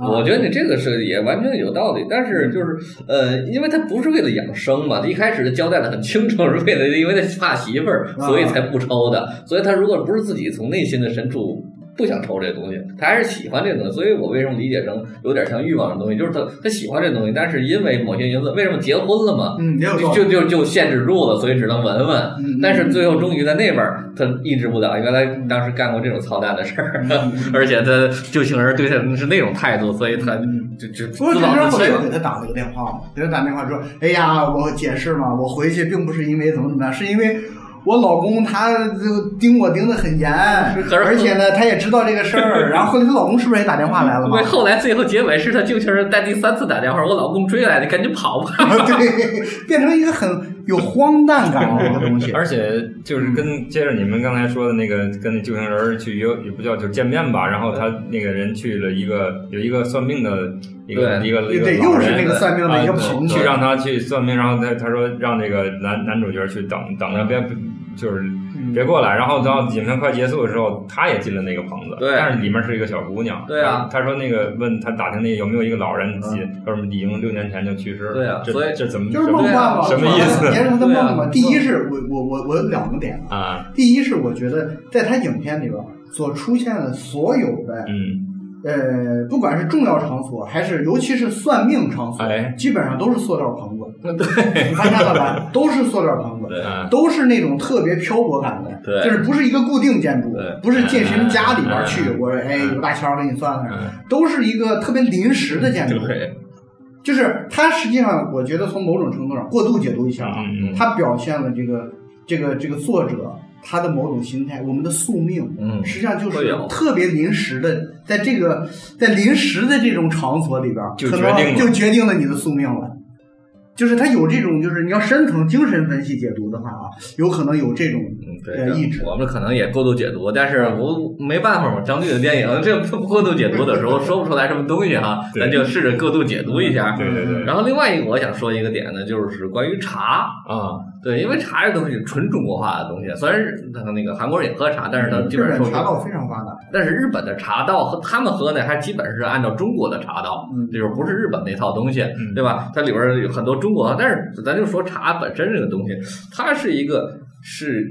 B: 嗯
C: 我觉得你这个是也完全有道理，但是就是呃，因为他不是为了养生嘛，一开始就交代的很清楚，是为了因为他怕媳妇儿，
B: 啊
C: 所以才不抽的。所以他如果不是自己从内心的深处不想抽这东西，他还是喜欢这东西。所以我为什么理解成有点像欲望的东西，就是他他喜欢这东西，但是因为某些因素，为什么结婚了嘛，
B: 嗯，也有道
C: 就
B: 理。
C: 就就就限制住了，所以只能闻闻。
B: 嗯
C: 但是最后终于在那边儿，他抑制不了，原来当时干过这种操蛋的事儿，
B: 嗯
C: [LAUGHS] 而且他旧情人对他是那种态度，所以他
B: 嗯
C: 就就自
B: 所以这个
C: 暴
B: 人后
C: 自
B: 来
C: 弃
B: 又
C: 了。
B: 给他打了个电话嘛，给他打电话说：“哎呀，我解释嘛，我回去并不是因为怎么怎么样，是因为我老公他就盯我盯得很严，
C: 可是
B: 而且呢，他也知道这个事儿。然后后来她老公是不是也打电话来了嘛
C: 对，？后来最后结尾是他旧情人带第三次打电话，我老公追来的，赶紧跑吧。
B: [LAUGHS] 对，变成一个很有荒诞感的一个
A: [LAUGHS]
B: 东西。
A: 而且
C: 嗯
A: 就是跟接着你们刚才说的那个，跟那旧情人儿去约，也不叫就见面吧，然后他那个人去了一个有一个算命的一个
C: 对
A: 一个一个
B: 对，
A: 老
B: 又是
A: 人
B: 那个算命的一个
A: 啊对
B: 朋友
A: 去让他去算命，然后他他说让那个男男主角去等等着别就是
B: 嗯
A: 别过来，然后到影片快结束的时候，他也进了那个棚子，
C: 对
A: 但是里面是一个小姑娘，
C: 对啊嗯
A: 他说那个问他打听那有没有一个老人，几他说已经六年前就去世了，
C: 对啊
A: 这
C: 所以
A: 这怎么
B: 就是
A: 怎
B: 梦
A: 么
B: 幻嘛，
A: 什么意思
B: 也是他的
C: 对啊
B: 梦嘛。第一是我我我我有两个点啊，
A: 啊？
B: 第一是我觉得在他影片里边所出现的所有的
A: 嗯，
B: 呃，不管是重要场所还是尤其是算命场所，
A: 哎，
B: 基本上都是塑料棚子，你发现了吧？都是塑料棚子。
A: 啊
B: 都是那种特别漂泊感的，
C: 对
B: 就是不是一个固定建筑
C: 对，
B: 不是进谁们家里边去，
A: 嗯
B: 我说哎，有大钱儿给你算算
A: 嗯，
B: 都是一个特别临时的建筑，
C: 对，
B: 就是它实际上我觉得从某种程度上过度解读一下啊，
A: 嗯嗯
B: 它表现了这个这个这个作者他的某种心态，我们的宿命。
C: 嗯，
B: 实际上就
C: 会
B: 是
C: 有
B: 特别临时的，在这个在临时的这种场所里边，
A: 就
B: 可
A: 决定
B: 能
A: 了
B: 就决定了你的宿命了。就是他有这种，就是你要深层精神分析解读的话啊，有可能有这种
C: 嗯，
B: 呃意志
C: 对，我们可能也过度解读，但是我没办法嘛，张律的电影这不过度解读的时候说不出来什么东西哈，
A: 对
C: 咱就试着过度解读一下。
A: 对对对，
C: 然后另外一个我想说一个点呢，就是关于茶。
A: 啊，
C: 对，因为茶这东西纯中国化的东西，虽然是那个韩国人也喝茶，但是他基
B: 日
C: 本上
B: 本
C: 受
B: 茶道非常发达，
C: 但是日本的茶道和他们喝呢，还基本是按照中国的茶道，
B: 嗯
C: 就是不是日本那套东西，
A: 嗯
C: 对吧？它里边儿有很多中国，但是咱就说茶本身这个东西，它是一个是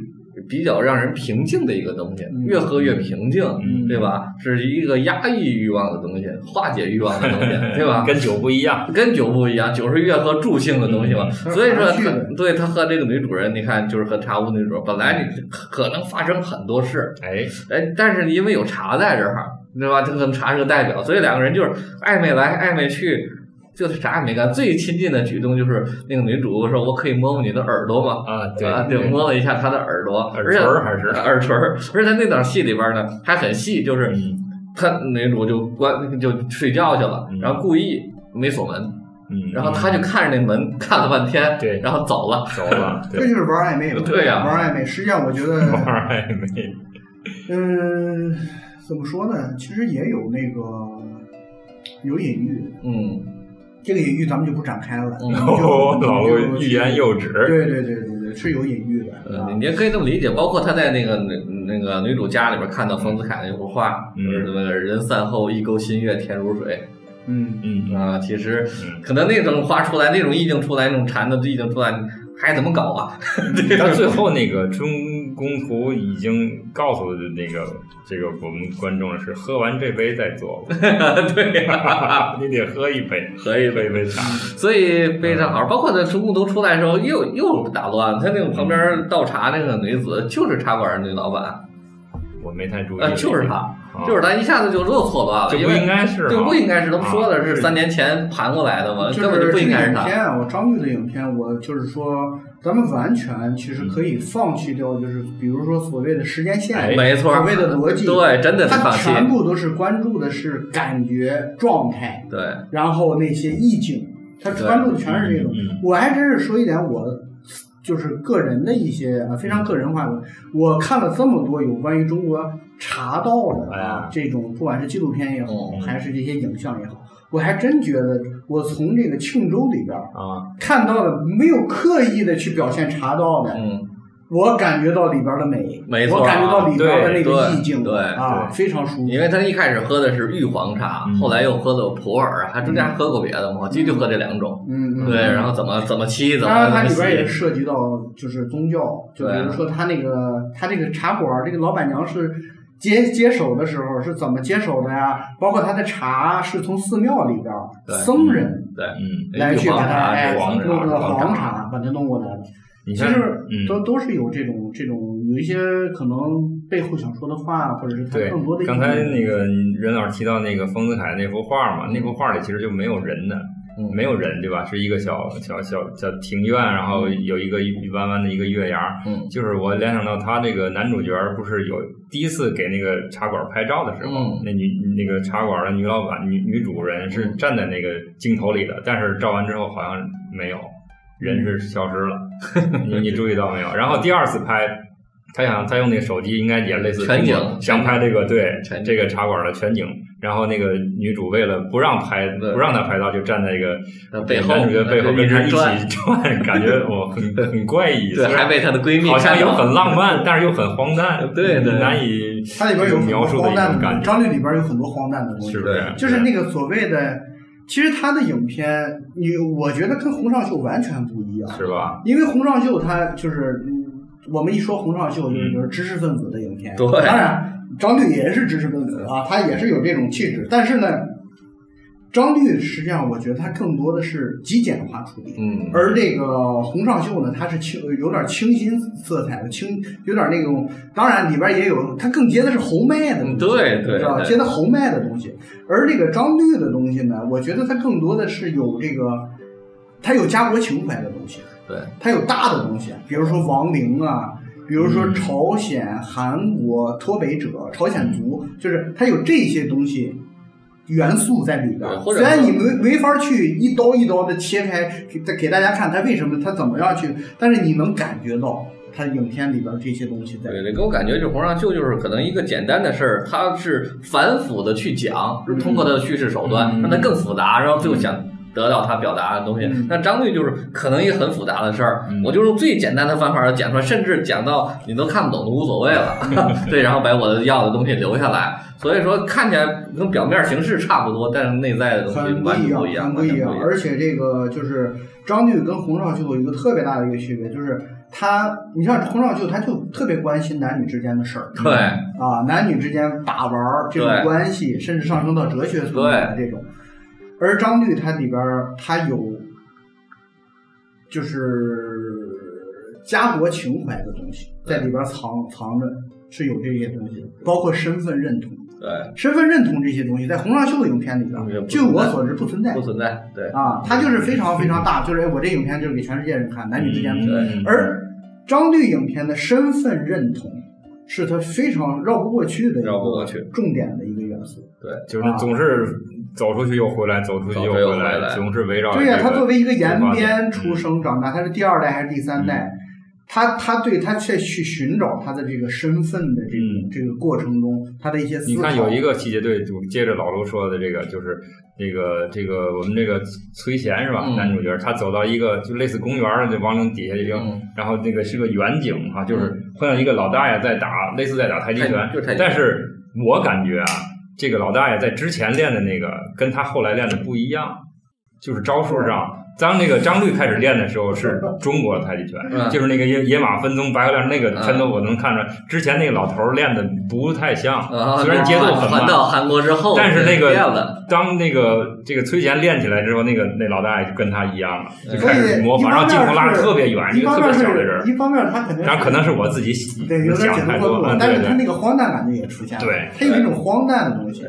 C: 比较让人平静的一个东西，
B: 嗯
C: 越喝越平静，
A: 嗯
C: 对吧？是一个压抑欲望的东西，化解欲望的东西，对吧？
A: 跟酒不一样，
C: 跟酒不一样，酒是越喝助兴的东西嘛，
B: 嗯
C: 所以说
B: 是
C: 他
B: 的
C: 对他和这个女主人，你看就是和茶屋女主，本来你可能发生很多事，
A: 哎，
C: 哎，但是因为有茶在这儿，对吧？他可能茶是个代表，所以两个人就是暧昧来暧昧去，就是啥也没干。最亲近的举动就是那个女主说：“我可以摸摸你的耳朵吗？”
A: 啊，对
C: 啊，对，摸了一下她的耳朵，
A: 耳垂儿还是
C: 而且耳垂儿，而且在那档戏里边呢，还很细，就是
A: 嗯
C: 她女主就关就睡觉去了，
A: 嗯
C: 然后故意没锁门，
A: 嗯，
C: 然后她就看着那门看了半天，
A: 对
C: 然后走了。
A: 走了，
C: [LAUGHS]
B: 这
A: 对，哎
B: 就是玩暧昧嘛。
C: 对呀
B: 玩暧昧。实际上我觉
C: [LAUGHS]
B: 得，呃
A: 玩儿暧昧，
B: 嗯，怎么说呢？其实也有那个有隐喻，
C: 嗯，
B: 这个隐喻咱们就不展开了。
C: 嗯
B: 就
A: 哦，老
B: 就
A: 陆欲言又止，
B: 对对对对对，是有隐喻的。
C: 呃
B: 啊
C: 你也可以这么理解，包括他在那个那那个女主家里边看到丰子恺那幅画，
A: 嗯
C: 就是那个人散后，一钩新月天如水
B: 嗯，
A: 嗯
C: 啊、其实
A: 嗯，
C: 可能那种画出来，那种意境出来，那种禅的意境出来，你还怎么搞啊？对
A: 但最后那个春宫图已经告诉那个这个我们观众是喝完这杯再
C: [LAUGHS]
A: 做，
C: 对、
A: 你得喝一杯，
C: 可以
A: 喝一杯茶，
C: 所以非常
A: 嗯
C: 好，包括那春宫图出来的时候又又打乱，他那个
A: 嗯
C: 旁边倒茶那个女子就是茶馆那老板，
A: 我没太注意
C: 呃，，就是她，
A: 啊
C: 就是她，一下子就又错乱了，
A: 就
C: 因
A: 不应
C: 为
A: 该是啊
C: 对
A: 哈
C: 不应该是，他们说的
A: 啊
C: 是
A: 是
C: 三年前盘过来的嘛，
B: 就
C: 呃根本
B: 是
C: 就不
B: 这
C: 应
B: 个
C: 该是
B: 影
C: 她。
B: 片，我张玉的影片，我就是说，咱们完全其实可
C: 嗯
B: 以放弃掉，就是比如说所谓的时间线，
A: 哎
C: 没错，
B: 所谓的逻辑，，
C: 对，真的是
B: 它
C: 放弃，
B: 全部都是关注的是感觉状态。
C: 对，
B: 然后那些意境，他
C: 对
B: 关注的全是这种。
A: 嗯嗯
B: 我还真是说一点我就是个人的一些呃非常个人化的，我看了这么多有关于中国茶道的
A: 哎呀
B: 啊这种，不管是纪录片也好
C: 嗯，
B: 还是这些影像也好，我还真觉得我从这个庆州里边儿
A: 啊，
B: 看到了没有刻意的去表现茶道的，
C: 嗯，
B: 我感觉到里边儿的美，
C: 没错啊
B: 我感觉到里边儿的那个
C: 对
B: 意境，
C: 对
B: 啊，非常舒服。
C: 因为他一开始喝的是玉皇茶
A: 嗯，
C: 后来又喝了普洱，还中间还喝过别的嘛，我记得就喝这两种，
B: 嗯，嗯
C: 对，然后怎么怎么沏，怎
B: 当
C: 么
B: 然，
C: 怎
B: 它
C: 么
B: 里边也
C: 洗，
B: 涉及到就是宗教，就比
C: 啊
B: 如说他那个他这个茶馆儿，这个老板娘是接接手的时候是怎么接手的呀？包括他的茶是从寺庙里边儿
C: 对
B: 僧人
C: 对，
A: 嗯，
B: 来去
C: 玉
B: 把
C: 皇
B: 它
C: 茶
B: 哎
C: 是黄茶，
B: 弄个
C: 黄
B: 黄茶把它弄过来的，
A: 你
B: 其
A: 看，
B: 实
A: 嗯，
B: 都都是有这种这种有一些可能背后想说的话，或者是他
A: 对
B: 更多的，
A: 刚才
B: 意义
A: 那个任老师提到那个丰子恺那幅画嘛，那幅画里其实就没有人的，
C: 嗯
A: 没有人对吧？是一个小小小小庭院，然后有一个弯弯的一个月牙。
C: 嗯
A: 就是我联想到他那个男主角不是有第一次给那个茶馆拍照的时候，
C: 嗯
A: 那女那个茶馆的女老板女女主人是站在那个镜头里的，但是照完之后好像没有人是消失了， [LAUGHS] 你
C: [LAUGHS]
A: 你注意到没有？然后第二次拍，他想他用那个手机应该也类似
C: 全景
A: 苹果想拍这个对
C: 全景
A: 这个茶馆的全景。然后那个女主为了不让拍，
C: 对
A: 不让他拍到，就站在一个
C: 那背后
A: 男主角背后
C: 就
A: 跟
C: 一直
A: 他一
C: 转
A: 起转， [LAUGHS] 感
C: [LAUGHS]
A: 觉我很很怪异，
C: 对，
A: 虽然
C: 还被她的闺蜜
A: 好像
C: 看
A: 又
C: 到
A: 很浪漫，但是又很荒诞，
C: [LAUGHS] 对对
A: 难以
B: 它里边有很
A: 描
B: 多
A: 述的
B: 荒
A: 一
B: 诞
A: 种
B: 的东
A: 感
B: 西，
A: 觉，
B: 张律里边有很多荒诞的东西，
A: 是不
C: 对
A: 是？
B: 就是那个所谓的，其实他的影片，你我觉得跟洪尚秀完全不一样，
A: 是吧？
B: 因为洪尚秀他就是，嗯我们一说洪尚秀就是
A: 嗯
B: 就是知识分子的影片，
C: 对
B: 当然张律也是知识分子啊，他也是有这种气质，但是呢，张律实际上我觉得他更多的是极简化处理，
C: 嗯，
B: 而这个洪尚秀呢，它是清有点清新色彩的，清有点那种，当然里边也有，它更接的是侯麦的东西，
C: 嗯对对
B: 知道吧
C: 对
B: 接的侯麦的东西。而这个张律的东西呢，我觉得它更多的是有这个，它有家国情怀的东西，
C: 对，
B: 它有大的东西，比如说亡灵啊。比如说
A: 嗯
B: 朝鲜、韩国、脱北者、朝鲜族，就是它有这些东西元素在里边
C: 对
B: 儿。
C: 或者
B: 虽然你没没法去一刀一刀的切开，给给大家看它为什么它怎么样去，但是你能感觉到它影片里边儿这些东西在。
C: 对对，给我感觉就洪尚秀就是可能一个简单的事儿，他是反复的去讲，
B: 嗯
C: 通过他的叙事手段
A: 嗯
C: 让它更复杂，然后最后想得到他表达的东西
B: 嗯。
C: 那张律就是可能一个很复杂的事儿
A: 嗯，
C: 我就用最简单的方法讲出来，甚至讲到你都看不懂都无所
A: [LAUGHS]
C: 谓了。对，然后把我要的东西留下来。所以说看起来跟表面形式差不多，但是内在的东西
B: 很不
C: 完全
B: 样
C: 不一，样，完全
B: 很一
C: 不一
B: 样。
C: 样。
B: 而且这个就是张律跟洪少秀有一个特别大的一个区别，就是他，你像洪少秀，他就特别关心男女之间的事儿
C: 对，
B: 啊，男女之间把玩儿这
C: 对
B: 种关系，甚至上升到哲学层面的这种。而张律他里边儿他有，就是家国情怀的东西在里边儿藏藏着，是有这些东西的，包括身份认同。
C: 对，
B: 身份认同这些东西，在洪尚秀的影片里边
C: 嗯也
B: 儿，
C: 不
B: 据
C: 存
B: 我
C: 在
B: 所知不存在
C: 不存在，对，
B: 啊。它就是非常非常大，就是哎我这影片就是给全世界人看，男女之间的。
A: 嗯
B: 而张律影片的身份认同，是他非常绕不过去的一
C: 绕不过
B: 个
C: 去
B: 重点的一个元素。
A: 就是总是走出去又回来，走出去又
C: 啊走出去又
A: 回
C: 回
A: 来，
C: 来
A: 总是围绕着
B: 对呀、
A: 啊这
B: 他
A: 个嗯
B: 作为一个
A: 出
B: 延
A: 发点嗯
B: 边出生长大，他是第二代还是第三代？他他对他在去寻找他的这个身份的这个、
A: 嗯
B: 这个过程中，他的一些思
A: 你
B: 考。
A: 看有一个细节，对，就接着老卢说的这个，就是这个这个我们这个崔贤是吧？
C: 嗯
A: 男主角他走到一个就类似公园儿，就往那底下一扔，
C: 嗯
A: 然后那个是个远景哈、就是碰到一个老大爷在打，类似在打太极拳
C: 太就是太极拳
A: 但是我感觉啊，这个老大爷在之前练的那个跟他后来练的不一样，就是招数上。当那个张律开始练的时候，是中国太极拳，
C: 嗯
A: 就是那个野野马分鬃、白鹤亮那个全都我能看出来。之前那个老头儿练的不太像，
C: 啊，
A: 虽然节奏很
C: 传
A: 慢，
C: 到韩国之后，
A: 但是那
C: 哦变
A: 个
C: 了，
A: 当那个这个崔贤练起来之后，那个那老大爷就跟他一样了，就开始模仿，
B: 所以
A: 然后镜头拉的
B: 一方面是
A: 特别远，一
B: 一
A: 个
B: 方
A: 特别
B: 面
A: 小的人
B: 是，
A: 儿。
B: 一方面他肯定
A: 当然可能是我自己
B: 对有点
A: 想
B: 解
A: 太
B: 读过
A: 多了，
B: 度，但
A: 对
B: 是他
A: 对
B: 那个荒诞感觉也出现了，
A: 对
B: 他有一种荒诞的东西。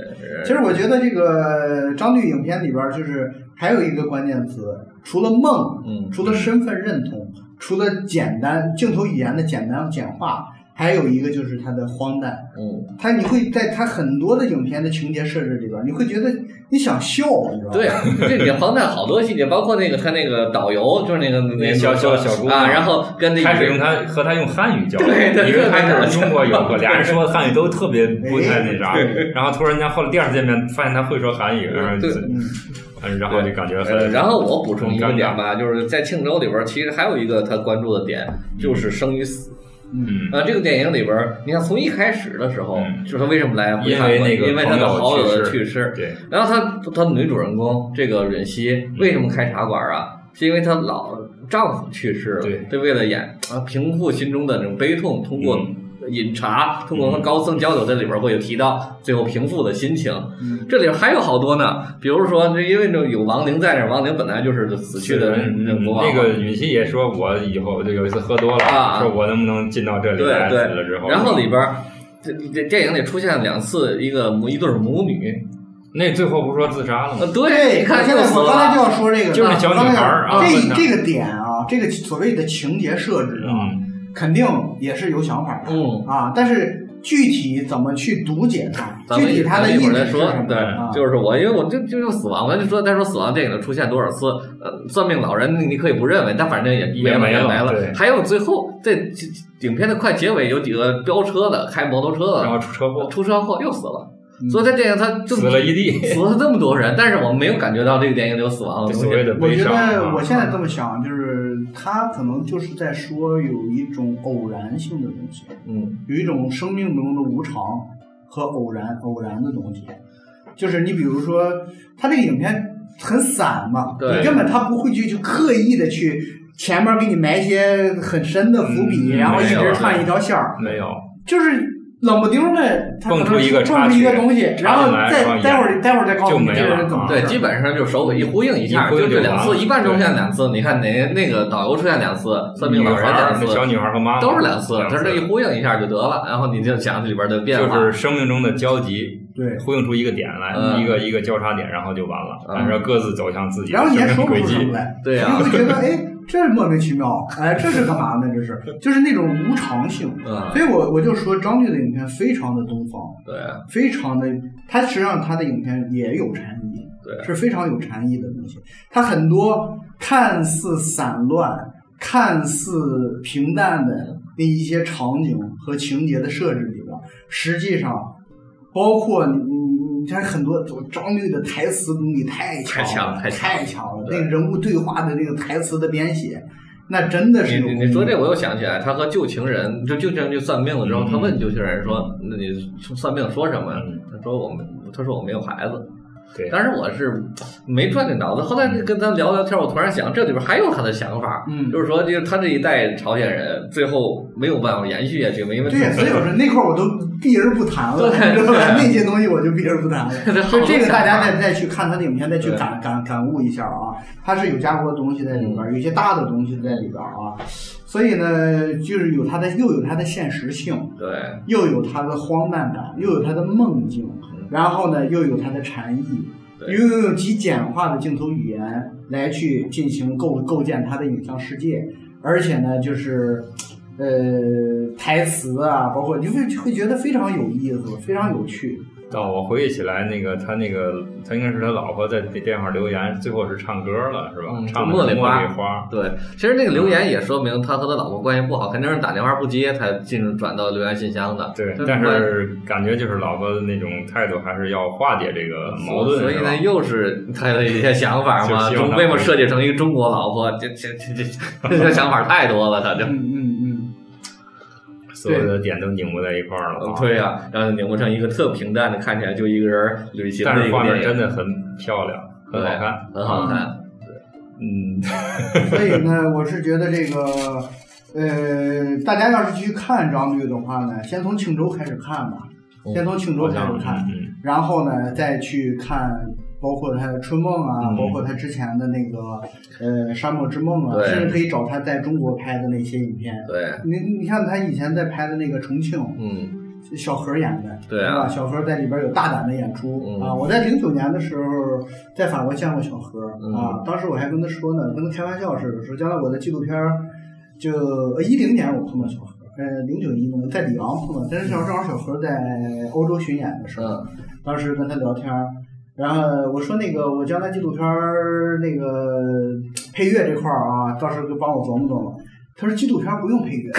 B: 其实我觉得这个张律影片里边儿就是还有一个关键词，除了梦，
C: 嗯
B: 除了身份认同，除了简单镜头语言的简单简化，还有一个就是它的荒诞。
C: 嗯，
B: 它你会在它很多的影片的情节设置里边儿，你会觉得你想笑，啊你知道
A: 啊
B: 吗？
C: 对，这里面荒诞好多细节，包括那个他那个导游，就是那个
A: 那
C: 那
A: 小小小姑娘
C: 啊，然后跟那
A: 对
C: 个
A: 开始用他和他用汉语交流，
C: 对对
A: 因为开
C: 对
A: 始
C: 对
A: 中国有个俩人说汉语都特别不太那啥
B: 哎，
A: 然后突然间后来第二次见面发现他会说韩语，然后就
C: 对
B: 嗯，
A: 然后就感觉
C: 呃
A: 很
C: 然后我补充一个点吧，就是在《庆州》里边，其实还有一个他关注的点，就是生与死。
A: 嗯
C: 呃，这个电影里边，你看从一开始的时候，
A: 嗯
C: 就是他为什么来回
A: 因
C: 韩
A: 为
C: 国
A: 那个
C: 因为他的
A: 朋友
C: 好友
A: 去
C: 的
A: 世
C: 去世，
A: 对
C: 然后她她女主人公这个允熙为什么开茶馆啊？是因为她老丈夫去世了，
A: 对
C: 就为了演啊平复心中的那种悲痛，通过
A: 嗯
C: 饮茶，通过和高僧交流，这里边会有提到最后平复的心情。
B: 嗯
C: 这里还有好多呢，比如说，这因为这有亡灵在那儿，亡灵本来就是死去的
A: 嗯
C: 那国王，
A: 那个允熙也说，我以后就有一次喝多了，
C: 啊
A: 说我能不能进到这里来？死
C: 对对
A: 了之后，
C: 然后里边儿。这这电影里出现两次，一个母一对儿母女，
A: 那最后不是说自杀了吗？
C: 呃，对，你看
B: 现在
C: 又死
B: 我刚才
C: 了
B: 就要说这个，
A: 就是那小女孩儿啊
B: 我刚才
A: 问的
B: 这这个点啊，这个所谓的情节设置
C: 呃
B: 啊，
A: 嗯，
B: 肯定也是有想法的。
C: 嗯，
B: 啊，但是具体怎么去读解它，
C: 咱们
B: 具体它的
C: 咱
B: 意
C: 们一会
B: 思
C: 儿再
B: 是什
C: 说
B: 么，？
C: 对，
B: 啊
C: 就是我，因为我就就就死亡，咱就说再说死亡电影里出现多少次，呃，算命老人你你可以不认为，但反正也
A: 也
C: 没
A: 没了
C: 没
A: 对
C: 还有最后这这影片的快结尾有几个飙车的，开摩托车的，
A: 然后出车祸，
C: 出车祸又死了，
B: 嗯
C: 所以在电影它呃就
A: 死了一地，
C: 死了这么多人，但是我们没有感觉到这个电影里有死亡的
A: 这
C: 东
A: 所谓
C: 西。
A: 的
B: 我
A: 悲
B: 觉
A: 伤啊
B: 得。我现在这么想，就是他可能就是在说有一种偶然性的东西，
C: 嗯
B: 有一种生命中的无常和偶然偶然的东西。就是你比如说，他这个影片很散嘛，
C: 对
B: 你根本他不会去去刻意的去前面给你埋一些很深的伏笔，
A: 嗯
B: 然后一
A: 没有
B: 直串一条线儿，
A: 没有，
B: 就是冷不丁的，他可能
A: 蹦出一个插
B: 蹦
A: 曲
B: 出一个东西，
A: 插进来
B: 然后
A: 然后
B: 再
A: 演
B: 待会儿待会儿再告诉
A: 就
B: 你
A: 没
B: 这个
A: 了
B: 人怎么
C: 对，
B: 回事
C: 基本上就是首尾一呼应一下，
A: 一呼应
C: 就这
A: 就
C: 两
A: 完
C: 次，
A: 了
C: 一半出现
A: 对
C: 两次。你看哪那个导游出现两次，算命
A: 女
C: 老
A: 孩
C: 人两
A: 儿，那
C: 次，
A: 小女孩儿和妈妈
C: 都是两次，
A: 两
C: 它是这一呼应一下就得了，然后你就想这里边的变化。
A: 就是生命中的交集，
B: 对。
A: 呼应出一个点来，
C: 嗯
A: 一个一个交叉点，然后就完了，
C: 嗯
A: 然后各自走向自己的
B: 然后你还
A: 生
B: 说
A: 命
B: 不
A: 轨
B: 出什
A: 迹
B: 么。来，
C: 对
A: [LAUGHS]
C: 啊呀、
B: 你会觉得哎，这莫名其妙，哎，这是干嘛呢？这是就是那种无常性。
C: 嗯，
B: 所以我我就说张律的影片非常的东方，
C: 对啊，
B: 非常的，他实际上他的影片也有禅意，
C: 对
B: 是非常有禅意的东西。他很多看似散乱、看似平淡的那一些场景和情节的设置里边，实际上包括你你你，他很多张律的台词功力太强了，
C: 太强太
B: 太
C: 强了
B: 强了，
C: 对
B: 那个人物对话的那个台词的编写，那真的是
C: 你
B: 有
C: 你你说
B: 功力
C: 这我又想起来，他和旧情人，就旧情人去算命了之后，
A: 嗯
C: 他问旧情人说：“那你算命说什么呀？”
B: 嗯
C: 他说：“我们，他说我没有孩子。”
A: 对
C: 当时我是没转这脑子。后来跟他聊聊天，我突然想，这里边还有他的想法，
B: 嗯
C: 就是说，就是他这一代朝鲜人最后没有办法延续下去嘛，因为
B: 对呀，所
C: [LAUGHS]
B: 以我说那块儿我都避而不谈了，
C: 对
B: 你知道吧？那些东西我就避而不谈了。
C: 所
B: 就这个，大家再再去看他的影片，再去
C: 对
B: 感感感悟一下啊，他是有家国的东西在里
C: 嗯
B: 边儿，有一些大的东西在里边儿啊，所以呢，就是有它的又有它的现实性，
C: 对，
B: 又有它的荒诞感，又有它的梦境
C: 嗯，
B: 然后呢，又有它的禅意，
C: 对
B: 又用极简化的镜头语言来去进行构构建它的影像世界，而且呢，就是。呃，台词啊，包括你会会觉得非常有意思，非常有趣。
A: 哦，我回忆起来，那个他那个他应该是他老婆在电话留言，最后是唱歌了，是吧？
C: 嗯
A: 唱的
C: 茉
A: 是
C: 莉花
A: 茉莉花。
C: 对，其实那个留言也说明他和他老婆关系不好，肯定是打电话不接才进入转到留言信箱的。
A: 对
C: 这，
A: 但
C: 关
A: 是感觉就是老婆的那种态度，还是要化解这个矛盾，
C: 所以
A: 是吧
C: 呢，又是他的一些想法嘛，
A: 就希望
C: 中
A: 他
C: 为么设计成一个中国老婆，这这这这这这想法太多了，他
A: [LAUGHS]
C: 就。
B: 嗯嗯
A: 所有的点都拧不在一块儿了。啊
C: 对呀、然后拧不成一个特平淡的，看起来就一个人旅行
A: 但
C: 的一
A: 是
C: 个
A: 画
C: 电
A: 面
C: 影，
A: 真的很漂亮，很好看。
C: 很好看。
A: 嗯，
B: 嗯，所以呢，我是觉得这个。呃，大家要是去看张律的话呢，先从庆州开始看吧，先从庆州
A: 哦好
B: 开
A: 像
B: 始看，
A: 嗯，
B: 然后呢，再去看，包括他的《春梦》
A: 嗯
B: 啊，包括他之前的那个呃《沙漠之梦》啊，
C: 对
B: 甚至可以找他在中国拍的那些影片。
C: 对，
B: 你你看他以前在拍的那个《重庆》，
C: 嗯，
B: 小何演的，
C: 对啊
B: 是吧？小何在里边有大胆的演出、
C: 嗯
B: 啊！我在零九年的时候在法国见过小何、
C: 嗯
B: 啊，当时我还跟他说呢，跟他开玩笑似的，说将来我的纪录片儿就呃一零年我碰到小何，呃零九一零在里昂碰到，但是正好正好小何在欧洲巡演的时候，
C: 嗯
B: 当时跟他聊天儿。然后我说那个，我将来纪录片儿那个配乐这块儿啊，到时候就帮我琢磨琢磨。他说纪录片儿不用配乐，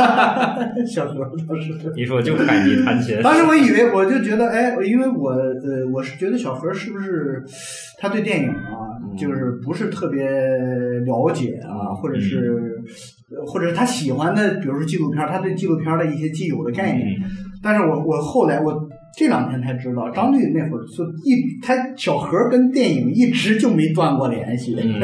B: [LAUGHS] 小何当时
A: 一说就看你弹
C: [LAUGHS]
A: 琴，
B: 当时我以为，我就觉得，哎，因为我呃，我是觉得小何是不是他对电影啊，
C: 嗯
B: 就是不是特别了解啊，或者是，
C: 嗯
B: 呃或者是他喜欢的，比如说纪录片，他对纪录片的一些既有的概念。
A: 嗯
B: 但是我我后来我这两天才知道，张律那会儿就一他小何跟电影一直就没断过联系，
A: 嗯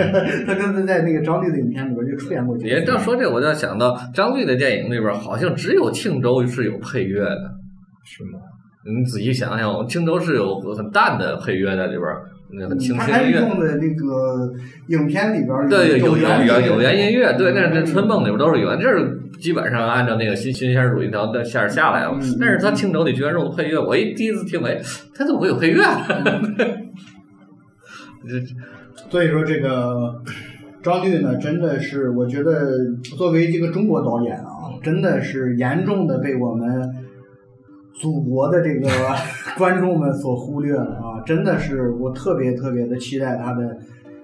B: 他跟他在那个张律的影片里边就出演过几
C: [LAUGHS] 你
B: 次。
C: 要说这，我就想到张律的电影里边，好像只有《庆州》是有配乐的。
A: 是吗？
C: 你仔细想想，《庆州》是有很淡的配乐在里边，那很轻
B: 他
C: 轻
B: 嗯还
C: 音乐。
B: 用的那个影片里边儿
C: 对，有原
B: 原有
C: 有有原音乐，对，那那
B: 嗯
C: 春梦里边都是原，这是基本上按照那个新新鲜主义条的线儿下来了
B: 嗯。
C: 但是他青州里居然用配乐，我一第一次听，哎，他怎么会有配乐？
B: 所以说这个张律呢，真的是我觉得作为这个中国导演啊，真的是严重的被我们祖国的这个 [LAUGHS] 观众们所忽略了啊！真的是我特别特别的期待他的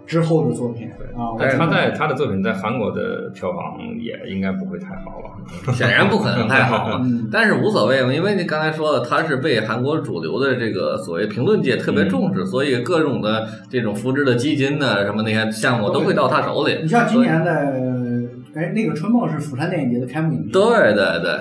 B: 之后的作品啊！我
A: 但是
B: 觉
A: 他
B: 得
A: 在他的作品在韩国的票房也应该不会太好吧？
C: [LAUGHS] 显然不可能太好嘛。
B: 嗯
C: 但是无所谓嘛，因为你刚才说了，他是被韩国主流的这个所谓评论界特别重视，所以各种的这种扶植的基金呢，什么那些项目都会到他手里。
B: 你像今年的哎那个《春梦》是釜山电影节的开幕影片，
C: 对对对，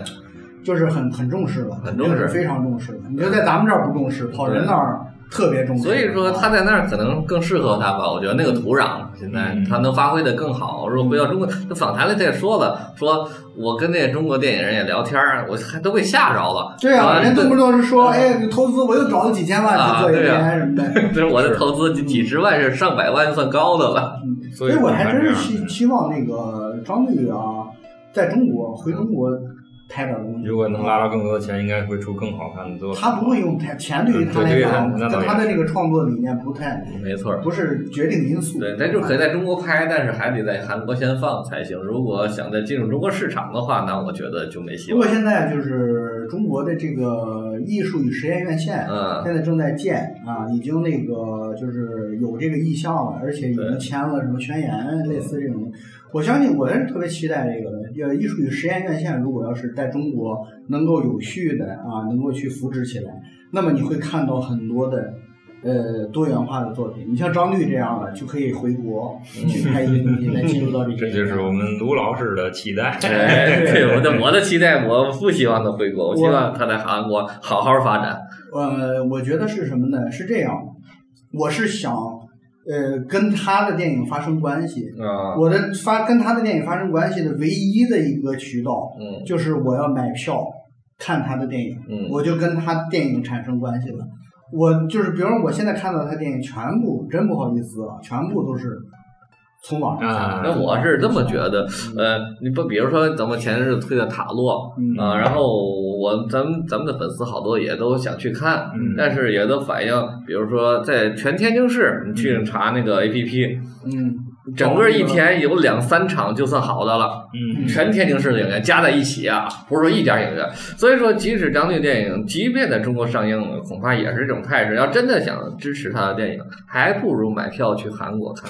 B: 就是很很重视了，
C: 很重视
B: 真的是非常重视了。你就在咱们这儿不重视，跑人那儿特别重视。
C: 所以说他在那儿可能更适合他吧，我觉得那个土壤现在
A: 嗯
C: 他能发挥的更好。如果回到中国，那访谈里他也说了，说我跟那中国电影人也聊天儿，我还都被吓着了。
B: 对啊，
C: 啊
B: 人
C: 对
B: 动不动就说，哎，你投资我又找了几千万去做一
C: 啊对
B: 年什么的，
C: [LAUGHS] 这是我的投资几几十万是上百万算高的了。
A: 所
B: 所
A: 以
B: 以哎我还真是
A: 这
B: 期
A: 样
B: 期望那个张律啊，在中国回中国拍点东西。
A: 如果能拉到更多的钱，应该会出更好看的作品。
B: 他不会用钱，钱对于他来
A: 对对
B: 讲，
A: 那倒也
B: 他的那个创作理念不太
C: 嗯没错儿，
B: 不是决定因素。
C: 对，咱就可以在中国拍，但是还得在韩国先放才行。如果想再进入中国市场的话，那我觉得就没希
B: 不过
C: 望。
B: 现在就是中国的这个艺术与实验院线，
C: [LAUGHS] 嗯
B: 现在正在建啊，已经那个就是有这个意向了，而且已经
C: 对
B: 签了什么宣言，类似这种。我相信，我是特别期待这个的。呃，艺术与实验院线如果要是在中国能够有序的啊，能够去扶植起来，那么你会看到很多的。呃，多元化的作品，你像张律这样的就可以回国去拍一些东西，再进入到这个。
A: 嗯 [LAUGHS] 这就是我们卢老师的期待。
C: 哎，对，我的我的期待，我不希望他回国，我希望他在韩国好好发展。
B: 呃，我觉得是什么呢？是这样，我是想，呃，跟他的电影发生关系。
C: 啊，
B: 我的发跟他的电影发生关系的唯一的一个渠道，
C: 嗯
B: 就是我要买票看他的电影，
C: 嗯
B: 我就跟他电影产生关系了。我就是，比如说我现在看到他电影，全部真不好意思啊，全部都是从网上看的。
A: 啊，
C: 那我是这么觉得，呃，你不比如说咱们前日推的塔洛
B: 嗯
C: 啊、然后我咱们咱们的粉丝好多也都想去看，
A: 嗯
C: 但是也都反映，比如说在全天津市，你去查那个 APP，、
B: 嗯， [LAUGHS]
C: 整个一天有两三场就算好的了。
A: [LAUGHS] 嗯，
C: 全天津市的影院加在一起啊，不是说一家影院。所以说，即使张律电影，即便在中国上映了，恐怕也是这种态势。要真的想支持他的电影，还不如买票去韩国看。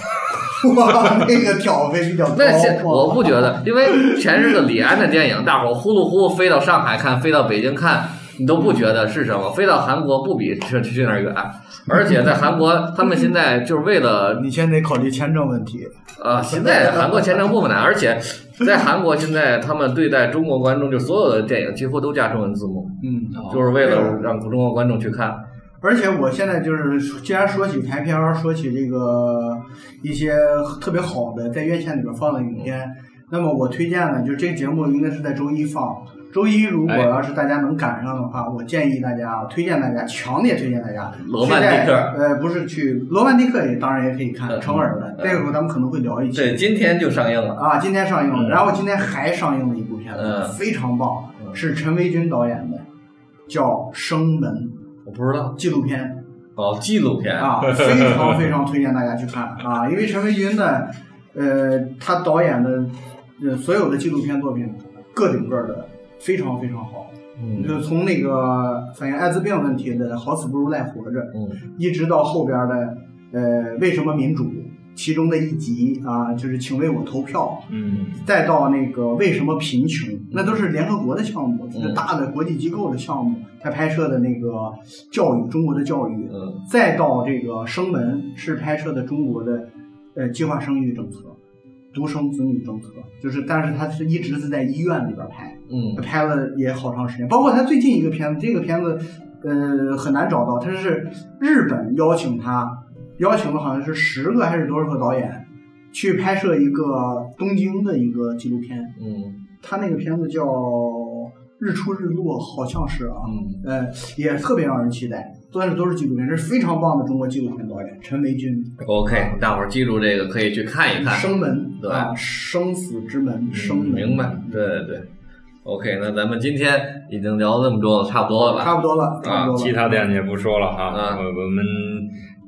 B: 哇，那个挑费比较高。
C: 那现
B: 哇
C: 我不觉得，因为前日的李安的电影，大伙儿呼噜呼噜飞到上海看，飞到北京看。你都不觉得是什么？飞到韩国不比去去那儿远，而且在韩国，他们现在就是为了
B: 你先得考虑签证问题。
C: 啊，现在韩国签证不难，而且在韩国现在他们对待中国观众，就所有的电影几乎都加中文字幕，
B: 嗯，
C: 就是为了让中国观众去看。
B: 而且我现在就是，既然说起排片儿，说起这个一些特别好的在院线里边放的影片，那么我推荐呢，就这个节目应该是在周一放。周一如果
A: 哎
B: 要是大家能赶上的话，我建议大家，我推荐大家，强烈推荐大家。
C: 罗曼蒂克
B: 呃，不是去罗曼蒂克也当然也可以看，
C: 嗯
B: 成耳的，
C: 嗯
B: 这个咱们可能会聊一期。
C: 对，今天就上映了。
B: 啊，今天上映了，
A: 嗯
B: 然后今天还上映了一部片子，
C: 嗯
B: 非常棒，
C: 嗯
B: 是陈维军导演的，叫《生门
C: 我不知道》
B: 纪录片
C: 哦，纪录片
B: 啊，非常非常推荐大家去看啊，因为陈维军呢，呃，他导演的呃所有的纪录片作品，个顶个儿的非常非常好，
C: 嗯
B: 就是从那个反映艾滋病问题的《好死不如赖活着》，
C: 嗯
B: 一直到后边的呃为什么民主其中的一集啊，就是请为我投票。
A: 嗯，
B: 再到那个为什么贫穷，那都是联合国的项目，就是大的国际机构的项目，他拍摄的那个教育，中国的教育，
C: 嗯
B: 再到这个生门是拍摄的中国的呃计划生育政策、独生子女政策，就是但是他是一直是在医院里边拍，
C: 嗯
B: 拍了也好长时间，包括他最近一个片子，这个片子呃很难找到，他是日本邀请他，邀请了好像是十个还是多少个导演去拍摄一个东京的一个纪录片，
C: 嗯
B: 他那个片子叫《日出日落》，好像是啊，
C: 嗯，
B: 呃也特别让人期待，但是都是纪录片，这是非常棒的中国纪录片导演陈维军，
C: ，OK，大伙儿记住这个，可以去看一看。
B: 生门
C: 对
B: 啊，生死之门，生
C: 嗯
B: 门，
C: 明白，对对对。OK，那咱们今天已经聊这么多了，差不多了吧？
B: 差不多了，差不多了，
A: 其他电影也不说了哈。
C: 啊
A: 我我们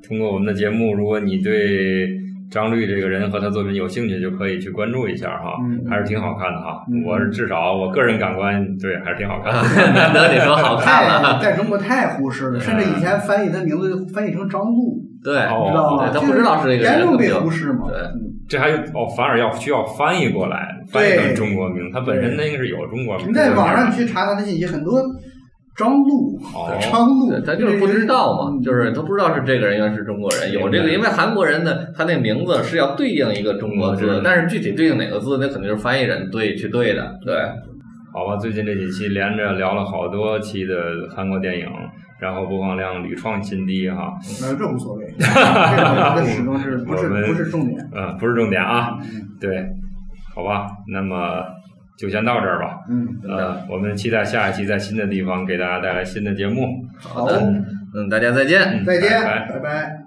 A: 通过我们的节目，如果你对张律这个人和他作品有兴趣，就可以去关注一下哈，
B: 嗯
A: 还是挺好看的哈。
B: 嗯
A: 我是至少我个人感官对还是挺好看的。
C: [LAUGHS] 难得你说好看
B: 太
C: 了，
B: 在中国太忽视了，甚至以前翻译他名字就翻译成张璐，
C: 对，
A: 哦
B: 知道吗？
C: 对他不知道是这个人
B: 严重
C: 根本
B: 被
C: 就
B: 忽视嘛。
C: 对
B: 嗯
A: 这还有哦，反而要需要翻译过来，翻译成中国名，它本身那个是有中国名。
B: 你在网上你去查他的信息，很多张璐、
A: 哦
B: 张璐
C: 对，，他就是不知道嘛，
B: 嗯
C: 就是他不知道是这个人原来是中国人，有这
A: 明
C: 个，
A: 白
C: 因为韩国人呢，他那名字是要对应一个中国字，
A: 嗯
C: 的，
A: 嗯
C: 但是具体对应哪个字，那肯定就是翻译人对去对的，对，
A: 好吧，最近这几期连着聊了好多期的韩国电影，然后播放量屡创新低哈。
B: 呃，这无所谓，这个这始终是不是
A: [LAUGHS] 我们
B: 不是重点。
A: 嗯，不是重点啊。
B: 嗯
A: 对，好吧，那么就先到这儿吧。
B: 嗯，
A: 呃，我们期待下一期在新的地方给大家带来新的节目。
B: 好，哦
C: 的嗯，大家再见。
A: 嗯
B: 再见，
A: 拜拜
B: 拜拜